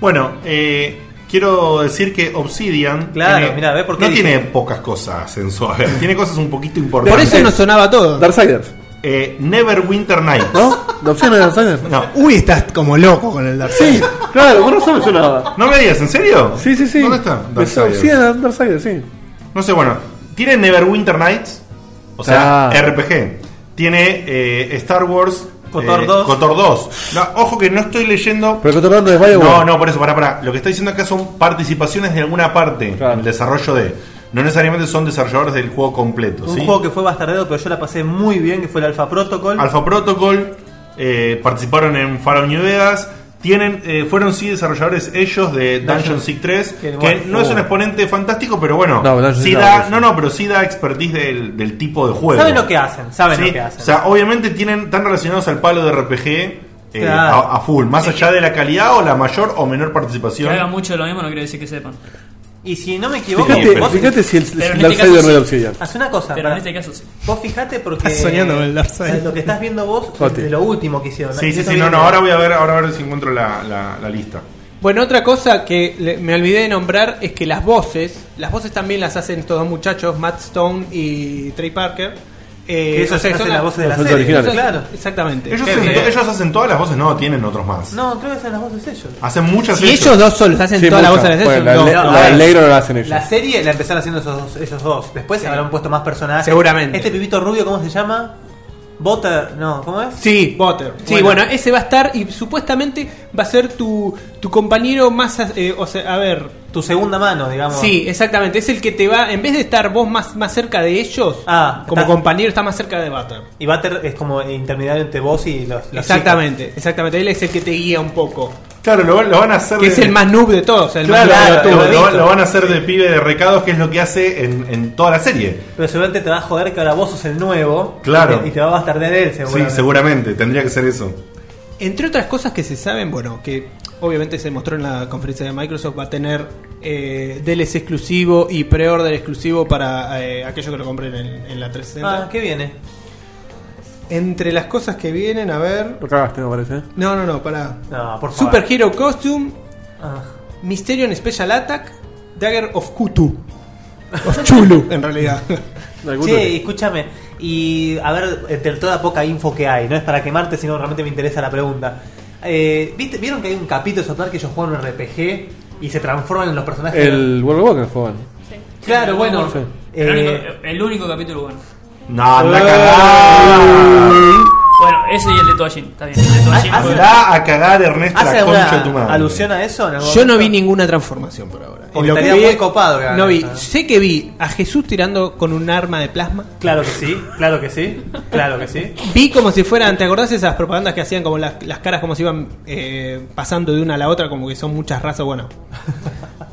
[SPEAKER 3] Bueno, eh, quiero decir que Obsidian.
[SPEAKER 2] Claro,
[SPEAKER 3] tiene-
[SPEAKER 2] mirá, ve por qué
[SPEAKER 3] No
[SPEAKER 2] dije.
[SPEAKER 3] tiene pocas cosas sensuales. tiene cosas un poquito
[SPEAKER 6] Por
[SPEAKER 3] importantes.
[SPEAKER 6] eso nos sonaba todo.
[SPEAKER 4] Darksiders,
[SPEAKER 3] Eh, Neverwinter Nights.
[SPEAKER 4] ¿no? ¿La opción de Darksiders?
[SPEAKER 3] No.
[SPEAKER 6] Uy, estás como loco con el Dark
[SPEAKER 4] Sí, claro, con razón me sonaba.
[SPEAKER 3] No me digas, ¿en serio?
[SPEAKER 4] Sí, sí, sí.
[SPEAKER 3] ¿Dónde está?
[SPEAKER 4] Me son-
[SPEAKER 3] Darksiders.
[SPEAKER 4] Sí, era Darksiders, sí.
[SPEAKER 3] No sé, bueno. Tiene Neverwinter Nights, o sea,
[SPEAKER 4] Ah.
[SPEAKER 3] RPG. Tiene eh, Star Wars.
[SPEAKER 2] Cotor
[SPEAKER 3] eh,
[SPEAKER 2] 2.
[SPEAKER 3] Cotor 2. No, ojo que no estoy leyendo.
[SPEAKER 4] Pero el control de Bioware.
[SPEAKER 3] No, no, por eso, pará, pará. Lo que está diciendo acá son participaciones de alguna parte
[SPEAKER 4] Claro.
[SPEAKER 3] en el desarrollo de. No necesariamente son desarrolladores del juego completo.
[SPEAKER 2] Un
[SPEAKER 3] ¿sí?
[SPEAKER 2] juego que fue bastardeado, pero yo la pasé muy bien, que fue el Alpha Protocol.
[SPEAKER 3] Alpha Protocol eh, participaron en Fallout New Vegas. Tienen, eh, fueron sí desarrolladores ellos de Dungeon
[SPEAKER 2] Dungeon-
[SPEAKER 3] Seek 3, que,
[SPEAKER 2] que, bueno,
[SPEAKER 3] no es un
[SPEAKER 2] oh.
[SPEAKER 3] exponente fantástico, pero bueno,
[SPEAKER 4] No, Dungeon
[SPEAKER 3] sí
[SPEAKER 4] Seek
[SPEAKER 3] da, no,
[SPEAKER 4] no,
[SPEAKER 3] no, pero sí da expertise del, del tipo de juego.
[SPEAKER 2] Saben lo que hacen, saben
[SPEAKER 3] Sí,
[SPEAKER 2] lo que hacen.
[SPEAKER 3] O sea, obviamente tienen, están relacionados al palo de RPG eh,
[SPEAKER 2] Claro.
[SPEAKER 3] a, a full, más allá de la calidad o la mayor o menor
[SPEAKER 5] Que
[SPEAKER 3] participación.
[SPEAKER 5] hagan mucho de lo mismo no quiere decir que sepan.
[SPEAKER 2] y si no me equivoco,
[SPEAKER 4] Fíjate,
[SPEAKER 2] vos
[SPEAKER 4] fíjate si el,
[SPEAKER 5] Pero en este
[SPEAKER 4] Darksiders
[SPEAKER 5] caso
[SPEAKER 4] no era
[SPEAKER 5] sí.
[SPEAKER 4] Obsidian.
[SPEAKER 2] haz una cosa.
[SPEAKER 5] Pero en
[SPEAKER 2] Ah, pará.
[SPEAKER 5] este caso sí.
[SPEAKER 2] Vos fijate porque
[SPEAKER 6] Estás soñando con el Darkseid.
[SPEAKER 2] lo que estás viendo vos
[SPEAKER 4] Joti.
[SPEAKER 2] de lo último que hicieron.
[SPEAKER 3] Sí,
[SPEAKER 2] Y
[SPEAKER 3] sí,
[SPEAKER 2] eso
[SPEAKER 3] sí, no,
[SPEAKER 2] viene-
[SPEAKER 3] no, ahora voy a ver, ahora a ver si encuentro la, la- la lista.
[SPEAKER 6] Bueno, otra cosa que le- me olvidé de nombrar es que las voces, las voces también las hacen estos dos muchachos, Matt Stone y Trey Parker. Eh,
[SPEAKER 2] Que eso se hace
[SPEAKER 6] son
[SPEAKER 2] las voces de
[SPEAKER 4] las
[SPEAKER 2] la
[SPEAKER 4] voces
[SPEAKER 2] serie.
[SPEAKER 4] originales.
[SPEAKER 2] Claro.
[SPEAKER 6] Exactamente.
[SPEAKER 3] Ellos,
[SPEAKER 2] Qué
[SPEAKER 3] hacen,
[SPEAKER 2] bien.
[SPEAKER 3] ellos hacen todas las voces, no, tienen otros más.
[SPEAKER 2] No, creo que esas las voces de ellos.
[SPEAKER 3] Hacen muchas
[SPEAKER 6] si ellos dos solos hacen
[SPEAKER 4] Sí,
[SPEAKER 6] toda la voz
[SPEAKER 4] muchas.
[SPEAKER 6] de la
[SPEAKER 4] Bueno, la,
[SPEAKER 6] no,
[SPEAKER 4] le-
[SPEAKER 6] no,
[SPEAKER 4] la
[SPEAKER 6] hay.
[SPEAKER 4] del negro no la hacen ellos.
[SPEAKER 2] La serie la empezaron haciendo esos dos. Ellos dos. Después se habrán puesto más personajes.
[SPEAKER 6] Seguramente.
[SPEAKER 2] Este pibito rubio, ¿cómo se llama? Bota. No, ¿cómo es?
[SPEAKER 6] Sí, Butter. Sí, bueno.
[SPEAKER 2] Bueno.
[SPEAKER 6] ese va a estar y supuestamente va a ser tu, tu compañero más. eh, o sea, a ver.
[SPEAKER 2] Tu segunda mano, digamos.
[SPEAKER 6] Sí, exactamente. Es el que te va. En vez de estar vos más, más cerca de ellos,
[SPEAKER 2] Ah,
[SPEAKER 6] como
[SPEAKER 2] está-
[SPEAKER 6] compañero, está más cerca de Butter.
[SPEAKER 2] Y Butter es como intermediario entre vos y los. los
[SPEAKER 6] Exactamente, exactamente. Él es el que te guía un poco.
[SPEAKER 3] Claro, lo, lo van a hacer.
[SPEAKER 6] Que
[SPEAKER 3] de-
[SPEAKER 6] es el más noob de todos. El
[SPEAKER 3] Claro,
[SPEAKER 6] más
[SPEAKER 3] lo-
[SPEAKER 6] pelotudo.
[SPEAKER 3] lo, lo- lo van a hacer de pibe de recados, que es lo que hace en, en toda la serie.
[SPEAKER 2] chicos. Pero seguramente te va a joder que ahora vos sos el nuevo. Y
[SPEAKER 3] Claro.
[SPEAKER 2] te, y te va a bastardear él,
[SPEAKER 3] Sí,
[SPEAKER 2] seguramente.
[SPEAKER 3] seguramente, tendría que ser eso.
[SPEAKER 6] Entre otras cosas que se saben, bueno, que obviamente se mostró en la conferencia de Microsoft, va a tener eh, DLC exclusivo y pre-order exclusivo para eh, aquellos que lo compren en, en la 360.
[SPEAKER 2] Ah, ¿qué viene?
[SPEAKER 3] Ah.
[SPEAKER 6] Entre las cosas que vienen, a ver.
[SPEAKER 4] Lo cagaste, me parece. ¿eh?
[SPEAKER 6] No, no, no, pará.
[SPEAKER 2] No, por favor.
[SPEAKER 6] Super Hero Costume,
[SPEAKER 2] Ah.
[SPEAKER 6] Mysterion Special Attack, Dagger of Kutu. Of Chulu, en realidad.
[SPEAKER 2] Che, y escúchame. Y a ver, entre toda poca info que hay, no es para quemarte, sino realmente me interesa la pregunta. Eh, ¿viste- ¿Vieron que hay un capítulo de Sotar que ellos juegan un RPG y se transforman en los personajes?
[SPEAKER 4] El World of Warcraft, joven.
[SPEAKER 2] Claro, bueno.
[SPEAKER 4] Sí.
[SPEAKER 5] El,
[SPEAKER 2] eh,
[SPEAKER 5] único, el único capítulo bueno.
[SPEAKER 3] No, anda a cagar.
[SPEAKER 5] Bueno, ese y el de Toallín. Está bien. El de Toallín
[SPEAKER 2] Ah,
[SPEAKER 5] fue-
[SPEAKER 3] Anda a cagar Ernesto
[SPEAKER 2] ¿Hace
[SPEAKER 3] la concha de tu
[SPEAKER 2] alguna
[SPEAKER 3] madre.
[SPEAKER 2] alusión a eso? en algún
[SPEAKER 6] Yo no
[SPEAKER 2] momento?
[SPEAKER 6] vi ninguna transformación por ahora.
[SPEAKER 2] Porque
[SPEAKER 6] En lo que
[SPEAKER 2] estaría
[SPEAKER 6] vi-
[SPEAKER 2] muy copado que hagan
[SPEAKER 6] No vi.
[SPEAKER 2] eso, ¿eh?
[SPEAKER 6] Sé que vi a Jesús tirando con un arma de plasma.
[SPEAKER 2] Claro que sí, claro que sí, claro que sí.
[SPEAKER 6] Vi como si fueran, ¿te acordás esas propagandas que hacían como las, las caras como si iban eh, pasando de una a la otra, como que son muchas razas? Bueno,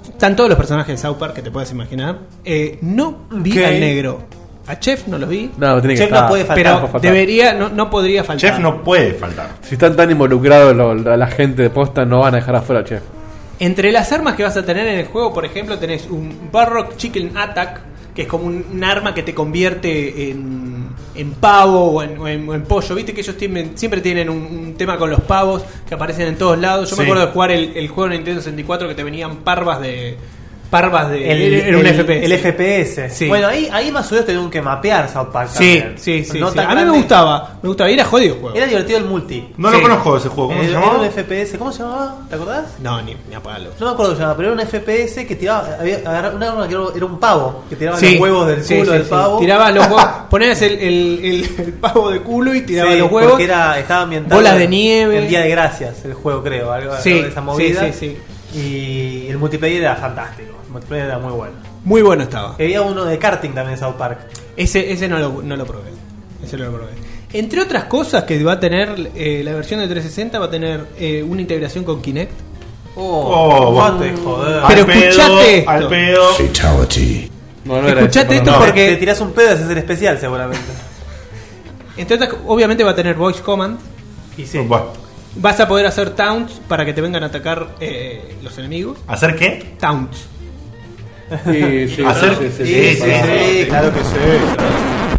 [SPEAKER 6] están todos los personajes de South Park que te puedas imaginar. Eh, no vi
[SPEAKER 2] Ok.
[SPEAKER 6] al negro. A Chef no los vi.
[SPEAKER 4] No, tiene que
[SPEAKER 2] Chef no Ah,
[SPEAKER 4] estar.
[SPEAKER 2] puede faltar.
[SPEAKER 6] pero
[SPEAKER 4] por faltar.
[SPEAKER 6] debería, no, no podría faltar.
[SPEAKER 3] Chef no puede faltar.
[SPEAKER 4] Si están tan involucrados lo- la, la gente de posta, no van a dejar afuera, chef.
[SPEAKER 6] Entre las armas que vas a tener en el juego, por ejemplo, tenés un Barrock Chicken Attack, que es como un, un arma que te convierte en, en pavo o en, o en- o en pollo. Viste que ellos tienen- siempre tienen un, un tema con los pavos que aparecen en todos lados. Yo
[SPEAKER 3] Sí.
[SPEAKER 6] me acuerdo de jugar el, el juego de Nintendo 64 que te venían parvas de. Parvas de.
[SPEAKER 2] El,
[SPEAKER 6] era un
[SPEAKER 2] el-
[SPEAKER 6] FPS.
[SPEAKER 2] el FPS.
[SPEAKER 6] Sí.
[SPEAKER 2] Bueno, ahí, ahí más o menos tuvieron que mapear South Park.
[SPEAKER 6] Sí,
[SPEAKER 2] también.
[SPEAKER 6] sí, sí.
[SPEAKER 2] No
[SPEAKER 6] sí.
[SPEAKER 2] tan
[SPEAKER 6] A mí me
[SPEAKER 2] grande.
[SPEAKER 6] gustaba. Me gustaba. Y era jodido el juego.
[SPEAKER 2] Era divertido el multi. Eh,
[SPEAKER 3] No
[SPEAKER 6] Sí.
[SPEAKER 3] lo conozco ese juego. ¿Cómo se
[SPEAKER 2] Era-
[SPEAKER 3] llamaba?
[SPEAKER 2] Era un FPS. ¿Cómo se llamaba? ¿Te acordás?
[SPEAKER 6] No, ni, ni apagarlo.
[SPEAKER 2] No me acuerdo cómo se llamaba, pero era un FPS que tiraba. Había, agarraba una arma que era- era un pavo. Que tiraba los huevos del culo
[SPEAKER 6] sí, sí,
[SPEAKER 2] del
[SPEAKER 6] sí.
[SPEAKER 2] pavo.
[SPEAKER 6] Tirabas los huevos. Ponías el, el, el- el pavo de culo y tirabas
[SPEAKER 2] Sí,
[SPEAKER 6] los huevos.
[SPEAKER 2] Porque era, estaba ambientado.
[SPEAKER 6] Bolas de
[SPEAKER 2] en-
[SPEAKER 6] nieve.
[SPEAKER 2] En Día de Gracias, el juego, creo. Algo
[SPEAKER 6] Sí,
[SPEAKER 2] algo de esa
[SPEAKER 6] sí,
[SPEAKER 2] movida.
[SPEAKER 6] sí,
[SPEAKER 2] Y el multiplayer era fantástico. El multiplayer era muy bueno.
[SPEAKER 6] Muy bueno estaba.
[SPEAKER 2] Y Había uno de karting también en South Park.
[SPEAKER 6] Ese, ese no, lo, no lo probé. Ese no lo probé. Entre otras cosas que va a tener eh, la versión de 360, va a tener eh, una integración con Kinect.
[SPEAKER 3] Oh,
[SPEAKER 2] no
[SPEAKER 3] bueno.
[SPEAKER 2] te joder.
[SPEAKER 6] Pero
[SPEAKER 3] al pedo,
[SPEAKER 6] escuchate esto.
[SPEAKER 3] Al pedo.
[SPEAKER 4] No, no era
[SPEAKER 6] Escuchate
[SPEAKER 4] ese,
[SPEAKER 6] esto
[SPEAKER 4] perdón.
[SPEAKER 6] porque-
[SPEAKER 2] Te tirás un pedo y haces el especial, seguramente.
[SPEAKER 6] Entre otras, obviamente va a tener Voice Command.
[SPEAKER 2] Y sí.
[SPEAKER 3] Bueno,
[SPEAKER 6] Vas a poder hacer taunts para que te vengan a atacar eh, los enemigos.
[SPEAKER 3] ¿Hacer qué?
[SPEAKER 6] Taunts.
[SPEAKER 4] Sí, sí,
[SPEAKER 3] Hacer-
[SPEAKER 4] sí, sí,
[SPEAKER 2] Sí,
[SPEAKER 4] sí,
[SPEAKER 2] sí,
[SPEAKER 4] pará.
[SPEAKER 2] sí, claro que sí.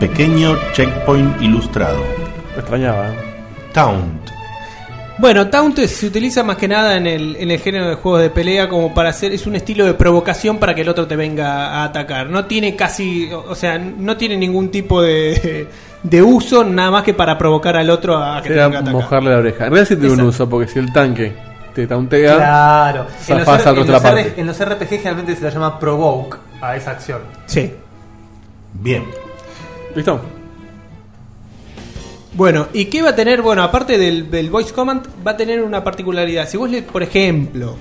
[SPEAKER 3] Pequeño checkpoint ilustrado.
[SPEAKER 4] Me extrañaba. ¿eh?
[SPEAKER 3] Taunt.
[SPEAKER 6] Bueno, taunt es- se utiliza más que nada en el, en el género de juegos de pelea como para hacer, es un estilo de provocación para que el otro te venga a atacar. No tiene casi, o o sea, no tiene ningún tipo de, de uso, nada más que para provocar al otro a que te
[SPEAKER 4] Era
[SPEAKER 6] venga a atacar.
[SPEAKER 4] mojarle la oreja. En realidad sí tiene un uso, porque si el tanque te tauntea.
[SPEAKER 2] Claro. En los,
[SPEAKER 4] Zafás
[SPEAKER 2] R-
[SPEAKER 4] al
[SPEAKER 2] en
[SPEAKER 4] otro
[SPEAKER 2] los
[SPEAKER 4] parte.
[SPEAKER 2] R- en los RPG generalmente se la llama provoke a esa acción.
[SPEAKER 6] Sí.
[SPEAKER 3] Bien.
[SPEAKER 4] ¿Listo?
[SPEAKER 6] Bueno, ¿y qué va a tener? Bueno, aparte del, del voice command, va a tener una particularidad. Si vos le, por ejemplo,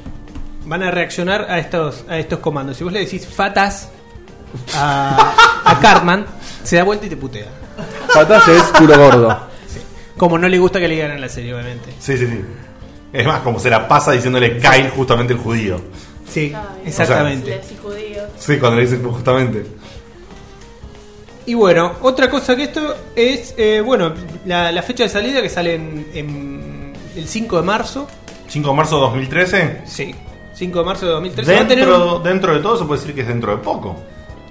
[SPEAKER 6] van a reaccionar a estos, a estos comandos. Si vos le decís fatas a, a Cartman, se da vuelta y te putea.
[SPEAKER 4] Patas es culo gordo.
[SPEAKER 6] Como no le gusta que le digan en la serie, obviamente.
[SPEAKER 3] Sí, sí, sí. Es más, como se la pasa diciéndole Kyle, justamente el judío.
[SPEAKER 6] Sí,
[SPEAKER 3] exactamente.
[SPEAKER 6] exactamente.
[SPEAKER 1] Les y judíos.
[SPEAKER 3] Sí, cuando le dicen justamente.
[SPEAKER 6] Y bueno, otra cosa que esto es, eh, bueno, la, la fecha de salida que sale en, en el 5 de marzo.
[SPEAKER 3] 5 de marzo de 2013.
[SPEAKER 6] Sí. 5 de marzo de 2013. va a tener un-
[SPEAKER 3] Dentro, dentro de todo se puede decir que es dentro de poco.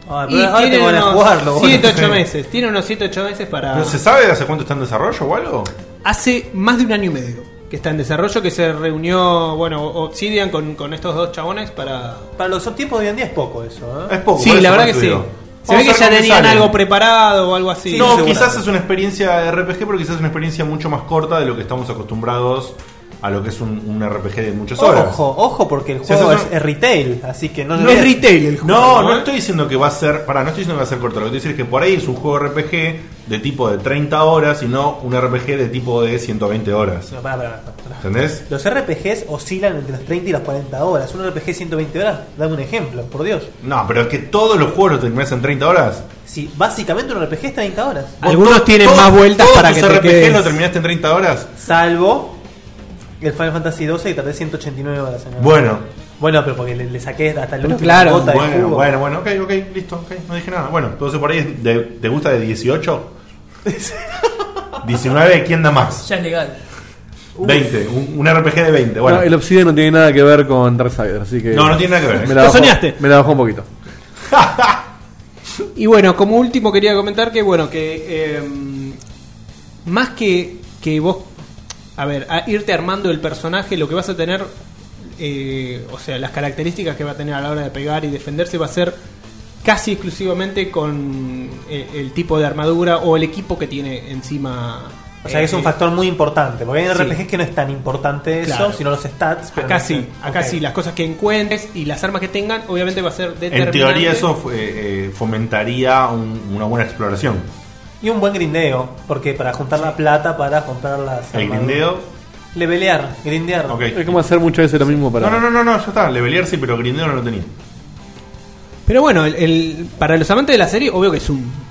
[SPEAKER 2] Ah,
[SPEAKER 6] y
[SPEAKER 2] pero ahora te
[SPEAKER 6] tiene
[SPEAKER 2] van a
[SPEAKER 6] unos
[SPEAKER 2] jugarlo. boludo.
[SPEAKER 6] 7 8 meses. Tiene unos 7 8 meses para...
[SPEAKER 3] ¿Pero se sabe hace cuánto está en desarrollo o algo?
[SPEAKER 6] Hace más de un año y medio que está en desarrollo, que se reunió, bueno, Obsidian con, con estos dos chabones para...
[SPEAKER 2] Para los tiempos de hoy en día es poco eso. ¿eh?
[SPEAKER 3] Es poco.
[SPEAKER 6] Sí,
[SPEAKER 3] por
[SPEAKER 6] la
[SPEAKER 3] eso por
[SPEAKER 6] verdad que
[SPEAKER 3] eso
[SPEAKER 6] sí.
[SPEAKER 3] digo.
[SPEAKER 6] Se ve
[SPEAKER 3] Vamos a ver
[SPEAKER 6] que ya
[SPEAKER 3] cómo
[SPEAKER 6] tenían
[SPEAKER 3] sale.
[SPEAKER 6] algo preparado o algo así.
[SPEAKER 3] no,
[SPEAKER 2] seguramente.
[SPEAKER 3] quizás es una experiencia RPG, pero quizás es una experiencia mucho más corta de lo que estamos acostumbrados a lo que es un, un RPG de muchas horas.
[SPEAKER 2] Ojo, ojo, porque el
[SPEAKER 3] Si
[SPEAKER 2] juego
[SPEAKER 3] haces
[SPEAKER 2] es,
[SPEAKER 3] un-
[SPEAKER 2] es retail, así que no,
[SPEAKER 6] No es retail el juego.
[SPEAKER 3] No, no
[SPEAKER 6] ¿eh?
[SPEAKER 3] estoy diciendo que va a ser. Para, no estoy diciendo que va a ser corto. Lo que estoy diciendo es que por ahí es un juego RPG de tipo de 30 horas y no un RPG de tipo de 120 horas.
[SPEAKER 2] No, pará, pará, pará, pará.
[SPEAKER 3] ¿Entendés?
[SPEAKER 2] Los RPGs oscilan entre las 30 y las 40 horas. Un RPG 120 horas, dame un ejemplo, por Dios.
[SPEAKER 3] No, pero es que todos los juegos los terminás en 30 horas.
[SPEAKER 2] Si básicamente un RPG es 30 horas.
[SPEAKER 6] Algunos tienen más vueltas
[SPEAKER 3] ¿Todos
[SPEAKER 6] para
[SPEAKER 3] tus
[SPEAKER 6] que te
[SPEAKER 3] RPG
[SPEAKER 6] quedes. Ah.
[SPEAKER 3] lo terminaste en 30 horas?
[SPEAKER 2] Salvo el Final Fantasy XII que tardé 189 horas. en el-
[SPEAKER 3] Bueno.
[SPEAKER 2] Bueno, pero porque le, le saqué hasta el último
[SPEAKER 6] claro,
[SPEAKER 2] gota de
[SPEAKER 3] Bueno,
[SPEAKER 2] jugo.
[SPEAKER 3] bueno, bueno, ok, ok, listo, ok, no dije nada. Bueno, entonces por ahí de- te gusta de 18. 19, ¿quién da más?
[SPEAKER 5] Ya es legal.
[SPEAKER 3] 20, un, un RPG de 20. Bueno,
[SPEAKER 4] No, el Obsidian no tiene nada que ver con Darksiders, así que.
[SPEAKER 3] No, no tiene nada que ver.
[SPEAKER 4] Me la
[SPEAKER 3] Lo
[SPEAKER 4] bajó-
[SPEAKER 6] soñaste.
[SPEAKER 4] Me la bajó un poquito.
[SPEAKER 6] Y bueno, como último quería comentar que, bueno, que eh, más que, que vos, a ver, a irte armando el personaje, lo que vas a tener, eh, o sea, las características que va a tener a la hora de pegar y defenderse va a ser casi exclusivamente con eh, el tipo de armadura o el equipo que tiene encima.
[SPEAKER 2] O sea que es un
[SPEAKER 6] eh,
[SPEAKER 2] factor muy importante, porque hay
[SPEAKER 6] Sí.
[SPEAKER 2] RPGs que no es tan importante eso,
[SPEAKER 6] Claro.
[SPEAKER 2] sino los stats. pero
[SPEAKER 6] Acá
[SPEAKER 2] no
[SPEAKER 6] sí,
[SPEAKER 2] sé.
[SPEAKER 6] acá
[SPEAKER 2] Ok.
[SPEAKER 6] sí, las cosas que encuentres y las armas que tengan, obviamente va a ser
[SPEAKER 3] En
[SPEAKER 6] determinante.
[SPEAKER 3] teoría eso fue- eh, fomentaría un- una buena exploración.
[SPEAKER 2] Y un buen grindeo, porque para juntar la plata para comprar las.
[SPEAKER 3] El
[SPEAKER 2] armaduras.
[SPEAKER 3] grindeo.
[SPEAKER 2] Levelear, grindear.
[SPEAKER 3] Ok.
[SPEAKER 4] Es como hacer muchas veces lo mismo para.
[SPEAKER 3] No, no, no, no, no, ya está. Levelear sí, pero grindeo no lo tenía.
[SPEAKER 6] Pero bueno, el- el- para los amantes de la serie, obvio que es un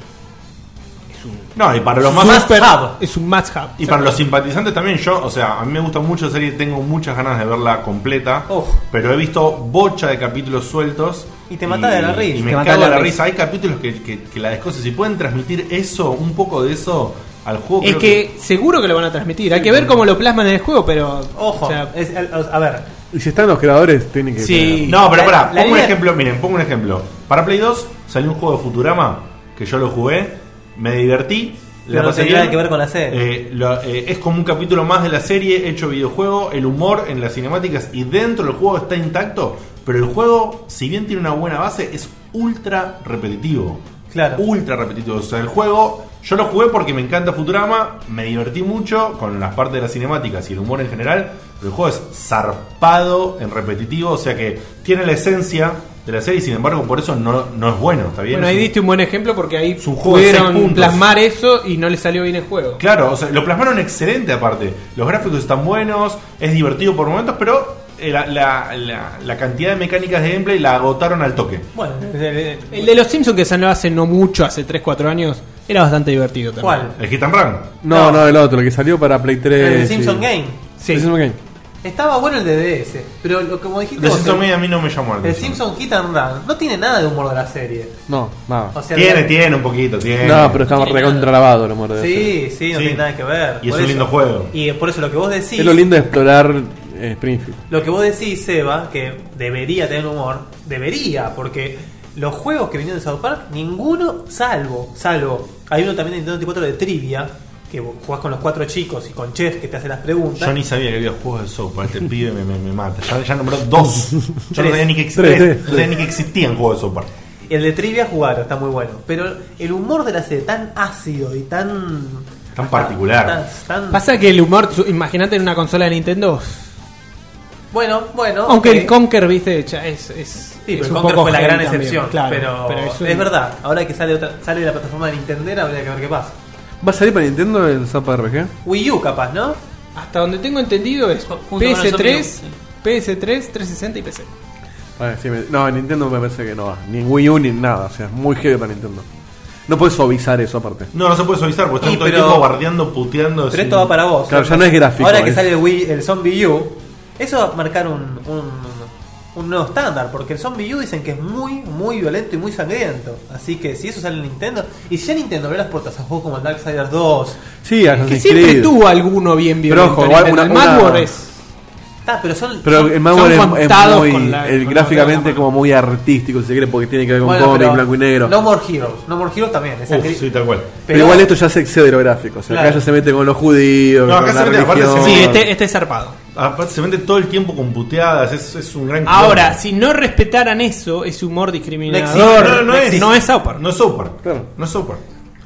[SPEAKER 3] No, y para los más.
[SPEAKER 2] Más
[SPEAKER 6] Super-
[SPEAKER 2] hub.
[SPEAKER 6] Es un must have.
[SPEAKER 3] Y para los simpatizantes también, yo, o sea, a mí me gusta mucho la serie, tengo muchas ganas de verla completa,
[SPEAKER 2] Uf.
[SPEAKER 3] pero he visto bocha de capítulos sueltos.
[SPEAKER 2] Y te mata de la risa.
[SPEAKER 3] Y me
[SPEAKER 6] Te mata
[SPEAKER 3] cago
[SPEAKER 6] de
[SPEAKER 3] de
[SPEAKER 6] la
[SPEAKER 3] la risa. Hay capítulos que, que, que la descosen. Si pueden transmitir eso, un poco de eso al juego.
[SPEAKER 6] es
[SPEAKER 3] creo
[SPEAKER 6] que seguro que lo van a transmitir. Hay que ver cómo lo plasman en el juego, pero.
[SPEAKER 2] Ojo,
[SPEAKER 6] o sea,
[SPEAKER 2] es- el- o- a ver,
[SPEAKER 4] Y si están los creadores, tienen que.
[SPEAKER 6] Sí.
[SPEAKER 3] No, pero
[SPEAKER 2] La-
[SPEAKER 3] pará,
[SPEAKER 2] la
[SPEAKER 3] pongo un
[SPEAKER 2] idea-
[SPEAKER 3] ejemplo, miren, pongo un ejemplo. Para Play 2 salió un juego de Futurama que yo lo jugué, me divertí.
[SPEAKER 2] Pero
[SPEAKER 3] la
[SPEAKER 2] no
[SPEAKER 3] pasé
[SPEAKER 2] tenía nada
[SPEAKER 3] bien.
[SPEAKER 2] que ver con la serie.
[SPEAKER 3] Eh, lo- eh, es como un capítulo más de la serie hecho videojuego, el humor en las cinemáticas y dentro del juego está intacto, pero el juego, si bien tiene una buena base, es ultra repetitivo.
[SPEAKER 2] Claro.
[SPEAKER 3] Ultra repetitivo. O sea, el juego, yo lo jugué porque me encanta Futurama, me divertí mucho con las partes de las cinemáticas y el humor en general, pero el juego es zarpado en repetitivo, o sea que tiene la esencia de la serie y sin embargo por eso no, no es bueno, ¿está bien?
[SPEAKER 6] bueno,
[SPEAKER 3] Es
[SPEAKER 6] ahí
[SPEAKER 3] un-
[SPEAKER 6] diste un buen ejemplo porque ahí
[SPEAKER 3] Es un juego de seis
[SPEAKER 6] pudieron
[SPEAKER 3] puntos.
[SPEAKER 6] plasmar eso y no le salió bien el juego.
[SPEAKER 3] Claro, o sea, lo plasmaron excelente aparte. Los gráficos están buenos, es divertido por momentos, pero eh, la, la- la- la cantidad de mecánicas de gameplay la agotaron al toque.
[SPEAKER 2] bueno, el- el-
[SPEAKER 6] El de los Simpsons que salió hace no mucho, hace 3-4 años, era bastante divertido también.
[SPEAKER 2] ¿cuál?
[SPEAKER 3] El Hit and Run.
[SPEAKER 2] No.
[SPEAKER 4] No, no, el otro, el que salió para Play
[SPEAKER 3] Eh,
[SPEAKER 4] 3.
[SPEAKER 2] El Simpson
[SPEAKER 4] y-
[SPEAKER 2] Game.
[SPEAKER 6] Sí.
[SPEAKER 4] El Simpson Game.
[SPEAKER 2] Estaba bueno el de DS, pero lo, como dijiste,
[SPEAKER 3] De
[SPEAKER 2] vos,
[SPEAKER 3] Simpson
[SPEAKER 2] el,
[SPEAKER 3] Media a mí no me llamó
[SPEAKER 2] el
[SPEAKER 3] la atención.
[SPEAKER 2] Simpson Hit and Run no tiene nada de humor de la serie.
[SPEAKER 4] No, nada.
[SPEAKER 2] O sea,
[SPEAKER 3] Tiene,
[SPEAKER 2] la-
[SPEAKER 3] tiene un poquito, tiene.
[SPEAKER 4] no, pero estaba
[SPEAKER 5] tiene nada.
[SPEAKER 4] recontralavado, lo muerde.
[SPEAKER 2] Sí, sí, no
[SPEAKER 3] eh, Sí.
[SPEAKER 2] tiene nada que ver.
[SPEAKER 3] Y es
[SPEAKER 2] Por
[SPEAKER 3] un lindo juego.
[SPEAKER 2] Y por eso lo que vos decís.
[SPEAKER 4] Es lo lindo de explorar eh, Springfield.
[SPEAKER 2] Lo que vos decís, Seba, que debería tener humor, debería, porque los juegos que vinieron de South Park, ninguno, salvo, salvo, hay uno también de Nintendo 24 de trivia, que vos jugás con los cuatro chicos y con Chef que te hace las preguntas.
[SPEAKER 3] Yo ni sabía que había juegos de sopa. Este pibe me, me- me mata. Ya, ya nombró dos. Yo no sabía ni que
[SPEAKER 4] Tres,
[SPEAKER 3] existían,
[SPEAKER 4] tres,
[SPEAKER 3] no sabía ni que existían juegos de sopa.
[SPEAKER 2] El de trivia jugaron, está muy bueno. Pero el humor de la serie tan ácido y tan.
[SPEAKER 3] Tan particular.
[SPEAKER 2] Tan, tan-
[SPEAKER 6] Pasa que el humor, su- imagínate en una consola de Nintendo.
[SPEAKER 2] Bueno, bueno.
[SPEAKER 6] Aunque
[SPEAKER 2] ok.
[SPEAKER 6] el Conker, viste, ya es. es
[SPEAKER 2] Sí,
[SPEAKER 6] es
[SPEAKER 2] pero el
[SPEAKER 6] un
[SPEAKER 2] Conker
[SPEAKER 6] poco
[SPEAKER 2] fue la
[SPEAKER 6] heavy
[SPEAKER 2] gran
[SPEAKER 6] también,
[SPEAKER 2] excepción.
[SPEAKER 6] claro,
[SPEAKER 2] pero, es,
[SPEAKER 6] un-
[SPEAKER 2] verdad, ahora que sale, otra, sale la plataforma de Nintendo, habría que ver qué pasa.
[SPEAKER 4] ¿Va a salir para Nintendo el Zapa RPG?
[SPEAKER 2] Wii U, capaz, ¿no?
[SPEAKER 4] Pues
[SPEAKER 6] Hasta donde tengo entendido es
[SPEAKER 5] Junto con los
[SPEAKER 6] PS3,
[SPEAKER 5] amigos, sí.
[SPEAKER 6] PS3, 360 y PC.
[SPEAKER 4] A ver, Ah, sí, me- no, en Nintendo me parece que no va. Ni en Wii U ni nada. O sea, es muy heavy para Nintendo. No puedes suavizar eso aparte.
[SPEAKER 3] No, no se puede suavizar porque
[SPEAKER 2] Y
[SPEAKER 3] están todo el
[SPEAKER 2] pero-
[SPEAKER 3] tiempo bardeando, puteando.
[SPEAKER 2] Pero
[SPEAKER 3] sin-
[SPEAKER 2] esto va para vos.
[SPEAKER 4] Claro, ya no es gráfico,
[SPEAKER 2] Ahora que
[SPEAKER 4] es-
[SPEAKER 2] sale el, Wii- el Zombie U, eso va a marcar un, un, un nuevo estándar, porque el Zombie U dicen que es muy, muy violento y muy sangriento. Así que si eso sale en Nintendo, y si ya Nintendo abre las puertas a juegos como el Darksiders 2,
[SPEAKER 4] Sí,
[SPEAKER 6] Es que
[SPEAKER 4] Assassin's
[SPEAKER 6] siempre
[SPEAKER 4] Creed.
[SPEAKER 6] tuvo alguno bien
[SPEAKER 4] Pero
[SPEAKER 6] violento.
[SPEAKER 4] ojo, igual
[SPEAKER 6] Nintendo.
[SPEAKER 4] una-
[SPEAKER 6] El
[SPEAKER 4] una-
[SPEAKER 6] Madware es.
[SPEAKER 2] está, pero son.
[SPEAKER 4] Pero el Malware
[SPEAKER 6] Son
[SPEAKER 4] es, es
[SPEAKER 6] contados
[SPEAKER 4] muy.
[SPEAKER 6] con la-
[SPEAKER 4] el
[SPEAKER 6] con
[SPEAKER 4] gráficamente
[SPEAKER 6] la-
[SPEAKER 4] como muy artístico, si se quiere, porque tiene que ver con
[SPEAKER 2] Bueno,
[SPEAKER 4] cómic,
[SPEAKER 2] pero
[SPEAKER 4] blanco y negro.
[SPEAKER 2] No More Heroes, No More Heroes también. es
[SPEAKER 3] Uf,
[SPEAKER 2] sangri-
[SPEAKER 3] sí, tal cual.
[SPEAKER 4] pero, igual esto ya se excede de lo gráfico. O sea, acá
[SPEAKER 2] Claro.
[SPEAKER 4] ya se mete con los judíos,
[SPEAKER 3] No, acá
[SPEAKER 4] con
[SPEAKER 3] se
[SPEAKER 4] la
[SPEAKER 3] mete, aparte se
[SPEAKER 4] religión.
[SPEAKER 3] mete-
[SPEAKER 6] Sí, este, este es zarpado.
[SPEAKER 3] Aparte, se vende todo el tiempo con puteadas. Es, es un gran.
[SPEAKER 6] Ahora,
[SPEAKER 3] quilombo.
[SPEAKER 6] si no respetaran eso, es humor discriminador.
[SPEAKER 3] No, no, no es.
[SPEAKER 6] No es South Park.
[SPEAKER 3] No es South Park.
[SPEAKER 4] Claro.
[SPEAKER 3] No es South Park.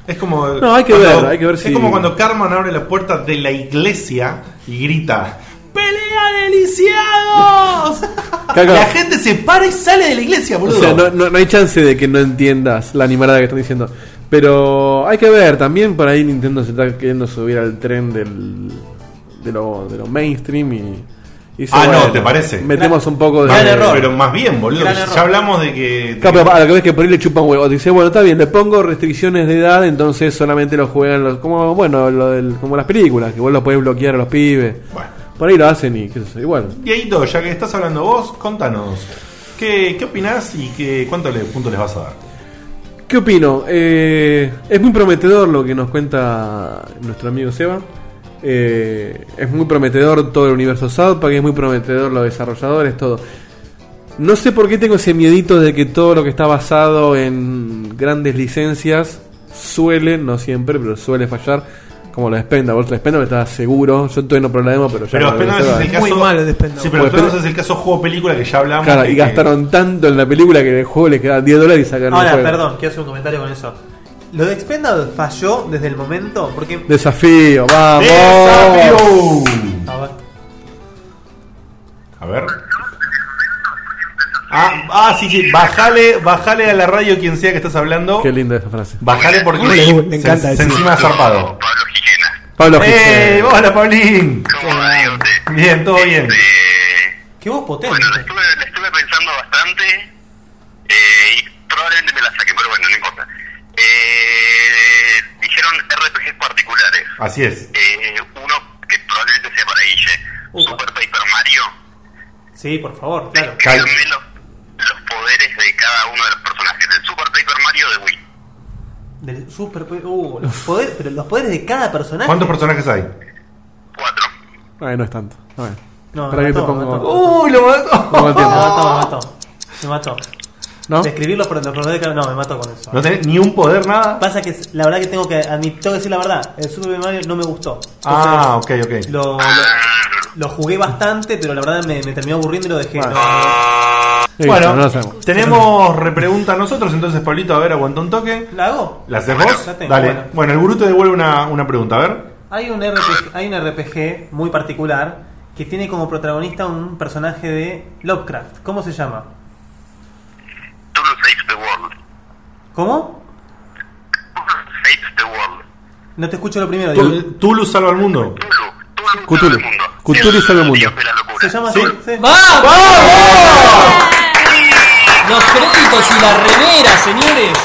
[SPEAKER 3] Es como.
[SPEAKER 4] No, hay que
[SPEAKER 3] cuando-
[SPEAKER 4] ver, hay que ver
[SPEAKER 3] Es
[SPEAKER 4] si-
[SPEAKER 3] como cuando Carmen abre la puerta de la iglesia y grita: ¡Pelea de lisiados!
[SPEAKER 4] Claro.
[SPEAKER 3] La gente se para y sale de la iglesia,
[SPEAKER 4] O
[SPEAKER 3] boludo.
[SPEAKER 4] sea, no, no- no hay chance de que no entiendas la animada que están diciendo. Pero hay que ver, también por ahí Nintendo se está queriendo subir al tren del, de, lo, de lo mainstream y... y
[SPEAKER 3] Ah, no, ¿te parece?
[SPEAKER 4] Metemos un poco de...
[SPEAKER 3] Más-
[SPEAKER 2] Gran error.
[SPEAKER 3] Pero más bien, boludo.
[SPEAKER 2] Gran
[SPEAKER 3] ya
[SPEAKER 2] error.
[SPEAKER 3] hablamos de que.
[SPEAKER 4] Claro, pero a lo que ves que por ahí le chupan huevo. Dice, bueno, está bien, le pongo restricciones de edad, entonces solamente lo juegan los... Como, bueno, lo del- como las películas, que vos los podés bloquear a los pibes.
[SPEAKER 3] Bueno.
[SPEAKER 4] Por ahí lo hacen y qué sé yo, igual.
[SPEAKER 3] Dieguito, ya que estás hablando vos, contanos. ¿Qué, qué opinás y qué, cuánto le- punto les vas a dar?
[SPEAKER 4] ¿Qué opino? Eh, es muy prometedor lo que nos cuenta nuestro amigo Seba. Eh, es muy prometedor todo el universo South Park, es muy prometedor los desarrolladores, todo. No sé por qué tengo ese miedito de que todo lo que está basado en grandes licencias suele, no siempre, pero suele fallar. Como lo de Spendables, lo de Spendables está seguro, yo todavía no problema, pero ya
[SPEAKER 3] Pero
[SPEAKER 4] lo
[SPEAKER 3] Spendables
[SPEAKER 4] revisaba.
[SPEAKER 3] es el caso.
[SPEAKER 6] Muy malo de Spendables.
[SPEAKER 3] Sí, pero
[SPEAKER 4] Pues,
[SPEAKER 3] Spendables es el caso juego-película que ya hablamos.
[SPEAKER 4] Claro,
[SPEAKER 3] que-
[SPEAKER 4] y
[SPEAKER 3] que-
[SPEAKER 4] gastaron tanto en la película que el juego le quedaba 10 dólares y sacaron el
[SPEAKER 2] Ahora,
[SPEAKER 4] juego.
[SPEAKER 2] perdón, quiero hacer un comentario con eso. Lo de Expendables falló desde el momento porque.
[SPEAKER 4] Desafío, vamos.
[SPEAKER 3] ¡Desafío!
[SPEAKER 2] A ver.
[SPEAKER 3] A ver. Ah, ah, sí, sí. Bajale, bajale a la radio quien sea que estás hablando.
[SPEAKER 4] Qué linda esa frase.
[SPEAKER 3] Bajale porque
[SPEAKER 6] Uy,
[SPEAKER 3] se-
[SPEAKER 6] me encanta
[SPEAKER 3] se,
[SPEAKER 6] eso.
[SPEAKER 3] encima ha zarpado.
[SPEAKER 4] Pablo
[SPEAKER 3] ¡Eh!
[SPEAKER 4] Hitchens.
[SPEAKER 3] ¡Hola, Paulín! Bien, todo bien.
[SPEAKER 2] Qué voz potente.
[SPEAKER 10] Bueno, la estuve, la estuve pensando bastante eh, y probablemente me la saqué, pero bueno, no importa. Eh, dijeron RPGs particulares.
[SPEAKER 3] Así es.
[SPEAKER 10] Eh, uno que probablemente sea para Guille,
[SPEAKER 2] Upa.
[SPEAKER 10] Super Paper Mario,
[SPEAKER 2] Sí, por favor, claro.
[SPEAKER 10] que
[SPEAKER 3] Cal-
[SPEAKER 10] cambien los, los poderes de cada uno de los personajes. El Super Paper Mario de Wii.
[SPEAKER 2] Del super. Uh, los poderes, pero los poderes de cada personaje.
[SPEAKER 3] ¿Cuántos personajes hay?
[SPEAKER 10] 4.
[SPEAKER 4] Ay, no es tanto. A ver.
[SPEAKER 2] No,
[SPEAKER 4] Para
[SPEAKER 2] me
[SPEAKER 4] que te
[SPEAKER 2] mató, me
[SPEAKER 4] pongo.
[SPEAKER 2] mató.
[SPEAKER 3] ¡Uy, lo mató!
[SPEAKER 4] Pongo el
[SPEAKER 2] Me
[SPEAKER 4] tiempo.
[SPEAKER 2] mató, me mató. Me mató.
[SPEAKER 4] ¿No?
[SPEAKER 2] Describirlo por los poderes de cada. No, me mató con eso.
[SPEAKER 3] ¿No tenés ni un poder, nada?
[SPEAKER 2] Pasa que la verdad que tengo que admitir, tengo que decir la verdad, el Super Paper Mario no me gustó. Entonces,
[SPEAKER 3] Ah, ok, ok.
[SPEAKER 2] lo, lo, lo jugué bastante, pero la verdad me, me terminó aburriendo y lo dejé.
[SPEAKER 4] Bueno.
[SPEAKER 2] No,
[SPEAKER 4] Listo,
[SPEAKER 3] Bueno,
[SPEAKER 4] no lo sabemos.
[SPEAKER 3] tenemos repregunta a nosotros, entonces, Pablito, a ver, aguanta un toque.
[SPEAKER 2] ¿La hago?
[SPEAKER 3] ¿La haces vos?
[SPEAKER 2] La tengo,
[SPEAKER 3] Dale.
[SPEAKER 2] bueno.
[SPEAKER 3] Bueno, el gurú te devuelve una, una pregunta, a ver.
[SPEAKER 2] Hay un RPG, hay un RPG muy particular que tiene como protagonista un personaje de Lovecraft. ¿Cómo se llama?
[SPEAKER 10] Tulu Saves the World.
[SPEAKER 2] ¿Cómo?
[SPEAKER 10] Tulu Saves the World.
[SPEAKER 2] No te escucho lo primero. digo.
[SPEAKER 3] Tul- Tulu salva al mundo.
[SPEAKER 10] Tulu. Tulu.
[SPEAKER 4] Cthulhu.
[SPEAKER 10] Cthulhu. mundo.
[SPEAKER 4] Cthulhu salva el mundo.
[SPEAKER 10] Dios de la locura.
[SPEAKER 2] Se llama así. sí.
[SPEAKER 8] Eh.
[SPEAKER 5] Los créditos y la remera, señores.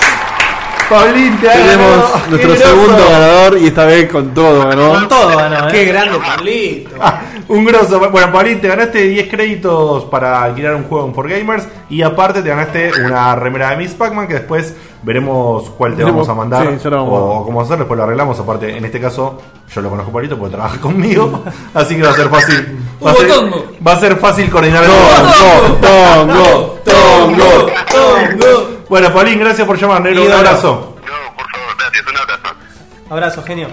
[SPEAKER 3] Pablín, te
[SPEAKER 4] Tenemos nuestro segundo ganador y esta vez con todo,
[SPEAKER 2] Con
[SPEAKER 4] ganó.
[SPEAKER 2] todo ganó, ¿eh?
[SPEAKER 6] Qué grande, Pablito.
[SPEAKER 3] un grosso. Bueno, Pablín, te ganaste 10 créditos para alquilar un juego en 4Gamers. Y aparte, te ganaste una remera de Miss Pac-Man. Que después veremos cuál te
[SPEAKER 4] Veremos.
[SPEAKER 3] vamos a mandar.
[SPEAKER 4] Sí, ya la vamos a
[SPEAKER 3] o
[SPEAKER 4] mandar.
[SPEAKER 3] cómo hacer. Después lo arreglamos. Aparte, en este caso, yo lo conozco, Pablito, porque trabaja conmigo. Así que va a ser fácil. Va a
[SPEAKER 5] Hubo
[SPEAKER 3] ser,
[SPEAKER 5] tongo.
[SPEAKER 3] va a ser fácil coordinar el todo.
[SPEAKER 4] Tongo, tongo, tongo.
[SPEAKER 3] Bueno, Pablín, gracias por llamar, negro. Un
[SPEAKER 2] Ídolo.
[SPEAKER 3] abrazo.
[SPEAKER 10] No, por favor, gracias. Un abrazo.
[SPEAKER 2] Abrazo, genio.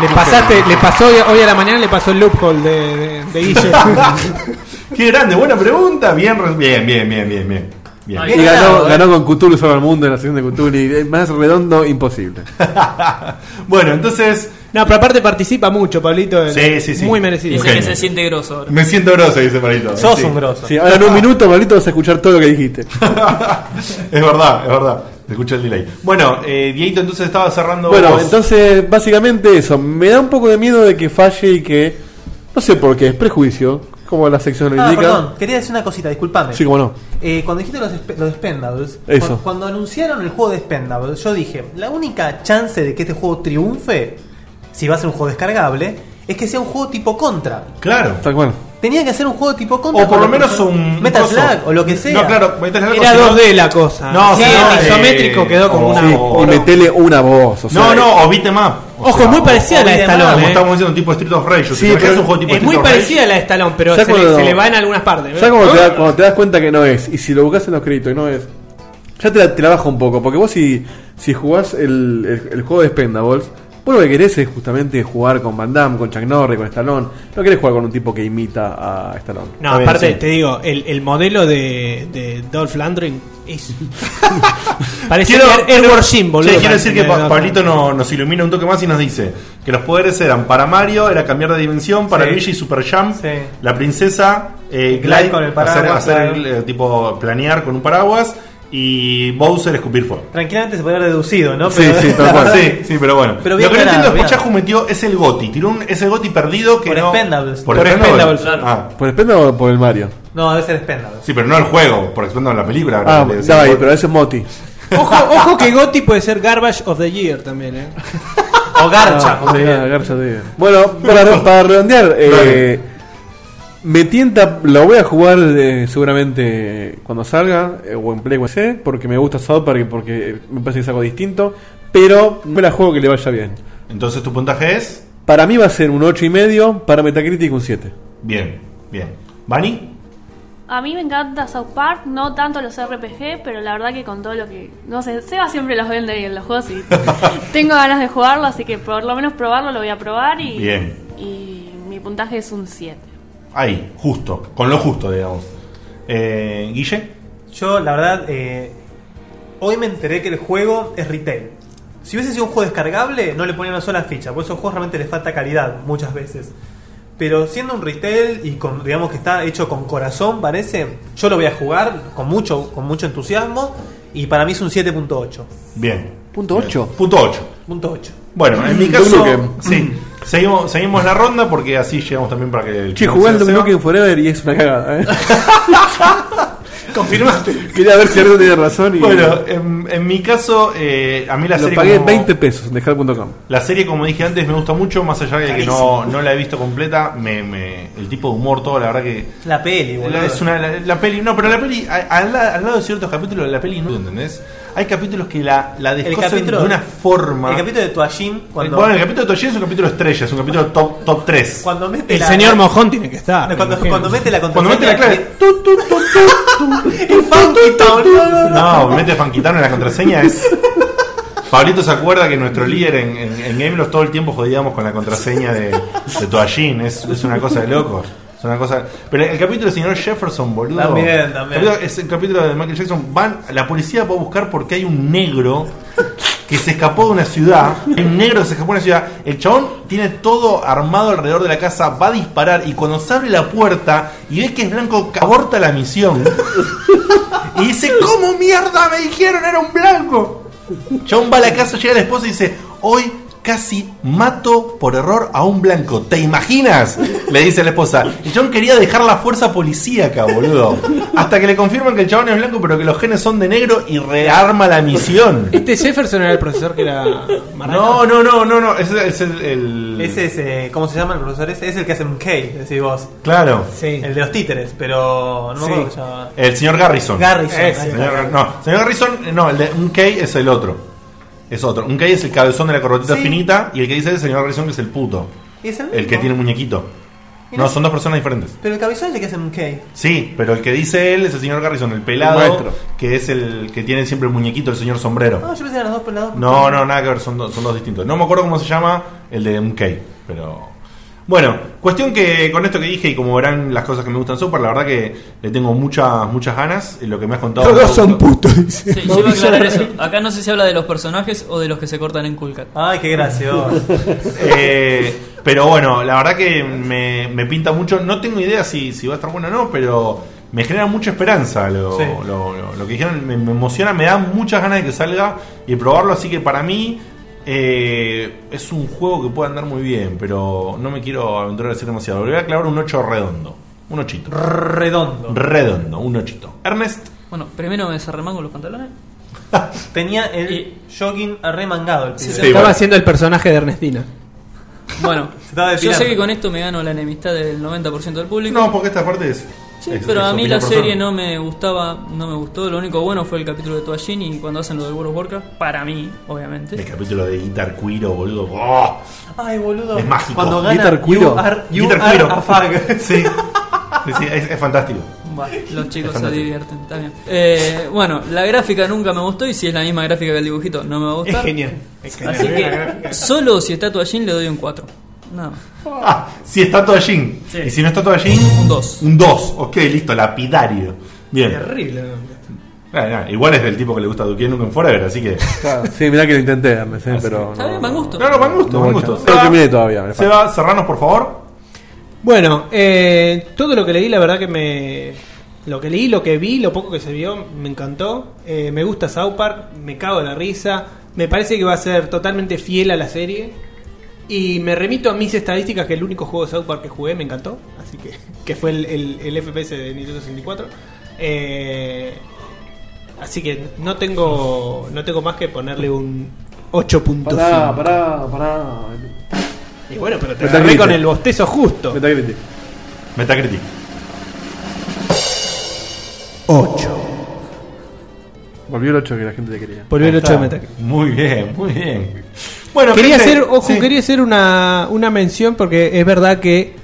[SPEAKER 6] Le pasaste, le pasó hoy, hoy a la mañana le pasó el loophole de, de, de Guille.
[SPEAKER 3] Qué grande, buena pregunta. Bien, re- bien, bien, bien, bien, bien. bien.
[SPEAKER 5] Ay,
[SPEAKER 4] Y ganó,
[SPEAKER 2] ganado, eh.
[SPEAKER 4] ganó con Cthulhu sobre el mundo en la sección de Cthulhu. y, eh, Más redondo, imposible.
[SPEAKER 3] Bueno, entonces
[SPEAKER 6] No, pero aparte participa mucho, Pablito. en-
[SPEAKER 3] Sí, sí, sí.
[SPEAKER 6] Muy merecido.
[SPEAKER 3] Ok.
[SPEAKER 5] Dice que se siente grosso ahora.
[SPEAKER 3] me siento grosso, dice Marito.
[SPEAKER 2] Sos
[SPEAKER 3] Sí.
[SPEAKER 2] un grosso.
[SPEAKER 4] Sí, ahora en un minuto, Pablito, vas a escuchar todo lo que dijiste.
[SPEAKER 3] es verdad, es verdad. Te escucha el delay. Bueno, eh, Dieguito entonces estaba cerrando.
[SPEAKER 4] Bueno,
[SPEAKER 3] vos.
[SPEAKER 4] entonces, básicamente eso. Me da un poco de miedo de que falle y que. No sé por qué, es prejuicio. Como la sección lo
[SPEAKER 2] Ah,
[SPEAKER 4] indica.
[SPEAKER 2] perdón, quería decir una cosita, disculpame.
[SPEAKER 4] Sí, como no.
[SPEAKER 2] Eh, cuando dijiste los, espe- los Spendables,
[SPEAKER 4] Eso.
[SPEAKER 2] cu- cuando anunciaron el juego de Spendables, yo dije, la única chance de que este juego triunfe, si va a ser un juego descargable, es que sea un juego tipo contra.
[SPEAKER 3] Claro.
[SPEAKER 4] Tal cual.
[SPEAKER 2] Tenía que hacer un juego tipo contra.
[SPEAKER 3] O por lo
[SPEAKER 2] con los
[SPEAKER 3] menos
[SPEAKER 2] person-
[SPEAKER 3] un.
[SPEAKER 2] Metal
[SPEAKER 3] coso.
[SPEAKER 2] Slug o lo que sea.
[SPEAKER 3] No, claro, Metal Slug.
[SPEAKER 6] Era
[SPEAKER 3] o si no-
[SPEAKER 6] 2D la cosa.
[SPEAKER 3] No,
[SPEAKER 6] sí,
[SPEAKER 3] si no,
[SPEAKER 6] el
[SPEAKER 3] eh,
[SPEAKER 6] isométrico quedó como
[SPEAKER 3] o-
[SPEAKER 6] una.
[SPEAKER 4] Sí,
[SPEAKER 3] o-
[SPEAKER 4] y metele una voz. O sea,
[SPEAKER 3] No, no, o beat'em up. O
[SPEAKER 6] Ojo,
[SPEAKER 3] sea,
[SPEAKER 6] es muy parecida a la de
[SPEAKER 2] o-
[SPEAKER 3] Como
[SPEAKER 6] Stallone.
[SPEAKER 3] estamos
[SPEAKER 6] eh.
[SPEAKER 3] diciendo, tipo Street of Rage.
[SPEAKER 4] Sí,
[SPEAKER 3] Sí, es
[SPEAKER 4] pero-
[SPEAKER 3] un juego tipo
[SPEAKER 6] Es muy
[SPEAKER 3] Street of Rage?
[SPEAKER 6] parecida a la de Stallone, pero
[SPEAKER 4] Ya
[SPEAKER 6] se le,
[SPEAKER 4] cuando-
[SPEAKER 6] se le va en algunas partes.
[SPEAKER 4] Ya como te da- cuando te das cuenta que no es, y si lo buscas en los créditos y no es, ya te la, te la bajo un poco, porque vos si, si jugás el, el- el juego de Spendables, vos lo que querés es justamente jugar con Van Damme, con Chuck Norris, con Stallone, no querés jugar con un tipo que imita a Stallone.
[SPEAKER 6] No,
[SPEAKER 3] Está bien,
[SPEAKER 6] aparte,
[SPEAKER 3] sí.
[SPEAKER 6] te digo, el, el modelo de, de Dolph Lundgren es. Parece
[SPEAKER 3] Quiero-
[SPEAKER 6] Ed- Edward Jim, boludo.
[SPEAKER 3] Che, quiero
[SPEAKER 6] parece
[SPEAKER 3] decir que
[SPEAKER 6] no-
[SPEAKER 3] Pa- Pablito no- nos ilumina un toque más y nos dice que los poderes eran para Mario, era cambiar de dimensión, para
[SPEAKER 2] Sí.
[SPEAKER 3] Luigi Super Jump,
[SPEAKER 2] Sí.
[SPEAKER 3] la princesa, eh,
[SPEAKER 2] Glide
[SPEAKER 3] Glide,
[SPEAKER 2] con el
[SPEAKER 3] hacer,
[SPEAKER 2] paraguas,
[SPEAKER 3] hacer el,
[SPEAKER 2] claro.
[SPEAKER 3] eh, tipo planear con un paraguas y Bowser escupir fuego.
[SPEAKER 2] Tranquilamente se podría haber deducido, ¿no?
[SPEAKER 4] Sí, sí, tal cual.
[SPEAKER 3] sí, sí, pero bueno.
[SPEAKER 2] Pero
[SPEAKER 3] Lo
[SPEAKER 2] bien
[SPEAKER 3] que no
[SPEAKER 2] ganado,
[SPEAKER 3] entiendo es que
[SPEAKER 2] bien.
[SPEAKER 3] Chahu metió es el Goti, tiró un, es el Goti perdido que
[SPEAKER 2] Por
[SPEAKER 3] no.
[SPEAKER 2] Expendables.
[SPEAKER 3] Por,
[SPEAKER 2] Por
[SPEAKER 3] Expendables.
[SPEAKER 2] Expendables,
[SPEAKER 3] Ah,
[SPEAKER 4] ¿Por el Spendables o por el Mario?
[SPEAKER 2] No, debe ser Spendables.
[SPEAKER 3] sí, pero no el juego, por Expendables la película.
[SPEAKER 4] Ah,
[SPEAKER 3] le decimos.
[SPEAKER 4] estaba ahí, pero ese es Moti.
[SPEAKER 6] Ojo, ojo que Gotti puede ser Garbage of the Year también, eh.
[SPEAKER 2] O Garcha.
[SPEAKER 3] Ah,
[SPEAKER 4] Ah, garcha, sí. Bueno, para, para redondear, eh, Me tienta, lo voy a jugar eh, seguramente cuando salga, eh, o en Play o en PC, porque me gusta South Park y porque me parece que es algo distinto, pero no me la juego que le vaya bien.
[SPEAKER 3] Entonces tu puntaje es...
[SPEAKER 4] Para mí va a ser un 8 y medio, para Metacritic un 7.
[SPEAKER 3] Bien, bien. ¿Bani?
[SPEAKER 8] A mí me encanta South Park, no tanto los RPG, pero la verdad que con todo lo que. No sé, Seba siempre los vende bien los juegos y tengo ganas de jugarlo, así que por lo menos probarlo lo voy a probar y.
[SPEAKER 3] Bien.
[SPEAKER 8] Y mi puntaje es un 7.
[SPEAKER 3] Ahí, justo. Con lo justo, digamos. Eh, Guille.
[SPEAKER 2] Yo, la verdad, eh, hoy me enteré que el juego es retail. Si hubiese sido un juego descargable, no le ponía una sola ficha, por esos juegos realmente les falta calidad muchas veces. Pero siendo un retail y con, digamos que está hecho con corazón, parece, yo lo voy a jugar con mucho, con mucho entusiasmo y para mí es un 7.8.
[SPEAKER 3] Bien.
[SPEAKER 4] Punto Mm, 8.
[SPEAKER 3] Punto 8.
[SPEAKER 2] Punto 8.
[SPEAKER 3] Bueno, en mi
[SPEAKER 4] Duke
[SPEAKER 3] caso...
[SPEAKER 4] Nukem.
[SPEAKER 3] Sí. Seguimos, seguimos la ronda porque así llegamos también para que... El
[SPEAKER 4] Che, jugué al Duke Nukem Forever y es una cagada, ¿eh?
[SPEAKER 3] Confirmaste.
[SPEAKER 4] Quería ver si alguien tenía razón y.
[SPEAKER 3] Bueno, en, en mi caso, eh, a mí la
[SPEAKER 4] lo
[SPEAKER 3] serie...
[SPEAKER 4] pagué
[SPEAKER 3] como-
[SPEAKER 4] 20 pesos en dejar.com.
[SPEAKER 3] La serie, como dije antes, me gusta mucho, más allá de que no, no la he visto completa, me, me- el tipo de humor, todo, la verdad que...
[SPEAKER 2] La peli, boludo.
[SPEAKER 3] La, es una, la, la peli, no, pero la peli, a- al, la- al lado de ciertos capítulos, la peli no, ¿entendés? Hay capítulos que la, la
[SPEAKER 2] el
[SPEAKER 3] descosen
[SPEAKER 2] capítulo,
[SPEAKER 3] de una forma...
[SPEAKER 2] El capítulo de Toallín, cuando,
[SPEAKER 3] Bueno, el capítulo de Toyen es un capítulo estrella, es un capítulo top, top 3.
[SPEAKER 2] cuando mete
[SPEAKER 6] El
[SPEAKER 2] la-
[SPEAKER 6] señor Mojón tiene que estar.
[SPEAKER 2] No,
[SPEAKER 6] me
[SPEAKER 2] cuando,
[SPEAKER 6] imagino.
[SPEAKER 2] cuando mete la
[SPEAKER 3] Cuando mete la clave...
[SPEAKER 2] contraseña,
[SPEAKER 3] tu, tu, tu, tu, tu.
[SPEAKER 2] el funky town.
[SPEAKER 3] No, mete Fanquitano en la contraseña es. Pablito se acuerda que nuestro líder en, en, en Gamelos todo el tiempo jodíamos con la contraseña de, de Toallín. Es, es una cosa de locos. Es una cosa. Pero el capítulo del señor Jefferson, boludo.
[SPEAKER 2] También, también.
[SPEAKER 3] Capítulo- es el capítulo de Michael Jackson. Van, la policía va a buscar porque hay un negro que se escapó de una ciudad. Hay un negro que se escapó de una ciudad. El chabón tiene todo armado alrededor de la casa. Va a disparar. Y cuando se abre la puerta y ve que es blanco, aborta la misión. Y dice, ¿cómo mierda me dijeron? Era un blanco. John va a la casa, llega la esposa y dice, hoy casi mato por error a un blanco. ¿Te imaginas? Le dice la esposa. Y John quería dejar la fuerza policíaca, boludo. Hasta que le confirman que el chabón es blanco, pero que los genes son de negro y rearma la misión.
[SPEAKER 6] Este Jefferson era el profesor que era.
[SPEAKER 3] No, no, no, no, no. Ese es el... el-
[SPEAKER 2] Ese es, eh, ¿cómo se llama el profesor ese? Es el que hace MK, decís vos.
[SPEAKER 3] Claro.
[SPEAKER 6] Sí.
[SPEAKER 2] El de los títeres, pero no me
[SPEAKER 6] Sí.
[SPEAKER 2] acuerdo cómo se llama.
[SPEAKER 3] El señor Garrison.
[SPEAKER 2] Garrison.
[SPEAKER 6] Ese.
[SPEAKER 2] ahí está.
[SPEAKER 3] Señor- no, señor Garrison, eh, no, el de un K es el otro. Es otro. Un K es el cabezón de la corbatita
[SPEAKER 2] Sí. Ah,
[SPEAKER 3] finita y el que dice el señor Garrison que es el puto.
[SPEAKER 2] Es el,
[SPEAKER 3] El que
[SPEAKER 2] mismo.
[SPEAKER 3] tiene muñequito. No, son dos personas diferentes.
[SPEAKER 2] Pero el cabezón es el que hace MK.
[SPEAKER 3] Sí, pero el que dice él es el señor Garrison, el pelado,
[SPEAKER 4] El maestro.
[SPEAKER 3] que es el que tiene siempre el muñequito, el señor
[SPEAKER 2] No,
[SPEAKER 3] sombrero.
[SPEAKER 2] Ah, yo pensé que eran los dos pelados.
[SPEAKER 3] No, no, nada que ver, son dos, son dos distintos. No me acuerdo cómo se llama el de MK, pero... Bueno, cuestión que con esto que dije y como verán las cosas que me gustan super, la verdad que le tengo muchas, muchas ganas. eh, Lo que me has contado... me
[SPEAKER 9] Todos son
[SPEAKER 3] gustó.
[SPEAKER 9] putos, dice.
[SPEAKER 5] Sí, yo iba a aclarar eso. Acá no sé si habla de los personajes o de los que se cortan en Kulkat.
[SPEAKER 2] Ay, qué gracioso.
[SPEAKER 3] Eh, pero bueno, la verdad que me, me pinta mucho. No tengo idea si, si va a estar bueno o no, pero me genera mucha esperanza lo,
[SPEAKER 2] Sí.
[SPEAKER 3] lo- lo- lo que dijeron. Me, me emociona, me da muchas ganas de que salga y probarlo. Así que para mí eh, es un juego que puede andar muy bien, pero no me quiero aventurar a decir demasiado. Le voy a clavar un 8 redondo. Un ochito.
[SPEAKER 2] Redondo.
[SPEAKER 3] Redondo, un ochito. Ernest,
[SPEAKER 5] Bueno, primero me desarremango los pantalones.
[SPEAKER 2] Tenía el
[SPEAKER 5] Y-
[SPEAKER 2] jogging arremangado el pibe.
[SPEAKER 5] Sí,
[SPEAKER 3] sí.
[SPEAKER 6] Estaba
[SPEAKER 3] bueno.
[SPEAKER 6] haciendo el personaje de Ernestina.
[SPEAKER 5] Bueno,
[SPEAKER 2] estaba
[SPEAKER 5] yo
[SPEAKER 2] depilando.
[SPEAKER 5] sé que con esto me gano la enemistad del 90% del público.
[SPEAKER 3] Eh, no, porque esta parte es.
[SPEAKER 5] Sí,
[SPEAKER 3] es-
[SPEAKER 5] pero
[SPEAKER 3] es
[SPEAKER 5] a mí
[SPEAKER 3] opinión
[SPEAKER 5] la
[SPEAKER 3] personal.
[SPEAKER 5] serie no me gustaba, no me gustó. Lo único bueno fue el capítulo de Toallín y cuando hacen lo del World of Warcraft, para mí,
[SPEAKER 3] El
[SPEAKER 5] obviamente.
[SPEAKER 3] capítulo de Guitar Cuiro, boludo. ¡Oh!
[SPEAKER 2] Ay, boludo.
[SPEAKER 3] Es mágico.
[SPEAKER 2] Cuando gana
[SPEAKER 4] Guitar Cuiro.
[SPEAKER 2] You are, you
[SPEAKER 3] Guitar
[SPEAKER 2] are
[SPEAKER 3] Hero.
[SPEAKER 2] a fag.
[SPEAKER 3] Sí. Sí, sí, es, es fantástico.
[SPEAKER 5] Bah, los chicos se
[SPEAKER 3] fantástico.
[SPEAKER 5] divierten, está bien. Eh, bueno, la gráfica nunca me gustó y si es la misma gráfica que el dibujito, no me va a
[SPEAKER 6] Es
[SPEAKER 5] gustar.
[SPEAKER 6] genial. Es
[SPEAKER 5] Así que solo si está Toallín le doy un 4. No,
[SPEAKER 3] Ah, si está Toallín.
[SPEAKER 5] Sí.
[SPEAKER 3] Y si no está Toallín,
[SPEAKER 5] un 2.
[SPEAKER 3] un 2. Ok, listo, lapidario. Bien.
[SPEAKER 6] terrible.
[SPEAKER 3] Ah, nah, igual es del tipo que le gusta Duque Nukem Forever, así que.
[SPEAKER 4] Sí, mirá que lo intenté, Ernest,
[SPEAKER 3] Ah,
[SPEAKER 4] eh, pero.
[SPEAKER 5] Está bien, me gusto.
[SPEAKER 3] No, no, van gusto, van gusto.
[SPEAKER 4] No lo terminé todavía, me
[SPEAKER 3] Seba, cerranos por favor.
[SPEAKER 6] Bueno, eh, todo lo que leí, la verdad que me. Lo que leí, lo que vi, lo poco que se vio, me encantó. Eh, me gusta South Park, me cago de la risa. Me parece que va a ser totalmente fiel a la serie. Y me remito a mis estadísticas, que el único juego de South Park que jugué me encantó. Así que, que fue el, el- el FPS de Nintendo 64. Eh, así que no tengo, no tengo más que ponerle un 8.5.
[SPEAKER 4] Pará, pará, pará.
[SPEAKER 6] Y bueno, pero te
[SPEAKER 4] Metacritic.
[SPEAKER 6] agarré con el bostezo justo.
[SPEAKER 4] Metacritic.
[SPEAKER 3] Metacritic.
[SPEAKER 6] 8.
[SPEAKER 4] Volvió el 8 que la gente te quería.
[SPEAKER 6] Volvió el
[SPEAKER 4] Ahí
[SPEAKER 6] 8 de
[SPEAKER 4] está.
[SPEAKER 6] Metacritic.
[SPEAKER 3] Muy bien, muy bien.
[SPEAKER 6] quería hacer, ojo, quería hacer una, una mención porque es verdad que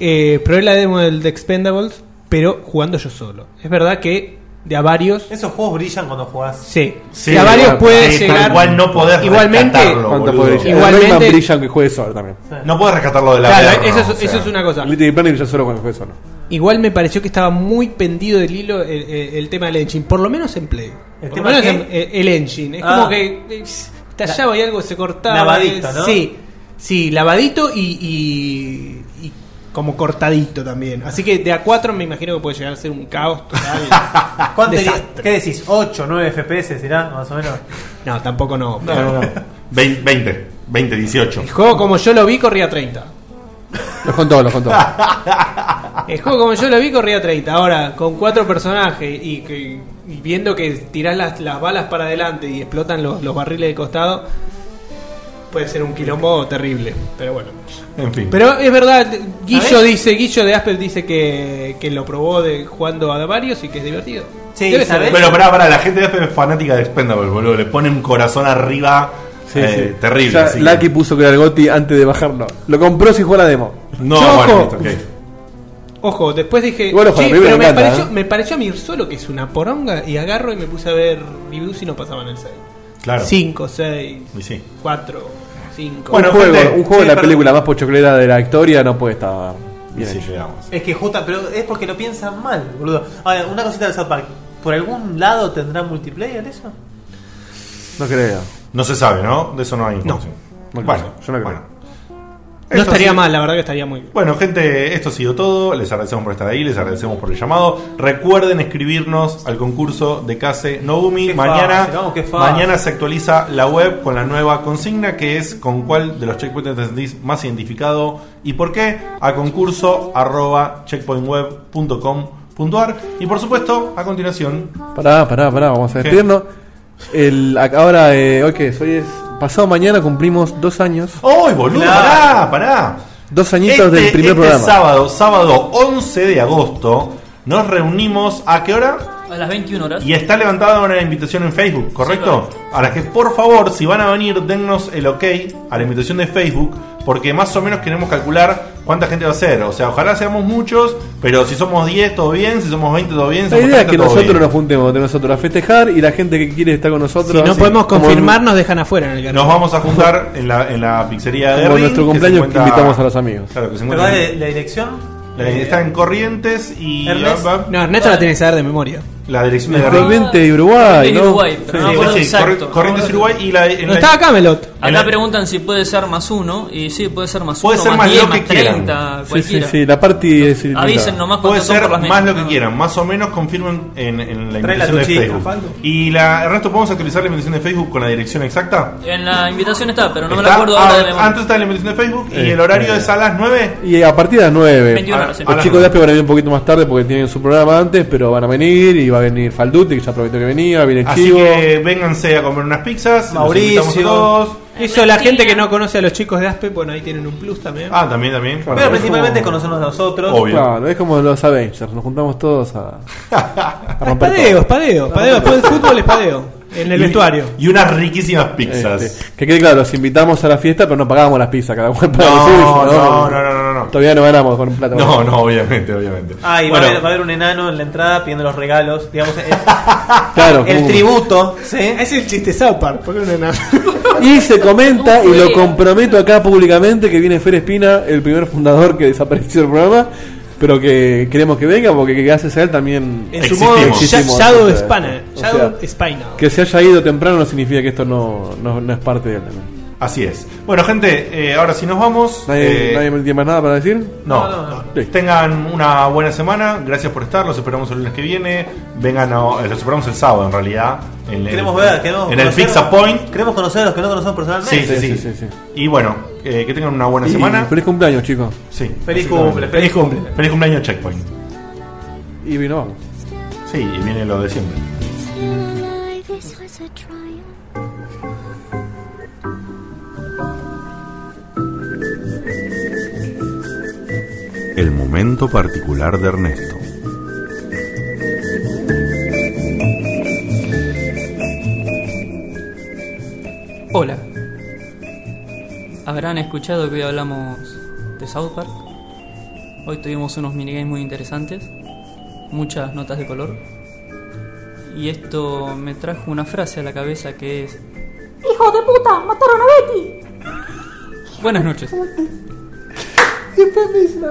[SPEAKER 6] eh, probé la demo del de Expendables, pero jugando yo solo. Es verdad que de a varios.
[SPEAKER 2] Esos juegos brillan cuando jugás.
[SPEAKER 6] Sí. de a varios puede llegar. Igualmente.
[SPEAKER 4] ¿Cuánto podés llegar? El Rayman
[SPEAKER 6] Igualmente.
[SPEAKER 4] brilla aunque juegue solo también.
[SPEAKER 3] No puedes rescatarlo de la
[SPEAKER 6] Claro, guerra, eso es- o sea. eso es una cosa.
[SPEAKER 4] El Little Big Planet brilla solo cuando juegue solo.
[SPEAKER 6] Igual me pareció que estaba muy pendido del hilo el, el- el tema del engine, por lo menos en Play.
[SPEAKER 2] ¿El
[SPEAKER 6] Por
[SPEAKER 2] tema
[SPEAKER 6] lo menos
[SPEAKER 2] qué?
[SPEAKER 6] en- eh, el engine. Es
[SPEAKER 2] Ah.
[SPEAKER 6] como que eh, tallaba y algo se cortaba.
[SPEAKER 2] Lavadito,
[SPEAKER 6] eh,
[SPEAKER 2] ¿no?
[SPEAKER 6] Sí, sí, lavadito y, y- y como cortadito también. Así que de a 4 me imagino que puede llegar a ser un caos total.
[SPEAKER 2] ¿Cuánto diría-
[SPEAKER 6] Desastre.
[SPEAKER 2] ¿Qué decís? ¿8, 9 FPS será? Más o menos.
[SPEAKER 6] No, tampoco no.
[SPEAKER 3] No, no, no. Vein- 20, 20, 18.
[SPEAKER 6] El juego como yo lo vi corría 30.
[SPEAKER 4] Los contó, los contó.
[SPEAKER 6] El juego como yo lo vi corría 30. Ahora, con cuatro personajes y, que- y viendo que tirás las, las balas para adelante y explotan los, los barriles de costado, puede ser un quilombo terrible. Pero bueno.
[SPEAKER 3] En fin.
[SPEAKER 6] Pero es verdad, Guillo
[SPEAKER 2] ¿Sabés?
[SPEAKER 6] dice, Guillo de Asper dice que, que lo probó de, jugando a varios y que es divertido.
[SPEAKER 2] Sí,
[SPEAKER 6] Debe ser.
[SPEAKER 4] Eh,
[SPEAKER 2] ¿sabés?
[SPEAKER 3] Bueno, pará, pará, la gente de AFP es fanática de Expendables, boludo. Le pone un corazón arriba eh, terrible.
[SPEAKER 4] Ya
[SPEAKER 3] así que-
[SPEAKER 4] Lucky puso que era el Gotti antes de bajarlo. Lo compró sin jugar la demo.
[SPEAKER 3] No,
[SPEAKER 6] Yo,
[SPEAKER 3] bueno, listo,
[SPEAKER 6] ojo.
[SPEAKER 3] ok.
[SPEAKER 6] Ojo, después dije,
[SPEAKER 4] Igual, ojo,
[SPEAKER 6] "Che,
[SPEAKER 4] la película
[SPEAKER 6] pero me,
[SPEAKER 4] me encanta,
[SPEAKER 6] pareció,
[SPEAKER 4] ¿eh?"
[SPEAKER 6] me pareció a mí solo que es una poronga y agarro y me puse a ver reviews y no pasaban el 6.
[SPEAKER 3] Claro.
[SPEAKER 6] 5, 6,
[SPEAKER 3] Y sí.
[SPEAKER 6] 4, 5.
[SPEAKER 3] Bueno,
[SPEAKER 4] un juego,
[SPEAKER 3] gente,
[SPEAKER 4] un juego
[SPEAKER 3] sí,
[SPEAKER 4] de la
[SPEAKER 3] perdón.
[SPEAKER 4] película más pochoclera de la historia no puede estar
[SPEAKER 3] Y
[SPEAKER 4] bien
[SPEAKER 3] sí,
[SPEAKER 4] hecho.
[SPEAKER 3] llegamos.
[SPEAKER 2] Es que J, pero es porque lo piensan mal, boludo. Ahora, una cosita del South Park. ¿Por algún lado tendrá multiplayer eso?
[SPEAKER 4] No creo.
[SPEAKER 3] No se sabe, ¿no? De eso no hay información.
[SPEAKER 4] No creo,
[SPEAKER 3] bueno,
[SPEAKER 4] yo no creo.
[SPEAKER 3] bueno.
[SPEAKER 6] No
[SPEAKER 3] Esto
[SPEAKER 6] estaría
[SPEAKER 3] sí.
[SPEAKER 6] mal, la verdad que estaría muy bien.
[SPEAKER 3] Bueno, gente, esto ha sido todo. Les agradecemos por estar ahí, les agradecemos por el llamado. Recuerden escribirnos al concurso de Case Nobumi.
[SPEAKER 2] Qué
[SPEAKER 3] Mañana,
[SPEAKER 2] fácil, vamos, qué fácil.
[SPEAKER 3] mañana se actualiza la web con la nueva consigna que es con cuál de los checkpoints te sentís más identificado y por qué a concurso arroba checkpointweb.com.ar y por supuesto a continuación
[SPEAKER 4] Pará, pará, pará, vamos a
[SPEAKER 3] ¿Qué?
[SPEAKER 4] despedirnos. El, ac- ahora, eh, hoy que es, hoy es. Pasado mañana cumplimos dos años.
[SPEAKER 3] ¡Ay, boludo!
[SPEAKER 2] Claro.
[SPEAKER 3] ¡Pará, pará!
[SPEAKER 4] Dos añitos del primer
[SPEAKER 3] este
[SPEAKER 4] programa.
[SPEAKER 3] sábado, sábado 11 de agosto, nos reunimos a qué hora?
[SPEAKER 5] A las 21 horas.
[SPEAKER 3] Y está levantada una invitación en Facebook, ¿correcto? A la que por favor, si van a venir, dennos el ok a la invitación de Facebook, porque más o menos queremos calcular cuánta gente va a ser. O sea, ojalá seamos muchos, pero si somos 10, todo bien, si somos 20, todo bien. Si
[SPEAKER 4] La
[SPEAKER 3] somos
[SPEAKER 4] idea es
[SPEAKER 3] 30,
[SPEAKER 4] que
[SPEAKER 3] todo
[SPEAKER 4] nosotros
[SPEAKER 3] bien.
[SPEAKER 4] nos juntemos entre nosotros a festejar y la gente que quiere estar con nosotros.
[SPEAKER 6] Si no
[SPEAKER 4] así,
[SPEAKER 6] podemos
[SPEAKER 4] como-
[SPEAKER 6] confirmar, nos dejan afuera en el
[SPEAKER 3] nos
[SPEAKER 6] garage.
[SPEAKER 3] vamos a juntar en la, en la pizzería de
[SPEAKER 4] Como
[SPEAKER 3] Erwin,
[SPEAKER 4] nuestro
[SPEAKER 3] que se
[SPEAKER 4] cumpleaños que
[SPEAKER 3] encuentra-
[SPEAKER 4] invitamos a los amigos.
[SPEAKER 3] Claro, que se
[SPEAKER 2] ¿Pero
[SPEAKER 3] encuentra-
[SPEAKER 2] dale la dirección?
[SPEAKER 3] la- Está en Corrientes y
[SPEAKER 2] Ernest.
[SPEAKER 6] No, Ernesto la tiene que saber de memoria.
[SPEAKER 3] la dirección de
[SPEAKER 4] Entre
[SPEAKER 3] Erwin.
[SPEAKER 4] Corrientes y Uruguay,
[SPEAKER 5] Corrientes y
[SPEAKER 4] ¿no?
[SPEAKER 5] Uruguay, pero no me acuerdo
[SPEAKER 3] Sí, sí, Corri-
[SPEAKER 5] exacto.
[SPEAKER 3] Corrientes y Uruguay y la, en
[SPEAKER 6] No
[SPEAKER 3] la-
[SPEAKER 6] estaba Camelot.
[SPEAKER 3] en la-
[SPEAKER 5] Acá preguntan si puede ser más uno, y sí, puede ser más
[SPEAKER 3] Puede
[SPEAKER 5] uno,
[SPEAKER 3] ser
[SPEAKER 5] más
[SPEAKER 3] más lo
[SPEAKER 5] 10,
[SPEAKER 3] que
[SPEAKER 5] más 30,
[SPEAKER 3] quieran.
[SPEAKER 4] Sí, sí,
[SPEAKER 5] cualquiera.
[SPEAKER 4] sí, la party es ilimitada.
[SPEAKER 5] Avisen nomás
[SPEAKER 3] Puede
[SPEAKER 5] cuántos son
[SPEAKER 3] ser
[SPEAKER 5] por las
[SPEAKER 3] más lo
[SPEAKER 5] mesas.
[SPEAKER 3] que quieran, más o menos confirmen en, en la
[SPEAKER 2] Trae la
[SPEAKER 3] invitación de
[SPEAKER 2] tuchita,
[SPEAKER 3] Facebook.
[SPEAKER 2] Faldo.
[SPEAKER 3] Y la, Ernesto, ¿podemos actualizar la invitación de Facebook con la dirección exacta?
[SPEAKER 5] En la invitación está, pero no me la
[SPEAKER 3] Está-
[SPEAKER 5] acuerdo
[SPEAKER 3] ah,
[SPEAKER 5] ahora de memoria.
[SPEAKER 3] antes está la invitación de Facebook y
[SPEAKER 4] Eh,
[SPEAKER 3] el horario
[SPEAKER 4] eh.
[SPEAKER 3] es a las 9.
[SPEAKER 4] Y a partir de las 9.
[SPEAKER 5] 21 horas, sí.
[SPEAKER 3] a
[SPEAKER 4] Los
[SPEAKER 3] las
[SPEAKER 4] chicos de
[SPEAKER 3] nueve.
[SPEAKER 4] Aspe van a venir un poquito más tarde porque tienen su programa antes, pero van a venir y va a venir Falduti, que ya prometió que venía, viene
[SPEAKER 3] Así
[SPEAKER 4] Chivo.
[SPEAKER 3] que vénganse a comer unas pizzas. los
[SPEAKER 2] Mauricio.
[SPEAKER 3] invitamos a todos.
[SPEAKER 6] Eso, la gente que no conoce a los chicos de Aspe, bueno, ahí tienen un plus también.
[SPEAKER 3] Ah, también, también.
[SPEAKER 2] Pero principalmente conocernos nosotros.
[SPEAKER 3] Obvio.
[SPEAKER 4] Claro, es como los Avengers, nos juntamos todos a, a
[SPEAKER 6] Ah, es
[SPEAKER 4] romper
[SPEAKER 6] padeo,
[SPEAKER 4] todo.
[SPEAKER 6] es padeo, es padeo. Después del fútbol es padeo. En el
[SPEAKER 3] Y-
[SPEAKER 6] vestuario.
[SPEAKER 3] Y unas riquísimas pizzas.
[SPEAKER 4] Este, que quede claro, los invitamos a la fiesta, pero no pagábamos las pizzas, cada cual paga lo
[SPEAKER 3] No,
[SPEAKER 4] suyo,
[SPEAKER 3] no, no, no, no, no.
[SPEAKER 4] Todavía no ganamos con un plato.
[SPEAKER 3] No, no, obviamente, obviamente.
[SPEAKER 2] Ah, y va,
[SPEAKER 3] Bueno,
[SPEAKER 2] a haber, va a haber un enano en la entrada pidiendo los regalos. Digamos, el,
[SPEAKER 4] Claro,
[SPEAKER 2] el
[SPEAKER 4] como-
[SPEAKER 2] tributo. ¿sí?
[SPEAKER 6] Es el chiste South Park, porque no es nada.
[SPEAKER 4] Y se comenta, y lo comprometo acá públicamente, que viene Fer Espina, el primer fundador que desapareció del programa, pero que queremos que venga, porque que gracias a él también...
[SPEAKER 6] En su
[SPEAKER 3] Existimos.
[SPEAKER 6] modo,
[SPEAKER 4] Existimos,
[SPEAKER 6] Sha- Shadow
[SPEAKER 4] o sea,
[SPEAKER 6] Spina.
[SPEAKER 4] o
[SPEAKER 6] Shadow
[SPEAKER 4] sea,
[SPEAKER 6] Spina.
[SPEAKER 4] Que se haya ido temprano no significa que esto no, no, no es parte de él. también.
[SPEAKER 3] así es. Bueno, gente, eh, ahora sí nos vamos. Eh,
[SPEAKER 4] Nadie, nadie tiene más nada para decir.
[SPEAKER 3] No,
[SPEAKER 2] No, no,
[SPEAKER 4] no.
[SPEAKER 3] tengan una buena semana, gracias por estar, los esperamos el lunes que viene, vengan, a- eh, los esperamos el sábado en realidad, en el,
[SPEAKER 2] Queremos ver, queremos
[SPEAKER 3] en el
[SPEAKER 2] conocer-
[SPEAKER 3] Pizza Point.
[SPEAKER 2] Queremos conocer a los que no conocemos personalmente.
[SPEAKER 3] Sí sí sí,
[SPEAKER 4] sí, sí, sí.
[SPEAKER 3] Y bueno, eh, que tengan una buena
[SPEAKER 4] Y
[SPEAKER 3] semana.
[SPEAKER 4] Feliz cumpleaños, chicos.
[SPEAKER 3] Sí,
[SPEAKER 2] Feliz
[SPEAKER 3] básicamente.
[SPEAKER 2] cumple, feliz cumple.
[SPEAKER 3] Feliz cumpleaños Checkpoint.
[SPEAKER 4] Y vino, vamos.
[SPEAKER 3] Sí, y viene lo de siempre.
[SPEAKER 7] This was a triumph.
[SPEAKER 3] El momento particular de Ernesto.
[SPEAKER 5] Hola. Habrán escuchado que hoy hablamos de South Park. Hoy tuvimos unos minigames muy interesantes, muchas notas de color. Y esto me trajo una frase a la cabeza que es
[SPEAKER 8] ¡Hijo de puta! ¡Mataron a Betty!
[SPEAKER 5] Buenas noches.
[SPEAKER 8] Siempre me dice la